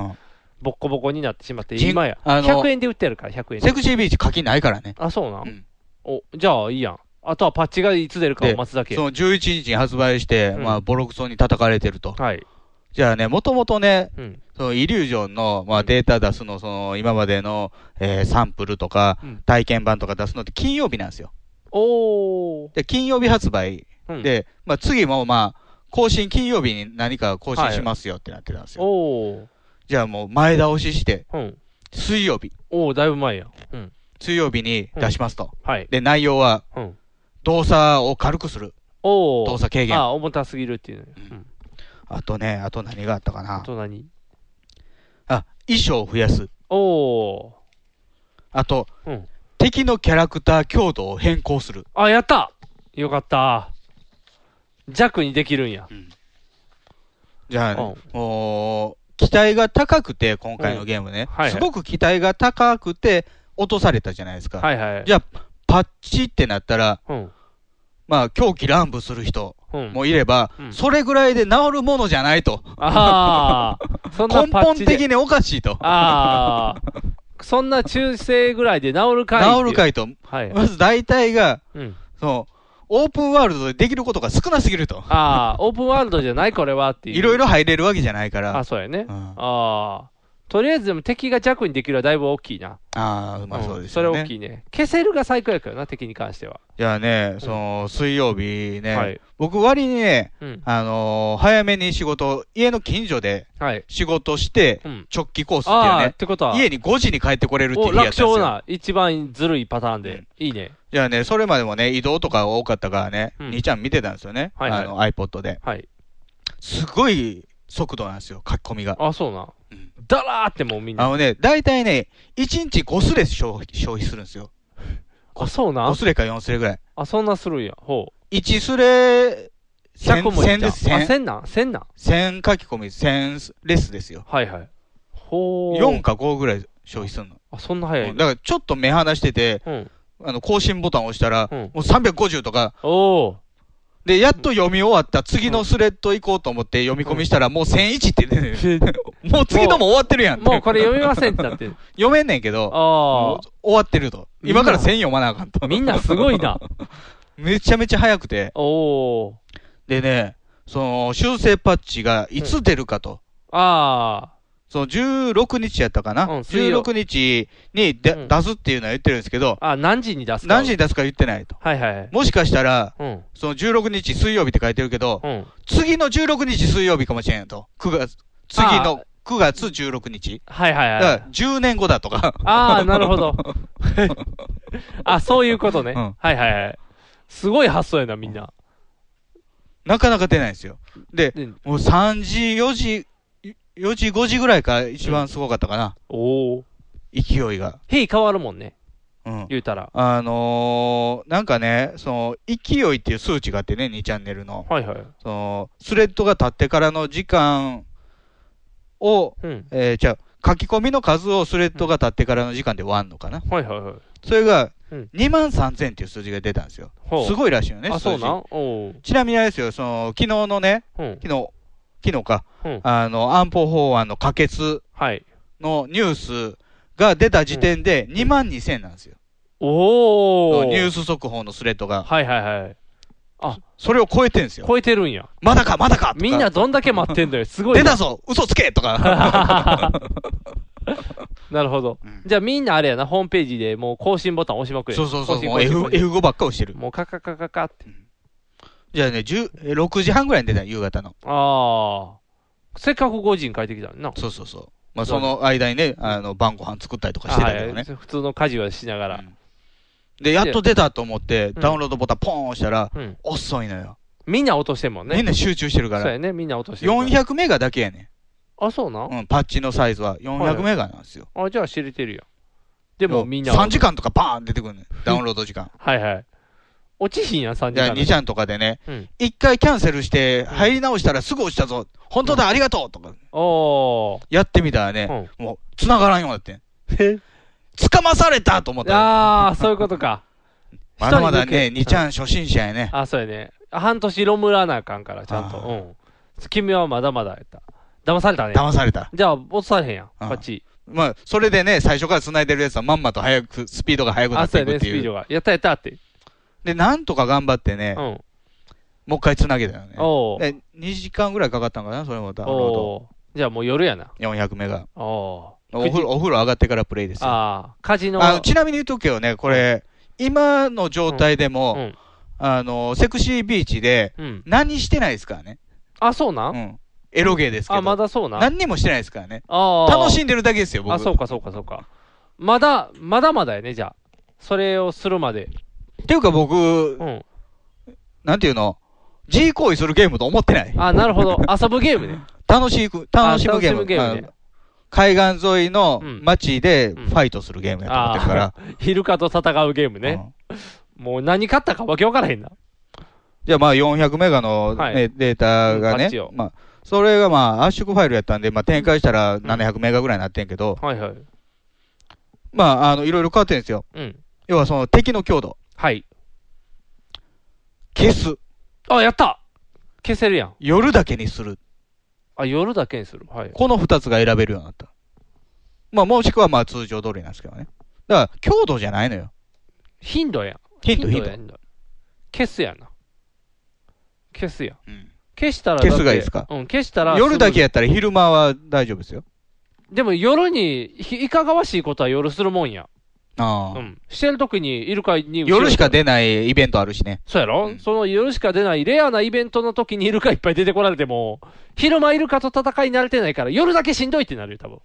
ボッコボコになってしまって、
人
今や、
あの
100円で売ってやるから、100円で
セクシービーチ課金ないからね。
あ、そうなん、お、じゃあいいやん。あとはパッチがいつ出るかを待つだけ。
その11日に発売して、
うん
まあ、ボロクソに叩かれてると。じゃあね、もともとね、
うん
そのイリュージョンの、まあ、データ出すの、その、今までの、えーサンプルとか、体験版とか出すのって金曜日なんですよ。
おー。
で、金曜日発売。
うん
で、まあ、次もまあ、更新、金曜日に何か更新しますよってなってたんですよ。
おー。
じゃあもう前倒しして、
うん。
水曜日。
おー、だいぶ前や。うん。
水曜日に出しますと。
はい。
で、内容は、
うん
動作を軽くする。
おー。
動作軽減
あー、重たすぎるっていうね。うん。
あとね、あと何があったかな。あ
と何
あ、衣装を増やす。
おー。
あと、
うん
敵のキャラクター強度を変更する。
あ、やったよかった。弱にできるんや。
じゃあ、ねもう、期待が高くて、今回のゲームね、
はいはい
すごく期待が高くて、落とされたじゃないですか。
はいはい
じゃあ、パッチってなったら、
うん
まあ、狂気乱舞する人
うん
もいれば、
うん
それぐらいで治るものじゃないと。
ああ、そんな
根
パッ
本
チで
的におかしいと。
ああ、そんな中世ぐらいで治るかいっていう
治るかいと。
はい。
まず大体が、
うん。
その、オープンワールドでできることが少なすぎると。
ああ、オープンワールドじゃないこれはっていう。
いろいろ入れるわけじゃないから。
あそうやね。ああ。とりあえずでも敵が弱にできるはだいぶ大きいな。
ああ、まあそうです
それ
よね。
大きいね。消せるが最高やけどな、敵に関しては。
じゃあね、その、水曜日ね、
はい
僕割にね、
うん
あのー早めに仕事、家の近所で
はい。
仕事して、直帰コースっていう
あ
ね。
ーってことは
家に5時に帰ってこれるっていう
お、
日や
楽
ったんです
勝
よ。
な、一番ずるいパターンで。いいね。
じゃあね、それまでもね、移動とか多かったからね、兄ちゃん見てたんですよね。
はいは
あ
い
の iPod で。すごい速度なんですよ、書き込みが。
あ、そうな。だらーってもうみんな。
あのね、大体ね、1日5スレ消費消費するんですよ。
あ、そうなん
?5 スレか4スレぐらい。
あ、そんなするんや。ほう。
1スレ、
100もい
1000
っちゃ
で
う。
す、
あ、
1000
1000なん ?1000 なん
1000書き込み、1000レスですよ。
はいはい。ほう。
4か5ぐらい消費するの。
あ、そんな早い
うんだからちょっと目離してて、あの更新ボタンを押したら、もう350とか。で、やっと読み終わった次のスレッド行こうと思って読み込みしたら、もう1001って出て るもう次のも終わってるやん
もうこれ読みませんって なってる。
読めんねんけど、もう終わってると。今から1000読まなあかんと。みん
なすごいな。
めちゃめちゃ早くて。でね、その修正パッチがいつ出るかと。
ああ。
その16日やったかな、
水曜
?16 日にで、出すっていうのは言ってるんですけど、
あ、何時に出すか。
何時に出すか言ってないと。
はいはい。
もしかしたら、
うん。
その16日水曜日って書いてるけど、次の16日水曜日かもしれんと。9月、次の9月16日。
はいはいはい
だから10年後だとか。
ああ、なるほど。 あ、そういうことね。はいはいはい。すごい発想やな、みんな。
なかなか出ないんですよ。で、もう3時、4時、4時、5時ぐらいから一番すごかったかな。
おお。
勢いが。
日変わるもんね。
うん。
言うたら。
あのー、なんかね、その、勢いっていう数値があってね、2チャンネルの。
はいはい。
その、スレッドが経ってからの時間を、
うん。
えー、じゃあ書き込みの数をスレッドが経ってからの時間で割るのかな。
はいはいはい。
それが、
うん
2万3000っていう数字が出たんですよ
ほう。
すごいらしいよね、
あ、
数
そう
字
なんおう
ちなみにあれですよ、その、昨日のね、
うん
昨日、昨日か、
うん
あの、安保法案の可決のニュースが出た時点で2万2000なんですよ。
お
ニュー
ス。
ス速報のスレッドが。
はいはいはい。あ、
それを超えてんすよ。
超えてるんや。
まだか、まだかとか
みんなどんだけ待ってんだよ。すごいな。
出たぞ嘘つけと か。
なるほど。じゃあみんなあれやな、ホームページでもう更新ボタン押しまくれ。
そうそうそう、
更新
もう F-
更新
F5 ばっか押してる。
もうカカカカカって。
じゃあね、10え6時半ぐらいに出たよ夕方の。
ああ。せっかく5時に帰ってきたのにな。
そうそうそう。まあ、その間にね、あの、晩ご飯作ったりとかしてたけどね。
普通の家事はしながら。
で、やっと出たと思って、
ん
ダウンロードボタンポーン押したら、
うん
遅いのよ。
みんな落としてんもんね。
みんな集中してるから
そうやね、みんな落としてるから。
400メガだけやね
あ、そうなん
ん。うん、パッチのサイズは400メガなんですよ。
あ、じゃあ知れてるやん。
で
でも
も
みんな。
3時間とかバーン出てくるねん。ダウンロード時間。
はいはい。落ちひんやん、3
じ
時
ゃ
間。
あ、2ちゃんとかでね、
うん。
一回キャンセルして、入り直したらすぐ落ちたぞ。本当だ、ありがとうとか、
おー。
やってみたらね、もう、繋がらんようになってん。
え
捕まされたと思った。
ああ、そういうことか。
まだまだ
一人抜
ね、
け
2ちゃん初心者やね。
あ、そうやね。半年ロムラーなあかんから、ちゃんと。うん。君はまだまだやった。騙されたね。
騙された。
じゃあ、落とされへんやん。
うん
パッチ。
まあ、それでね、最初から繋いでるやつはまんまと速く、スピードが速くな
あ、
っ
そ
て
う
いく
や
っ
ね、ス
てい
ピー
う。
ドが。やったやったって。
で、なんとか頑張ってね、
うん。
もう一回繋げたよね。
おー。
で、2時間ぐらいかかったんかな、それもダウンロ
おー。じゃあもう夜やな。
ード。400メガ。
おー。
お風呂、お風呂上がってからプレイですよ。
ああ、カジノ。
あのちなみに言うとくけどね、これ、今の状態でも、あの、セクシービーチで、
うん
何してないですからね。
あ、そうなん
うん。エロゲーですけど。
あ、まだそうなん
何にもしてないですからね。
ああ。
楽しんでるだけですよ、僕。
あ、そうか、そうか、そうか。まだ、まだまだやね、じゃあ。それをするまで。
っていうか僕、
ん
なんていうの ?G 行為するゲームと思ってない。
あ、なるほど。遊ぶゲームね。
楽しく、楽しむゲー
あ楽しむ
ム。
ゲームね
あの海岸沿いの街でファイトするゲームやと思ってるから。
あー。イルカと戦うゲームね。もう何買ったかわけわからへんな。
じゃあまあ400メガの、ね
はい
データが
うんパ
ね
ッチを、
まあ、それがまあ圧縮ファイルやったんで、まあ展開したら700メガぐらいになってんけど、
はいはい。
まあ、あの、いろいろ変わってんですよ。
うん。
要はその敵の強度。
はい。
消す。
あ、やった消せるやん。
夜だけにする。
あ、夜だけにする。はい。
この2つが選べるようになった。まあ、もしくはまあ通常通りなんですけどね。だから、強度じゃないのよ。
頻度やん。
頻度頻度
やん。消すやな。消すやん。
うん
消したらだって、
消すがいいですか
うん、消したら。
夜だけやったら昼間は大丈夫ですよ。
でも夜に、ひいかがわしいことは夜するもんや。
ああ、
うん。してる時にイルカに。
夜しか出ないイベントあるしね。
そうやろ、その夜しか出ないレアなイベントの時にイルカいっぱい出てこられても、昼間イルカと戦いに慣れてないから、夜だけしんどいってなるよ、多分。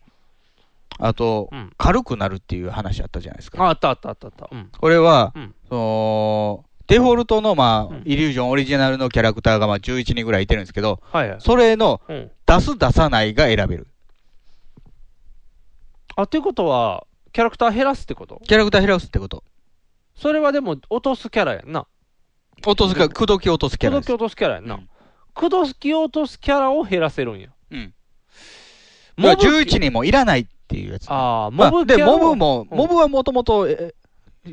あと、軽くなるっていう話あったじゃないですか。
あ、あったあったあったあった。うん。
これは、
ん
その、デフォルトの、まあ、イリュージョンオリジナルのキャラクターが、まあ、11人ぐらいいてるんですけど、
はいはい。
それの、
うん。
出す出さないが選べる。
あ、ということは、キャラクター減らすってこと
キャラクター減らすってこと。
それはでも、落とすキャラやんな。
落とすか、口説き落とすキャ
口
ラで
説き
す。
落とすキャラやんな。口説き落とすキャラを減らせるんや。
うん。
モブ
11人もいらないっていうやつ。
ああ、
ま
モ
あ、
ブ
で、
キャラを
モブも、モブはもともと、え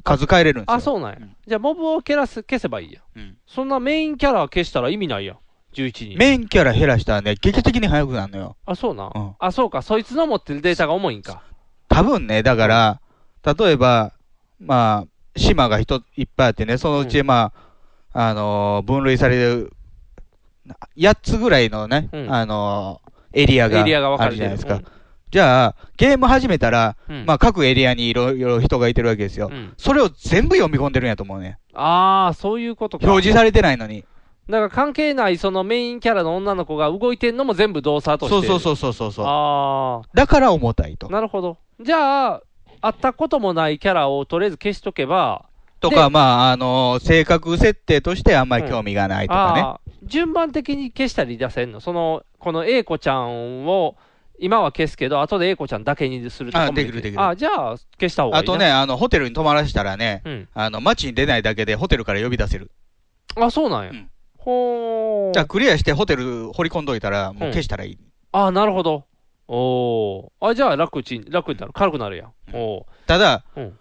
数変えれるんですよ。
あ、そうなんや。じゃあ、モブを消らす消せばいいや。そんなメインキャラ消したら意味ないやん。11人。
メインキャラ減らしたらね、劇的に速くなるのよ。
あ、そうなん、あ、そうか。そいつの持ってるデータが重いんか。
多分ね、だから、例えば、まあ、島がひといっぱいあってね、そのうち、まあ、あのー分類される8つぐらいのね、
うん
あのーエリアが
エリアが分
あ
か
る
れ
じ
て
ゃ
る
ないですか。じゃあ、ゲーム始めたら、
うん
まあ、各エリアにいろいろ人がいてるわけですよ、
うん
それを全部読み込んでるんやと思うね。
ああ、そういうことか。。
表示されてないいのに。
だから関係ないそのメインキャラの女の子が動いてんのも全部動作として
そう
る。
そうそうそうそうそう。
あ
だから重たいと。
あ。なるほど。じゃあ、会ったこともないキャラをとりあえず消しとけば、
と
で
か、まあ、あのー性格設定としてあんまり興味がないとかね。
あー順番的に消したり出せんのその、この A 子ちゃんを、今は消すけど、後で A 子ちゃんだけにするとかも
あできるできる
あ、じゃあ、消した方がい
あ
いな。
とね、あの、ホテルに泊まらしたらね、
うん
あの、街に出ないだけでホテルから呼び出せる。
あ、そうなんや。ほー。
じゃあ、クリアしてホテル掘り込んどいたら、もう消したらいい。
あ、なるほど。おー。あ、じゃあ楽ちん、楽になる。軽くなるやん。おー。
ただ、
うん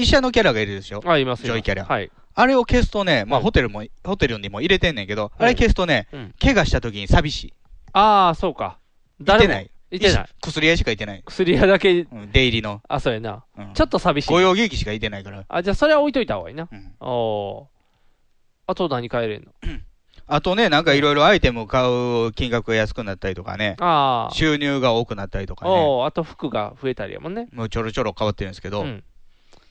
医者のキャラがいるでしょ
あ、います
ジョイキャラ。
はい。
あれを消すとね、まあ、ホテルも、ホテルにも入れてんねんけど、あれ消すとね、
うん
怪我した時に寂しい。
ああ、そうか。
い
誰
て
も
ない。
いてない
医師。薬屋しかいてない。
薬屋だけ、
うん出入りの。
あ、そうやな。ちょっと寂しい。
御用劇しかいてないから。
あ、じゃあそれは置いといた方がいいな。おー。あと何買えれんの
あとね、なんかいろいろアイテム買う金額が安くなったりとかね、
ああ。
収入が多くなったりとかね、
おうあと服が増えたりやもんね。
もうちょろちょろ変わってるんですけど、
うん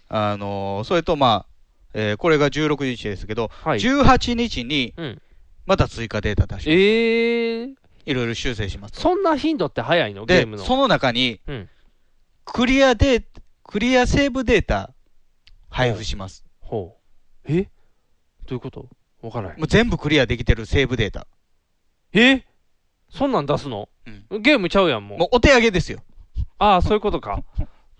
あのーそれとまあ、えーこれが16日ですけど、
い
18日に
うん。
また追加データ出して、
ええ
いろいろ修正しますと。
そんな頻度って早いのゲ
で
ーム、の。
その中に、
うん
クリアデークリアセーブデータ配布します。
ほう。えどういうことわからない。
もう全部クリアできてるセーブデータ。
えそんなん出すの、ゲームちゃうやん、もう。
もうお手上げですよ。
ああ、そういうこと か。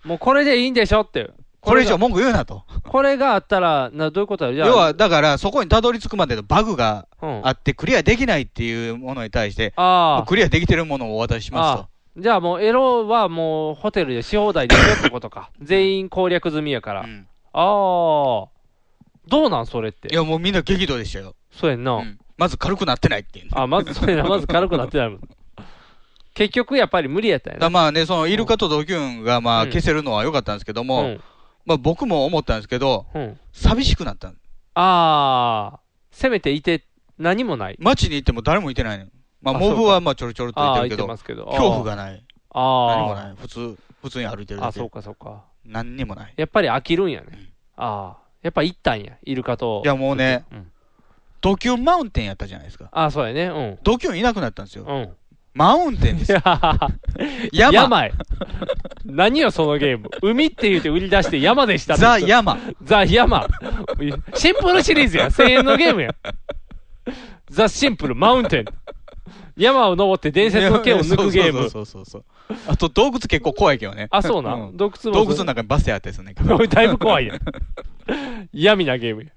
もうこれでいいんでしょって。
これ以上
が
文句言うなと。
これがあったら、などういうことやじゃあ
要は、だから、そこにたどり着くまでのバグが
うん
あって、クリアできないっていうものに対して、
あ
もうクリアできてるものをお渡しします
あじゃあもうエロはもうホテルでし放題ですよってことか。全員攻略済みやから。ああ。どうなんそれって。
と。いや、もうみんな激怒でしたよ。
そうやんな。
まず軽くなってないっていう。
あ、まずそうやな。まず軽くなってないもん。結局やっぱり無理やったん
だ
や
か
な。
らまあね、そのイルカとドキュンがまあ
うん
消せるのは良かったんですけども、
うん
まあ僕も思ったんですけど、
うん
寂しくなった。
ああ。せめていて何もない。
街に行っても誰もいてないの。まあ
あそう
モ
か
ブはまあちょろちょろっといてるけ
あーいて
ど、
ますけどあー
恐怖がない。
ああ。
何もない。普通、普通に歩いてるだ
あ、
け。
そうかそうか。
何にもない。
やっぱり飽きるんやね。ああ。やっぱ行ったんや。イルカと。
いやもうね、
うん
ドキュンマウンテンやったじゃないですか。
ああ、そうやね。うん。
ドキュンいなくなったんですよ。
うん。
マウンテ ンですよ。山。
山へ。何よ、そのゲーム。海って言うて売り出して山でしたって
ザ・。山。
ザ・山。シンプルシリーズや。1000円のゲームや。ザ・シンプル、マウンテン。山を登って伝説の剣を抜くゲー ム。
そうそうそうそうそう。あと洞窟結構怖いけどね。
あそうなん
ん
洞窟も
洞窟の中にバスやったですよね。
おいだいぶ怖いやん。闇なゲームや。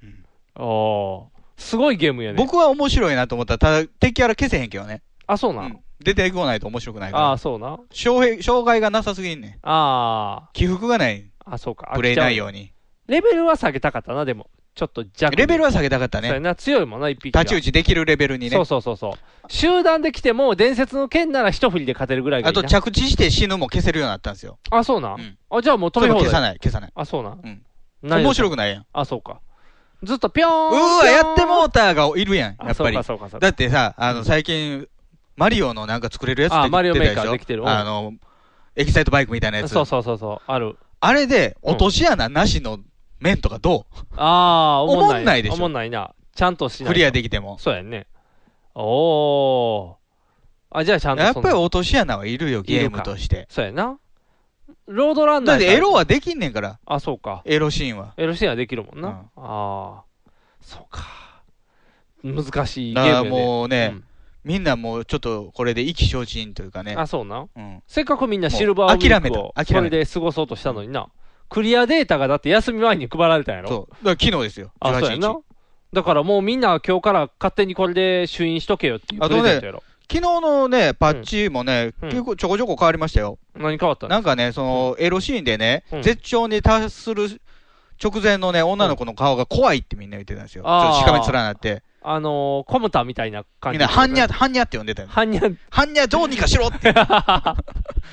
おー。すごいゲームやね。
僕は面白いなと思ったら、ただ、敵キャラ消せへんけどね。
あ、そうなん、
出てこないと面白くないから。
ああ、そうな。
障害障害がなさすぎんねん。
ああ。
起伏がない。
あ、そうか。
プレイ内容に。
レベルは下げたかったな、でも。ちょっと弱。
レベルは下げたかったね
そうやな、強いもんな、一匹が。
太刀打ちできるレベルにね。
そうそうそうそう。集団で来ても、伝説の剣なら一振りで勝てるぐらいがい
あ
いな
と着地して死ぬも消せるようになったんですよ。
あ、そうなん、あ、じゃあもう
そ
飛
れ
び
も
放題。
消さない、消さない。
あ、そうなん
うん。
何
面白くないやん。
あ、そうか。ずっとぴょーん。
うーわ、やってもうたがいるやん、
あ
やっぱり
そうかそうかそうか。
だってさ、あの、最近、マリオのなんか作れるやつ
あマリオメー
出
カー
た
できてるうん
あの、エキサイトバイクみたいなやつ。
そうそうそうそう、ある。
あれで、落とし穴なしの面とかど
ああ、おもんない。
おもんないでしょ
おもんないな。ちゃんとし
う
ないと。
クリアできても。
そうやんね。おー。あ、じゃあちゃんと
やっ
そ
ぱ
んな
り落とし穴はいるよ、ゲー
いる
ム
か
として。
そうやな。ロードランナ
だ
ーや
っ
った
て
ら
エロはできんねんから、
あ、そうか。
エロシーンは。
エロシーンはできるもんな。
うん
ああー。そうか。難しいゲ
だから
ームやね。
もうね、
うん
みんなもうちょっとこれで意気消沈というかね。
あ、そうなん
うん。
せっかくみんなシルバーウィ
もう
ー
諦め
ク
た
を
諦めた
それで過ごそうとしたのにな。クリアデータがだって休み前に配られたんやろ。
そう。だから昨日ですよ、
あ、そう
18
や
日
な。。だからもうみんな今日から勝手にこれで主演しとけよっていう
あ
プレ
と
ゼン
ね
トやろ。、
昨日のね、パッチもね、結構ちょこちょこ変わりましたよ。
何変わったの
なんかね、その、エロシーンでね、
うん
絶頂に達する直前のね、女の子の顔が怖いってみんな言ってたんですよ。ちょ
あー
っとしかめつらなって。
あのー、コムタみたいな感
み
じ。
んな、ハンニャ、
だ。
ハンニャって呼んでたよ。
ハンニャ。
ハンニャどうにかしろ って。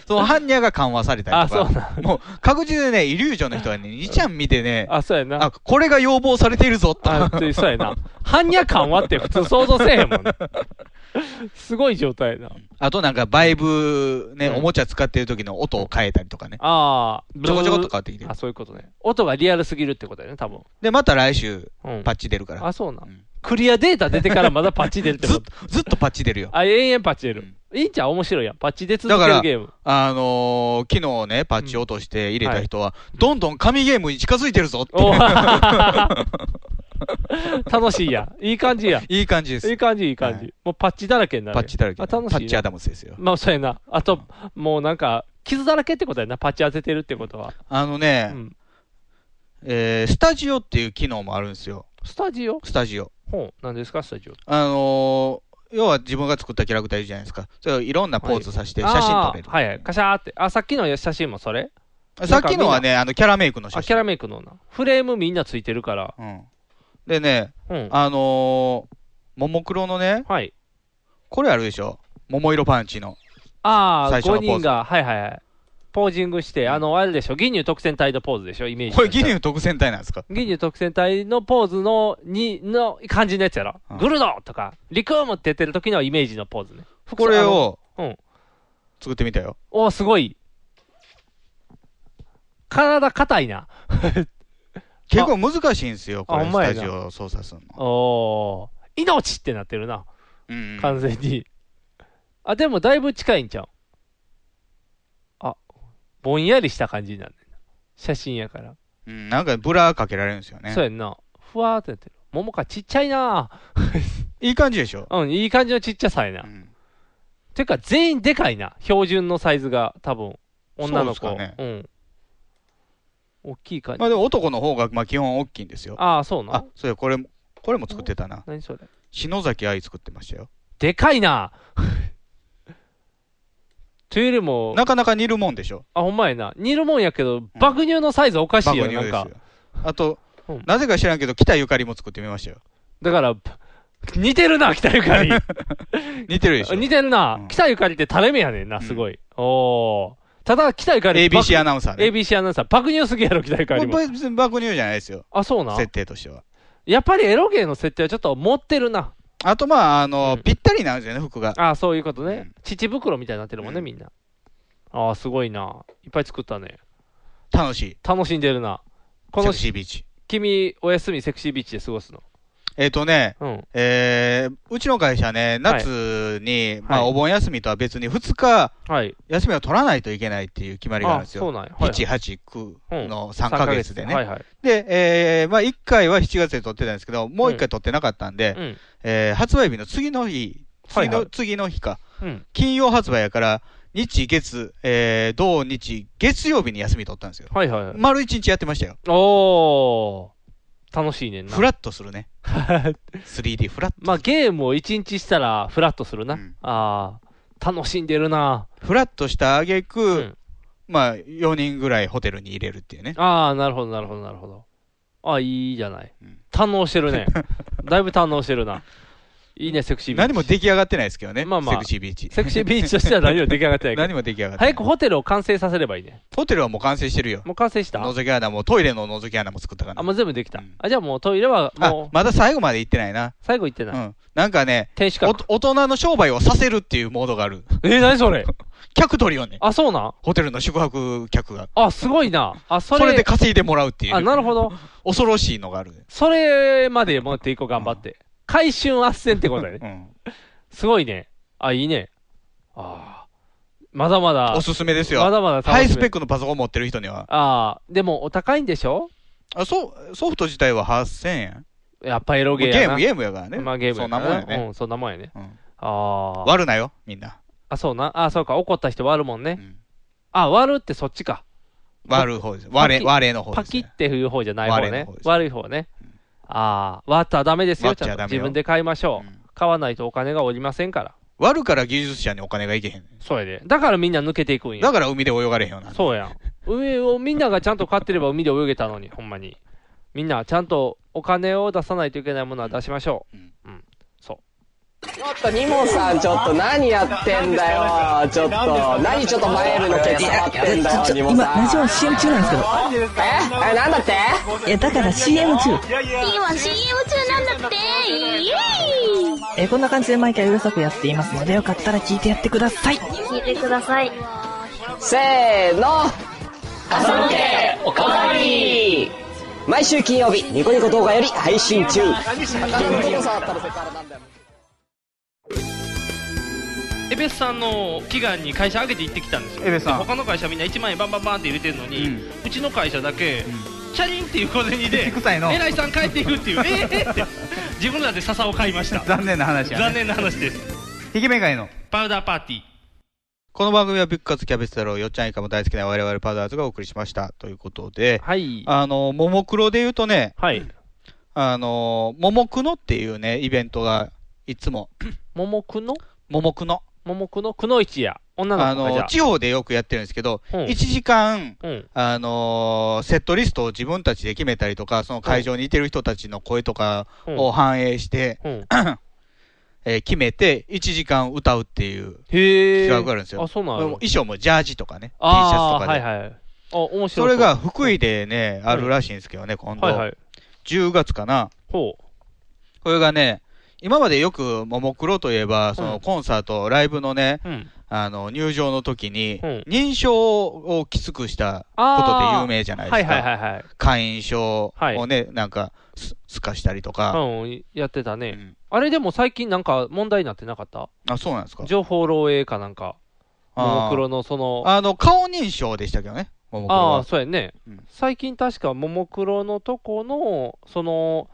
そのハンニャが緩和されたりと
あそう
か。もう、確実にね、イリュージョンの人はね、2ちゃん見てね、
あ、そうやな。
あ、これが要望されているぞと。
あ、でそうやな。ハンニャ感はって普通想像せえへん もんね。すごい状態やな。
あとなんか、バイブ、ね、
うん
おもちゃ使ってる時の音を変えたりとかね。
ああ、
ちょこちょこっと変わってきてる
あ、そういうことね。音がリアルすぎるってことやね、多分。
で、また来週、
うん
パッチ出るから。
あ、そうなん。クリアデータ出てからまだパッチ出るってこと。
ずっとパッチ出るよ。
あ、永遠パッチ出る。いいんちゃう面白いやん。パッチ出続
だか
け
ら
るゲーム。、
あのー昨日ね、パッチ落として入れた人は、どんどん神ゲームに近づいてるぞって。
おー 楽しいやん。いい感じやん。
いい感じです。
いい感じ、いい感じ。もうパッチだらけになる。
パッチだらけ。
あ、
パ
楽しいな。
ッチアダムスですよ。
まあ、そうやな。あと、もうなんか、傷だらけってことやな。パッチ当ててるってことは。
あのね、
ん
えースタジオっていう機能もあるんですよ。
スタジオ
スタジオ。
ほう、何ですか、スタジオ。
あのー要は自分が作ったキャラクターいるじゃないですか。それをいろんなポーズさせて写真撮れる。
あーはいはい。カシャーって。あ、さっきの写真もそれ
さっきのはね、あの、キャラメイクの写
あ、
真。
キャラメイクのな。フレームみんなついてるから。
でね、
うん
あのー、ももクロのね、これあるでしょ。桃色パンチの。
ああ、
最初の
5
ポーズ
人が、はいはいはい。ポージングして、あの、あれでしょ、ギニュー特選隊のポーズでしょ、イメージ。
これ、ギニュー特選隊なんですか
ギニュー特選隊のポーズの、に、の感じのやつやろ。グルドとか、リクームって言ってる時のイメージのポーズね。
これを、
うん。
作ってみたよ。
おーすごい。体硬いな。
結構難しいんですよ、こ
あ
れ、
ほん
ス
まやな
タジオ操作するの。
おー命ってなってるな。
うん
完全に。あ、でもだいぶ近いんちゃうあ、ぼんやりした感じになる、ねんな、写真やから。
うん、なんかブラーかけられるんですよね。
そうやんな。ふわーってなってる。桃かちっちゃいな
いい感じでしょ
うん、いい感じのちっちゃさやな。てか、全員でかいな。標準のサイズが、多分。女の子。
そうですか
うん。大きい感じ。
まあでも男の方がまあ基本大きいんですよ。
ああ、そうな
あ、そうや、これも、これも作ってたな。
何それ
篠崎愛作ってましたよ。
でかいなというよりも、
なかなか煮るもんでしょ。
あ、ほんまやな。煮るもんやけど、爆乳のサイズおかしいよ、
爆乳
な
で
ん
すよ
か。
あと、なぜか知らんけど、北ゆかりも作ってみましたよ。
だから、似てるな、北ゆかり。
似てるでしょ。
似てるな。北ゆかりって垂れ目やねんな、すごい。おー。ただ、北ゆかり
ABC アナウンサーね
ABC アナウンサー。爆乳すぎやろ、北ゆかりも
こ。れ別に爆乳じゃないですよ。
あ、そうなん
設定としては。
やっぱりエロゲーの設定はちょっと持ってるな。
あと、まあ、あの、ぴったりなんですよね、服が。
ああ、そういうことね。乳袋みたいになってるもんね、みんな。ああ、すごいな。いっぱい作ったね。
楽しい。
楽しんでるな。こ
セ
の
クシービーチ。
君、お休みセクシービーチで過ごすの。
えっ、とね、
うん
えーうちの会社ね、夏に、まあ、お盆休みとは別に2日、休みを取らないといけないっていう決まりがあるんですよ。
あそうなんやはいはい
1、8、9
うん
の3ヶ月でね。
はいはい
で、えーまあ、1回は7月で取ってたんですけど、もう1回取ってなかったんで、
うん
えー発売日の次の日、次の,、
はいはい
次の日か、
うん
金曜発売やから、日、月、えー土、日、月曜日に休み取ったんですよ。
はいはいはい。
丸1日やってましたよ。
おー。楽しいねんな。
フラッとする ね。3D フラッ
まあゲームを1日したらフラッとするな。ああ、楽しんでるな。
フラッとした挙句、まあ、4人ぐらいホテルに入れるっていうね。
ああ、なるほど、なるほど、なるほど。ああ、いいじゃない。堪能して るね。だいぶ堪能してるな。いいね、セクシービーチ。
何も出来上がってないですけどね、
まあまあ
セクシービーチ。
セクシービーチとしては 何も出来上がってないけど
何も出来上がってない。
早くホテルを完成させればいいね。
ホテルはもう完成してるよ。
もう完成した
覗き穴も、トイレの覗き穴も作ったから
あ、もう全部できた。あ、じゃあもうトイレは
あ
もう、
まだ最後まで行ってないな。
最後行ってない。
うん。なんかね、お大人の商売をさせるっていうモードがある。
えー、何それ
客取りよね。
あ、そうなん
ホテルの宿泊客が。
あ、すごいな。あ、そ
そ
れ。
れで稼いでもらうっていう。
あ、なるほど。
恐ろしいのがある。
それまで持っていこう、頑張って。回春斡旋ってことだね。すごいね。あ、いいね。ああ。まだまだ。
おすすめですよ。
まだまだ楽しめ
ハイスペックのパソコン持ってる人には。
ああ。でも、お高いんでしょ
あ、そう、ソフト自体は8000円。
やっぱエロゲーやな
ゲーム、ゲームやからね。
まあゲーム
そ
や
ん
か
な
ら
もんやね。
うん、そんなもんやね。ああ。
割るなよ、みんな。
あ、そうな。あ、そうか。怒った人割るもんね。あ、割るってそっちか。
割る方です割れ
パキ
割れの方ですね
パキっていう方じゃない方
割れの
ね
方で。
悪い方ね。ああ、割ったらダメですよ。
割っ
ち
ちゃ
ゃんと
ダメよ
自分で買いましょう。買わないとお金がおりませんから。
割るから技術者にお金がいけへん。
そうやで。だからみんな抜けていくんや。
だから海で泳がれへんよな。
そうやん。海を、みんながちゃんと買ってれば海で泳げたのに、ほんまに。みんな、ちゃんとお金を出さないといけないものは出しましょう。うん。そう。
ちょっとニモさんちょっと何やってんだよちょっと何ちょっと前ルのケツ触ってんだよニモ
今
さん
ラジオ CM 中なんですけど
ええなんだって
いやだから CM 中
今 CM 中なんだってイエーイ
えこんな感じで毎回うるさくやっていますのでよかったら聞いてやってください
聞いてください
せーの朝向けおかわり毎週金曜日ニコニコ動画より配信中
エベスさんの祈願に会社上げて行ってきたんですよ。
エベスさん
で他の会社みんな1万円バンバンバンって入れてるのに、う
うん
ちの会社だけ、チャリンっていう小銭で、
臭いの
偉いさん帰っていくっ ていう、えーって、自分らで笹を買いました。
残念な話やね
残念な話です。
ひげめがいの。
パウダーパーティー。
この番組はビッグカツキャベツ太郎、よっちゃん以下も大好きな我々パウダーズがお送りしました。ということで、あの、ももクロで言うとね、あの、ももクノっていうね、イベントが、いつも、
ももくの
ももクノ。
ももくのくのいちや。女の子
あ
かじゃ
の、
あ
地方でよくやってるんですけど、
うん
1時間、
うん
あのーセットリストを自分たちで決めたりとか、その会場にいてる人たちの声とかを反映して、えー決めて、1時間歌うっていう
へ
企
ー
画があるんですよ。
あそうなんや
でも衣装もジャージとかね、T シ
あ
ャ
ー
ツとかで。
はいはいあ面白そ
そうれが福井でね、あるらしいんですけどね、今度。
はいはい
10月かな。
ほ
これがね、今までよくももクロといえば、そのコンサート、ライブのね、
ん
あの入場の時に、認証をきつくしたことで有名じゃないですか。
あーはいはいはいはい
会員証をね、なんかす、すかしたりとか。
うん、やってたね、あれでも最近なんか問題になってなかった
あ、そうなんですか。
情報漏洩かなんか。
あー
ももクロのその。
あの、顔認証でしたけどね、ももクロは
ああ、そうやね。最近確かももクロのとこの、その、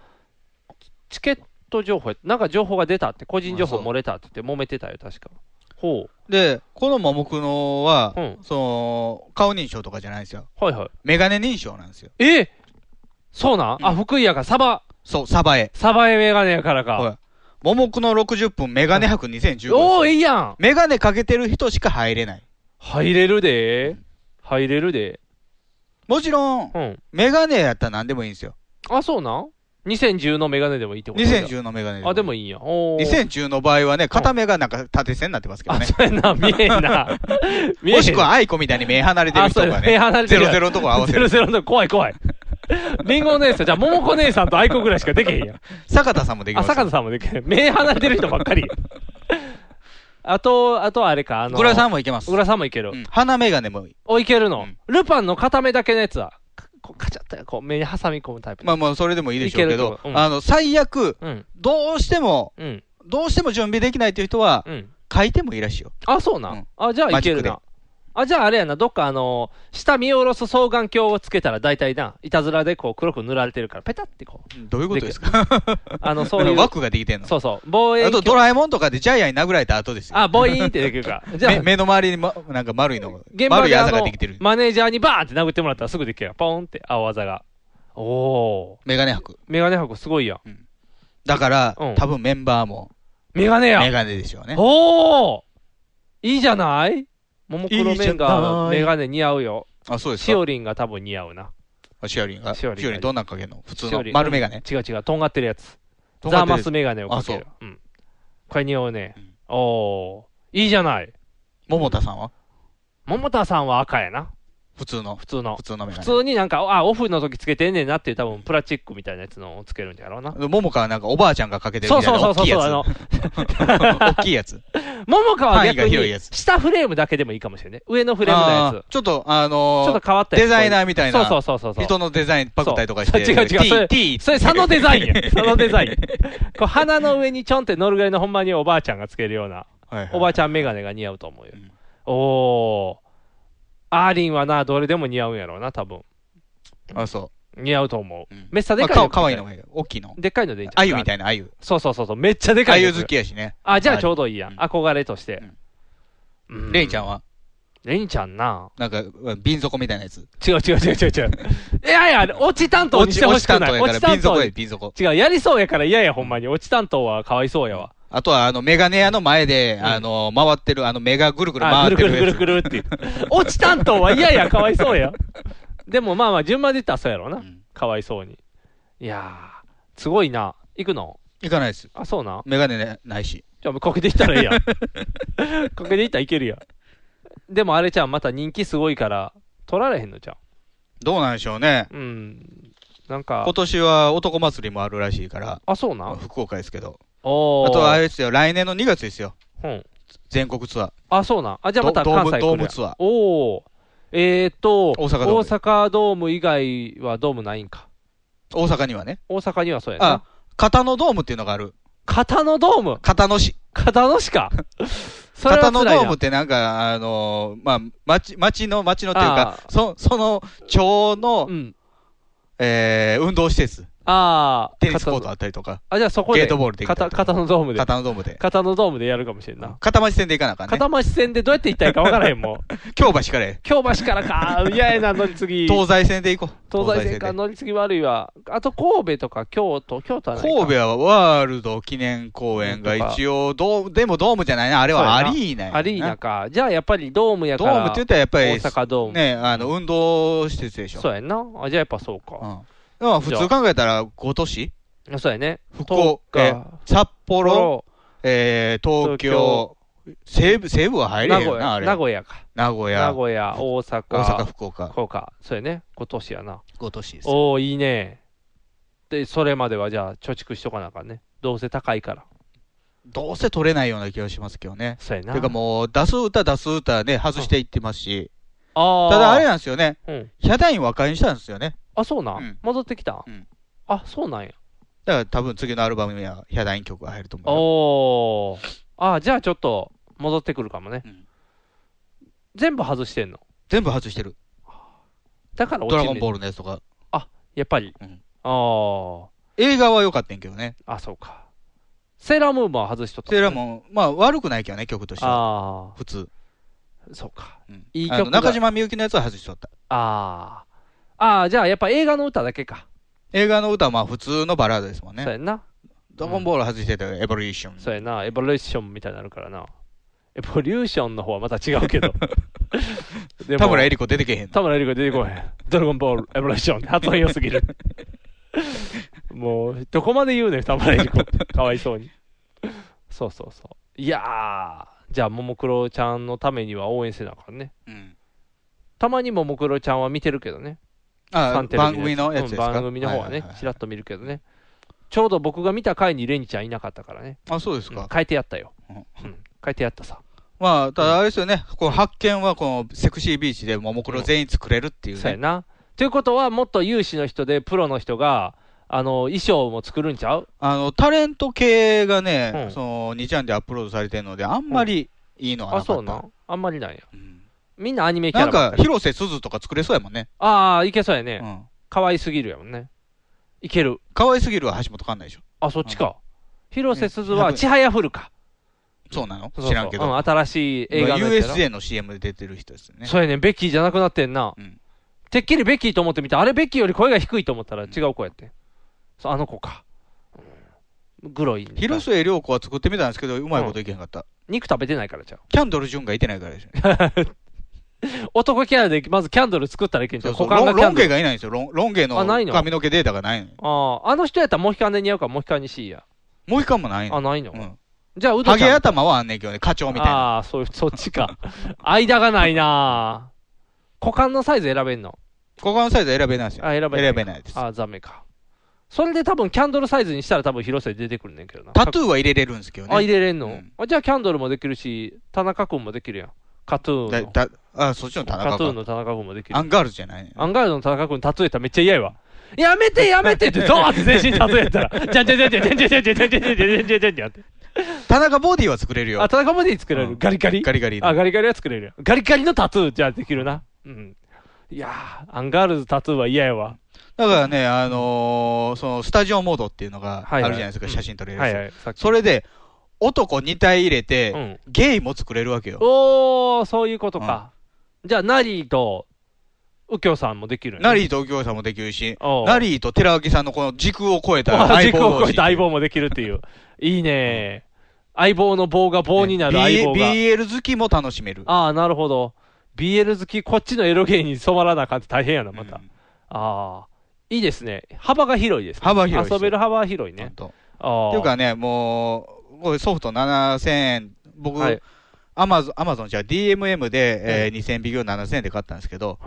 チケット情報や、なんか情報が出たって、個人情報漏れたって言って揉めてたよ、確か。ほ
で、このももクロは、その、顔認証とかじゃないんですよ。
はいはい。
メガネ認証なんですよ。
えそうなん、あ、福井やから、サバ。
そう、サバエ。
サバエメガネやから
か。ももクロ60分メガネ博2015。
おー、いいやん
メガネかけてる人しか入れない。
入れるで。入れるで。
もちろん、メガネやったら何でもいいんですよ。
あ、そうなん ?2010 のメガネでもいいってこと
2010のメガネでも
あ、でもいいやん。おー
2010の場合はね、片目がなんか縦線になってますけどね。
そう やな、見えへんな。見えへん
もしくはアイコみたいに目離れてる人が
あそう目
ね、
離れて
ゼ
る
ロゼロのとこ合わせる。
00のとこ怖い怖 い。リンゴ姉さん、じゃあ、桃子姉さんと愛子ぐらいしかできへんやん。
坂田さんもできます
あ、坂田さんもできへん。目離れてる人ばっかり。あと、あとあれか、あの。
グラさんもいけます。グ
ラさんもいける。
鼻メガネもいい。
お、いけるの。ルパンの片目だけのやつは、かこうカチャッとこう、目に挟み込むタイプ。
まあまあ、それでもいいでしょうけ
いける
ど
っ、てことうん
あの、最悪、
うん
どうしても、
うん。
どうしても準備できないという人は、書いてもいいらしいよ。
あ、そうなん。あ、じゃあいける
マジッ
な。あ、じゃああれやな、どっかあの、下見下ろす双眼鏡をつけたら大体な、いたずらでこう黒く塗られてるから、ペタってこ う。
どういうことですか
あの、そう いう。
枠ができてんの。
そうそう。防衛
あと、ドラえもんとかでジャイアンに殴られた後ですよ。
あボイーンってでき るからじゃあ
目目の周りに、ま、なんか丸いのが、
現場
丸い
であ
あざが
の
できてる。
マネージャーにバーンって殴ってもらったらすぐできるやん。ポーンって、青技が。おお。
メガネ博。
メガネ博すごいやん。
だから、多分メンバーも。
メガネや
メガネでしょうね。
おおいいじゃないももクロメンが
いいじゃない
メガネ似合うよ。
あ、そうですか
しおりんが多分似合うな。
あシオリンが。
シ
シ
オ
オ
リンが
リンどんなんかけんの普通
しお
の
りん
丸メガネ。
違う違う、とんがってるやつ。
とんがってるや
ザ
つ
マスメガネをかける。うん。これ似合うね。おおーいいじゃない。
桃田さんは
桃田さんは赤やな。
普通の。
普通の。普
通のメガ
普
ネ。
通になんか、あ、オフの時つけてんねんなっていう多分プラスチックみたいなやつのをつけるんだろうな。
桃かはなんかおばあちゃんがかけてる
そう
みたい
そう
な大
そうそう
きいや
そう、
つ。
あ の、
大きいやつ。
桃花は
範囲が
逆に
広いやつ
下フレームだけでもいいかもしれないね。上のフレームのや
あーちょっと、あのー
ちょっと変わったやつ
デザイナーみたいな。
そうそうそうそう
人のデザインパクったりとかし
つ。
て。
違う違う、それ、
T、T
それ佐野デザインや。 佐野デザイン。こう鼻の上にちょんって乗るぐらいのほんまにおばあちゃんがつけるような、おばあちゃんメガネが似合うと思うよ。おおーアーリンはな、どれでも似合うんやろうな、多分。
あ、そ
似合うと思う。めっさでかい
まあ
の。
かかわいいのがいいよ大きいの。
でっかいのでいいんちゃう
あゆみたいな、あゆ。
そうそうそうそう、めっちゃでかいやつ。
あゆ好きやしね
あ、じゃあちょうどいいやん。憧れとして。
レイちゃんは
レイちゃんな。
なんか、瓶底みたいなやつ。
違う違う違う違う違 う。いやいや、落ち担当にしてほしくない。
落ち落ち担当やから
落ち
瓶底や瓶
違う、やりそうやから嫌や、ほんまに。落ち担当はかわいそうやわ。
あとは、あの、メガネ屋の前で、あの、回ってる、あの、目がぐるぐる
あ
回
ぐ
っ
る
て
ぐ
るやつ。
るぐるぐるっていう。落ち担当は嫌や、かわいそうや。でもまあまあ、順番で言ったらそうやろうな。かわいそうに。いやー、すごいな。行くの
行かないです。
あ、そうな。
メガネねないし。
じゃあ、かけていったらええや ん。かけていったらいけるやん。でもあれちゃん、また人気すごいから、取られへんのじゃん。
どうなんでしょうね。
うん。なんか。
今年は男祭りもあるらしいから。
あ、そうなん
福岡ですけど。
おー
あとはあれですよ、来年の2月ですよ。
うん。
全国ツアー。
あ、そうなん。あ、じゃあまた
ド
関西来るやん
ドームドームツアー
おお。えーっと、大
阪ドーム
阪ドーム以外はドームないんか。
大阪にはね。
大阪にはそうや
あ
な。、
片野ドームっていうのがある。
片野ドーム
片野市。
片野 市か。それは
片野
辛い
ド
な
ームってなんか、あのー、まあ、町、町の、町のっていうか
あ、
そ、その、町の、えー運動施設。
ああ。
テニスコートあったりとか。
あ、じゃあそこで。
ゲートボールで行った
片片野ドームで。
片野ドームで。
片野ドームでやるかもしれんな。
片町線で行かなあかんね。
片町線でどうやって行ったらいいか分からへん もん。
京橋からや。
京橋からか。嫌やな、乗り継ぎ。
東西線で行こう。
東西線か、乗り継ぎ悪いわ。あと神戸とか京都、京都はないか
神戸はワールド記念公園が一応、ドーム、でもドームじゃないな、あれはアリーナやな
アリーナか。じゃあやっぱりドームや
ド
から。
ームって言ったらやっぱり、
大阪ドーム。
ね、あの、運動施設でしょ。
そうやんな。あ、じゃあやっぱそうか。
まあ普通考えたら5都市
そうやね。
福岡、
東
札幌、えー東京、西部、西部は入れへんよな、あれ。
名古屋か。
名古屋。
名古屋、大阪。
大阪福岡
福岡。そうやね。今年やな。
今年ですね。
おおいいね。で、それまではじゃあ、貯蓄しとかなあかんね。どうせ高いから。
どうせ取れないような気がしますけどね。
そうやな
ていうかもう、出す歌、出す歌ね、外していってますし。
あ
ただあれなんですよね。
うん。
ヒャダイン和解にしたんですよね。
あ、そうなん、戻ってきた、あ、そうなんや。
だから多分次のアルバムにはヒャダイン曲が入ると思う。
おお。あ、じゃあちょっと、戻ってくるかもね。全部外してんの
全部外してる。
だから落
ド
ち
ラ
る
ゴンボールのやつとか。
あ、やっぱり。ああ。
映画は良かったんやけどね。
あ、そうか。セーラームーンも外しとった、
セーラームーン、まあ悪くないけどね、曲として
は。
普通。
そうか。
い
い
い
い
曲
曲が
中島みゆきのやつは外しとった。
ああ。ああ、じゃあやっぱ映画の歌だけか。
映画の歌はまあ普通のバラードですもんね。
そうやんな。
ドラゴンボール外してたよ、エボリューション。
そうやな、エボリューションみたいになるからな。エボリューションの方はまた違うけ ど。でも
田村エリコ出てけへんの
田村エリコ出てこへん。ドラゴンボール、エボリューションって発音良すぎ る。もう、どこまで言うねん、田村エリコ。かわいそうに。そうそうそう。いやー、じゃあ、ももクロちゃんのためには応援せなあかんね。たまにももクロちゃんは見てるけどね。
あ
サンテレビ
番組のやつですか
うん番組の方は
はいはい
ね
はいは、
ちらっと見るけどね。ちょうど僕が見た回にレニちゃんいなかったからね。
あ、そうですか。
変えてやったよ。うん変えてやったさ。
まあ、ただあれですよね、この発見はこのセクシービーチでももクロ全員作れるっていう
そうや
ね。
な。ということは、もっと有志の人で、プロの人が、あの、衣装も作るんちゃう
あの、タレント系がね
う、ん
その2ちゃんでアップロードされてるので、あんまりいいのはな
あ、
か
そ
っ
うな
た。。
あんまりなんや。みんなアニメキャ
な
ラ
ん
ば
か
っか、り
広瀬すずとか作れそうやもんね。
ああ、いけそうやね。可愛すぎるやもんね。いける。
可愛すぎるは橋本環奈でしょ。
あ、そっちか。広瀬すず
う
は、
ん
ちはやふるか。
そうなの
そうそう
知らんけど。
うん新しい映画のやつ
USJ
やろ
の CM で出てる人ですよね。
そうやね、ベッキーじゃなくなってんな。てっきりベッキーと思ってみた。あれ、ベッキーより声が低いと思ったら違う子やって。そうあの子か。うんグロい。
広末涼子は作ってみたんですけど、うまいこといけへんかった。
肉食べてないからちゃう。
キャンドル・ジュンがいてないからでしょ。
男キャラでまずキャンドル作ったらいけんじゃん。
そう
股間
ロン
キャ
ロ
ン
ン
ドル
毛がいないんですよ。ロンロン毛の
あないの
髪の毛データがないのよ。
ああ、あの人やったらモヒカンで似合うからモヒカンにしいや。
モヒカンもない
のあ、ないの、じゃあ、ウドちゃ
ハ
ん。
ゲ頭はあんねんけどね、課長みたいな。
ああ、そういう、そっちか。 間がないなぁ股間のサイズ選べんの
股間のサイズ選べないですよ。
あ、選べない。
選べないです。
ああ、ダメか。それで多分キャンドルサイズにしたら多分広瀬出てくるねんけどな。
タトゥーは入れれるんですけどね。
あ、入れれんの、あじゃあキャンドルもできるし、田中君もできるやん。カトゥーンの。
だあ、そっちの田中か
カトゥーンの田中君もできる。
アンガールズじゃないね。
アンガールズの田中君タトゥーやったらめっちゃ嫌やわ。やめてやめてって、ドーンって全身タトゥーやったら。じゃんじゃんじゃんじゃんじゃんじゃんじゃんじゃんじゃんじゃんじゃんじゃんじゃんじゃんじゃんって。
田中ボディは作れるよ。
あ、田中ボディ作れる。ガリガリ
ガリガリの。
あ、ガリガリは作れるやん。ガリガリのタトゥーじゃあできるな。うん。いやー、アンガールズタトゥーは嫌やわ。
だからね、あのーそのスタジオモードっていうのがあ
い
る
はい
じゃないですか、写真撮れる
はいは
や
い
つ、
さっき
それで、男2体入れて、ゲイも作れるわけよ。
おー、そういうことか。じゃあ、ナリーと、右京さんもできる
ナリー
ー
と右京さんもできるし、
おう
ナリーと寺脇さんのこの時空を超えた
あ
相
軸
棒
を
同
超え
士。
た相棒もできるっていう。いいねー相棒の棒が棒になる相
B-
棒が。
BL 好きも楽しめる。
ああ、なるほど。BL 好き、こっちのエロゲーに染まらなあかんって大変やな、また。ああ、いいですね。幅が広いです、ね。
幅広いです
遊べる幅は広いね。
っ
あ
ていうかね、もう、これソフト7000円、僕、
はい
アマゾン、アマゾンじゃ DMM で、えー2000匹を7000円で買ったんですけど、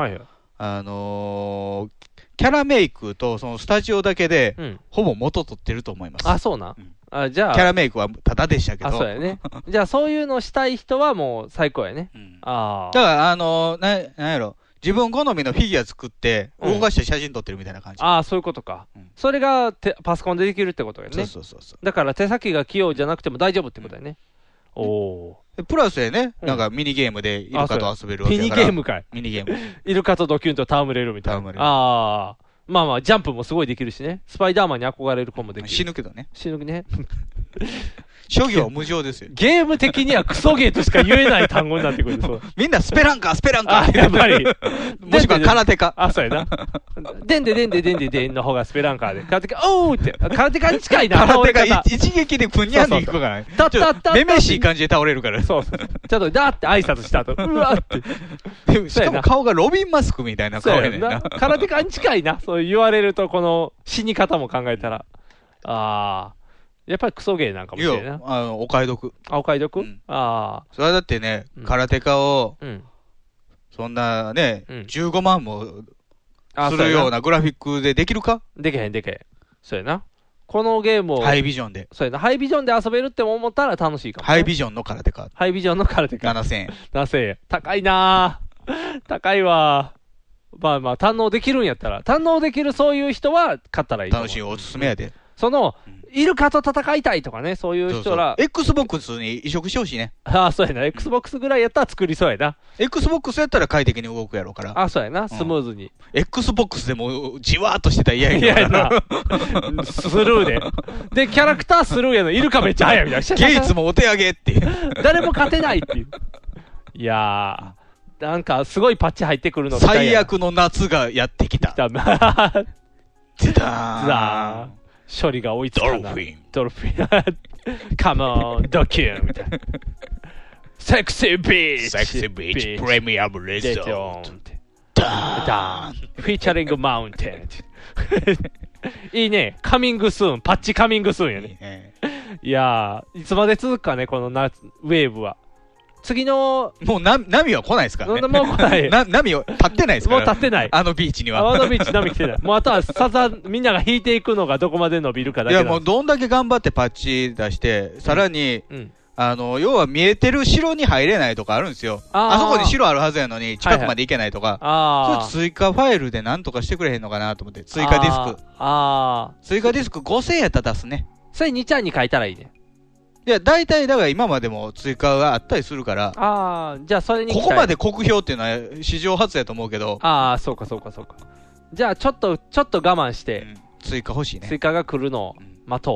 あのーキャラメイクとそのスタジオだけで、
うん
ほぼ元取ってると思います。
あ、そうなん。あじゃあ、
キャラメイクはタダでしたけど。
あ、そうやね。 じゃあ、そういうのしたい人はもう最高やね。ああ。
だから、あのー、な、なんやろ、自分好みのフィギュア作って、
うん
動かして写真撮ってるみたいな感じ。
ああ、そういうことか。それがてパソコンでできるってことやね。
そうそうそう
だから手先が器用じゃなくても大丈夫ってことやね。おお。
プラスでね、なんかミニゲームでイルカと遊べるわけ
ミ
だ
ニ
か
ゲ
ら。
ームかい。
ミニゲーム。
イルカとドキュンと戯れるみたいな。ああ。まあまあ、ジャンプもすごいできるしね。スパイダーマンに憧れる子もできる。
死ぬけどね。
死ぬね。
諸行無常ですよ。
ゲーム的にはクソゲーとしか言えない単語になってくる。そう
みんなスペランカー、スペランカ
あ、
ー
やっぱり。
もしくは空手家。
あ、そうやな。でんででんででんででんの方がスペランカーで。空手家、おーって。空手家に近いな。
空手
倒れ
が
方
一一撃でプニャンでいくからね。
そうそう
ちょっと
たった
めめしい感じで倒れるから。
そうそう。ちょっと、だーって挨拶した後、うわーって。
しかも顔がロビンマスクみたいな
そう
顔や
や
ね
ん
ん
な。
な。
空手家に近いな。そう言われると、この死に方も考えたら。ああ。やっぱりクソゲーなんかも
い
しれん
や
な、。
あの、お買い得。
あ、お買い得、ああ。
それはだってね、空手家を、
うん
そんなね、15万も
あ
す
そう
る
やな
ようなグラフィックでできるか
でけへん、でけへん。そうやな。このゲームを。
ハイビジョンで。
そうやな。ハイビジョンで遊べるって思ったら楽しいかも、
ハイビ
ジ
ジョンの空手家。
ョン。ハイビジョンの空手か。
7000円。
7000円。高いなぁ。 高いわぁ。まあまあ、堪能できるんやったら。堪能できるそういう人は買ったらいい。楽しい、
おすすめやで。
その、イルカと戦いたいとかね、そういう人ら。
Xbox に移植してほしいね。
ああ、そうやな。Xbox ぐらいやったら作りそうやな。
Xbox やったら快適に動くやろうから。
あそうやな。スムーズに。
Xbox でもじわーっとしてたら嫌やけど
嫌やな。スルーで。で、キャラクタースルーやの。イルカめっちゃ速いみたいな。
ゲイツもお手上げ っていう。
誰も勝てないっていう。いやー、なんかすごいパッチ入ってくるの
最 悪の夏がやってきた。
だな。
出た
な処理が追いつかない。ドルフィン。ドルフィン。カモン、ドキュンみたいな。セクシービーチ
セクシービーチプレミアムレゾート
ト。ダーンフィーチャリングマウンテン。 いいね。カミングスーン。パッチカミングスーンやね。いやー、いつまで続くかね、この夏、ウェーブは。次の、
もうな波は来ないですからね。
もう来な い
な波を立ってないですから。
もう立ってない
あのビーチに は。
アワードビーチ波来てない。もうあとはサザン、みんなが引いていくのがどこまで伸びるかだ
い
け
や、
だ
もうどんだけ頑張ってパッチ出して、さらに、あの、要は見えてる城に入れないとかあるんですよ。
あー
あそこに城あるはずやのに、近くまで行けないとか。
あー
それ追加ファイルでなんとかしてくれへんのかなと思って。追加ディスク。
ああ。
追加ディスク5000円やったら出すね。
それ2ちゃんに書いたらいいね。
いや、大体、だから今までも追加があったりするから、
ああ、じゃあそれに期
こ
待
こまで酷評っていうのは史上初やと思うけど、
ああ、そうかそうかそうか。じゃあちょっと、ちょっと我慢して、
追加欲しいね。
追加が来るのを待と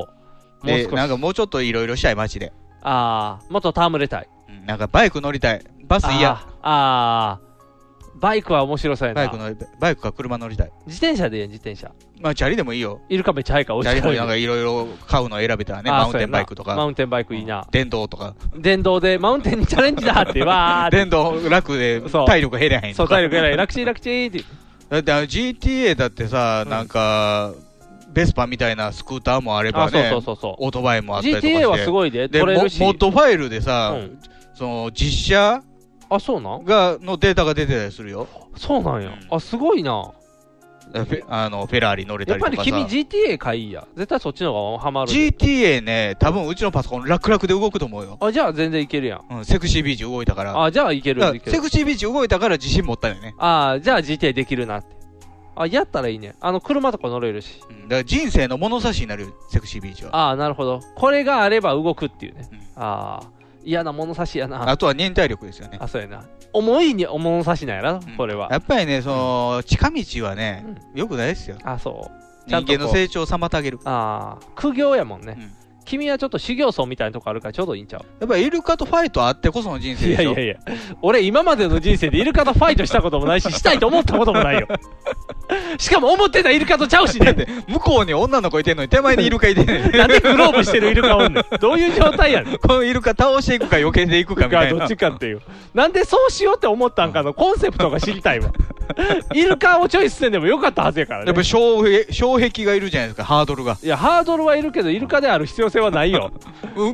う。もう
で、
少し。
なんかもうちょっといろいろしたい街で。
ああ、もっと戯れたい。
なんかバイク乗りたい。バス嫌。
あーあー、バイクは面白そうやな。
バイク乗りたい。バイクか車乗りたい。
自転車でいいやん、自転車。
まあ、チャリでもいいよ。
いるかめっちゃ速いか、
チャリもなんかいろいろ買うの選べたらね、
あー
マウンテンバイクと
そうやなマ
か、
ウンテンバイクいいな。
電動とか。
電動で、マウンテンにチャレンジだって、わーっ て。
電動楽で
そう
体力減らへん
そ
と
う、
か。
体力偉い。楽ちん楽ちんって。
だってあの GTA だってさ、なんか、ベスパみたいなスクーターもあればね、
あそうそうそうそう
オートバイもあったりとかして
GTA はすごいで
で、モ
取れるし
モッドファイルでさ、その実写
あ、そうなん
が、のデータが出てたりするよ。
そうなんや。あ、すごいな。
あの、フェラーリ乗れた
やっ
り
ぱ
と
り
かさ。
君 GTA 買いや。絶対そっちの方がハマるで。
GTA ね、多分うちのパソコン楽々で動くと思うよ。
あ、じゃあ全然いけるやん。
うん、セクシービーチ動いたから。
あ、じゃあいける
だから
いける
セクシービーチ動いたから自信持ったよね。
ああ、じゃあ GTA できるなって。あ、やったらいいね。あの、車とか乗れるし。
だから人生の物差しになるよ、セクシービーチは。
ああ、なるほど。これがあれば動くっていうね。ああ、嫌な物差しやな。
あとは忍耐力ですよね。
あ、そうやな。重いに物差しなんやな、これは。
やっぱりね、その、近道はね、よくないですよ。
あ、そう。
人間の成
長。
長を妨げる。
ああ、苦行やもんね。君はちょっと修行僧みたいなとこあるからちょうどいいんちゃう
やっぱイルカとファイトあってこその人生で
いや
し
い
ょ。
やいや、俺今までの人生でイルカとファイトしたこともないし、したいと思ったことも ないよ。しかも思ってたイルカとちゃうしね。
向こうに女の子いてんのに手前にイルカいてんね ん。
なんでグローブしてるイルカおんねん。どういう状態やねん。
このイルカ倒していくか避けていくかみたいな。
どっちかっていう。なんでそうしようって思ったんかのコンセプトが知りたいわ。イルカをチョイスせんでもよかったはずやから
やっ
ね
ぱ。障壁障壁がいるじゃないですか、ハードルが。
いや、ハードルはいるけど、イルカで ある必要性はないよ。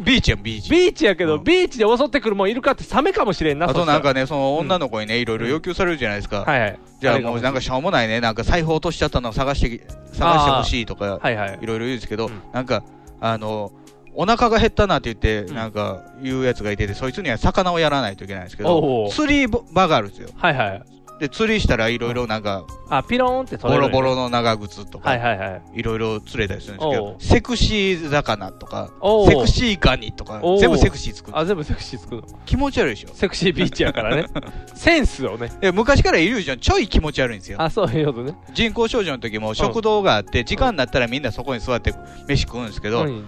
ビーチやん、ビーチ。
ビーチやけど、ビーチで襲ってくるもん、イルカってサメかもしれんな、
あとなんか
ね。
ね、その女の子にね、いろいろ要求されるじゃないですか。
はいはい。
じゃ
あ
あ
れが
も
欲
う
しい
なんかしょうもないね、なんか財布落としちゃったの探してき、探してほしいとか、
はいはい。
いろいろ言うんですけど、なんか、あの、お腹が減ったなって言って、なんか、言うやつがいてて、そいつには魚をやらないといけないんですけ
お
ど
う、
釣り場があるんですよ。
はいはい。
で、釣りしたらいろいろなんか、
あ、ピローンって取
ボ
れる
ロ
んや。
ボロの長靴とか、
はいはいはい。
いろいろ釣れたりするんですけ
おう
ど、セクシー魚とか
お、う
セクシーガニとか
お、う
全部セクシー作る。
あ、全部セクシー作るの。
気持ち悪いでしょ。
セクシービーチ やからね。センスをね。
いや昔からいるじゃん、ちょい気持ち悪いんですよ。
あ、そういうことね。
人工少女の時も食堂があって、時間になったらみんなそこに座って飯食うんですけど、
うん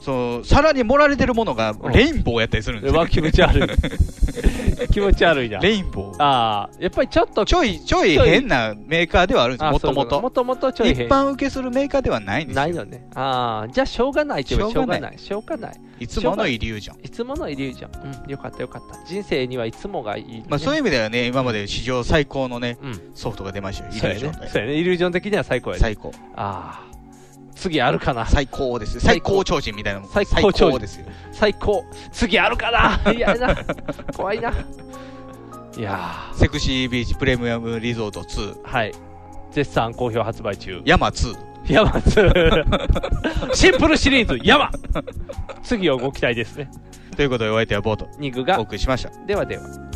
そのさらに盛られてるものがレインボーやったりするんです
う
よ
わ、。気持ち悪い。 気持ち悪いな。
レインボー。
ああ、やっぱりちょっと。
ちょい、ちょい変なメーカーではあるんです
あ
もとも。
そういうこともともとちょい
一
変
般受けするメーカーではないんですよ。
ないのね。ああ、じゃあしょうがないって言えばし
し
ょ
ょ
う
う
が
が
な。
ない
しょうがない。
いつものイリュージョン。
いつものイリュージョン。うん、よかったよかった。人生にはいつもがいいね。
まあそういう意味ではね、今まで史上最高のね、
うん
ソフトが出ましたよ、イリ
そう
ュー
や
ジョン
ね
で。
そうやね。イリュージョン的には最高やね。
最高。
ああ。次あるかな
最高です最高超人みたいなもん
最高超人
ですよ
最高次あるかないやな怖いないや
セクシービーチプレミアムリゾート2
はい絶賛好評発売中
山2
ヤマ2シンプルシリーズヤマ次をご期待ですね
ということでお相手はボート
肉が
お送りしました
ではでは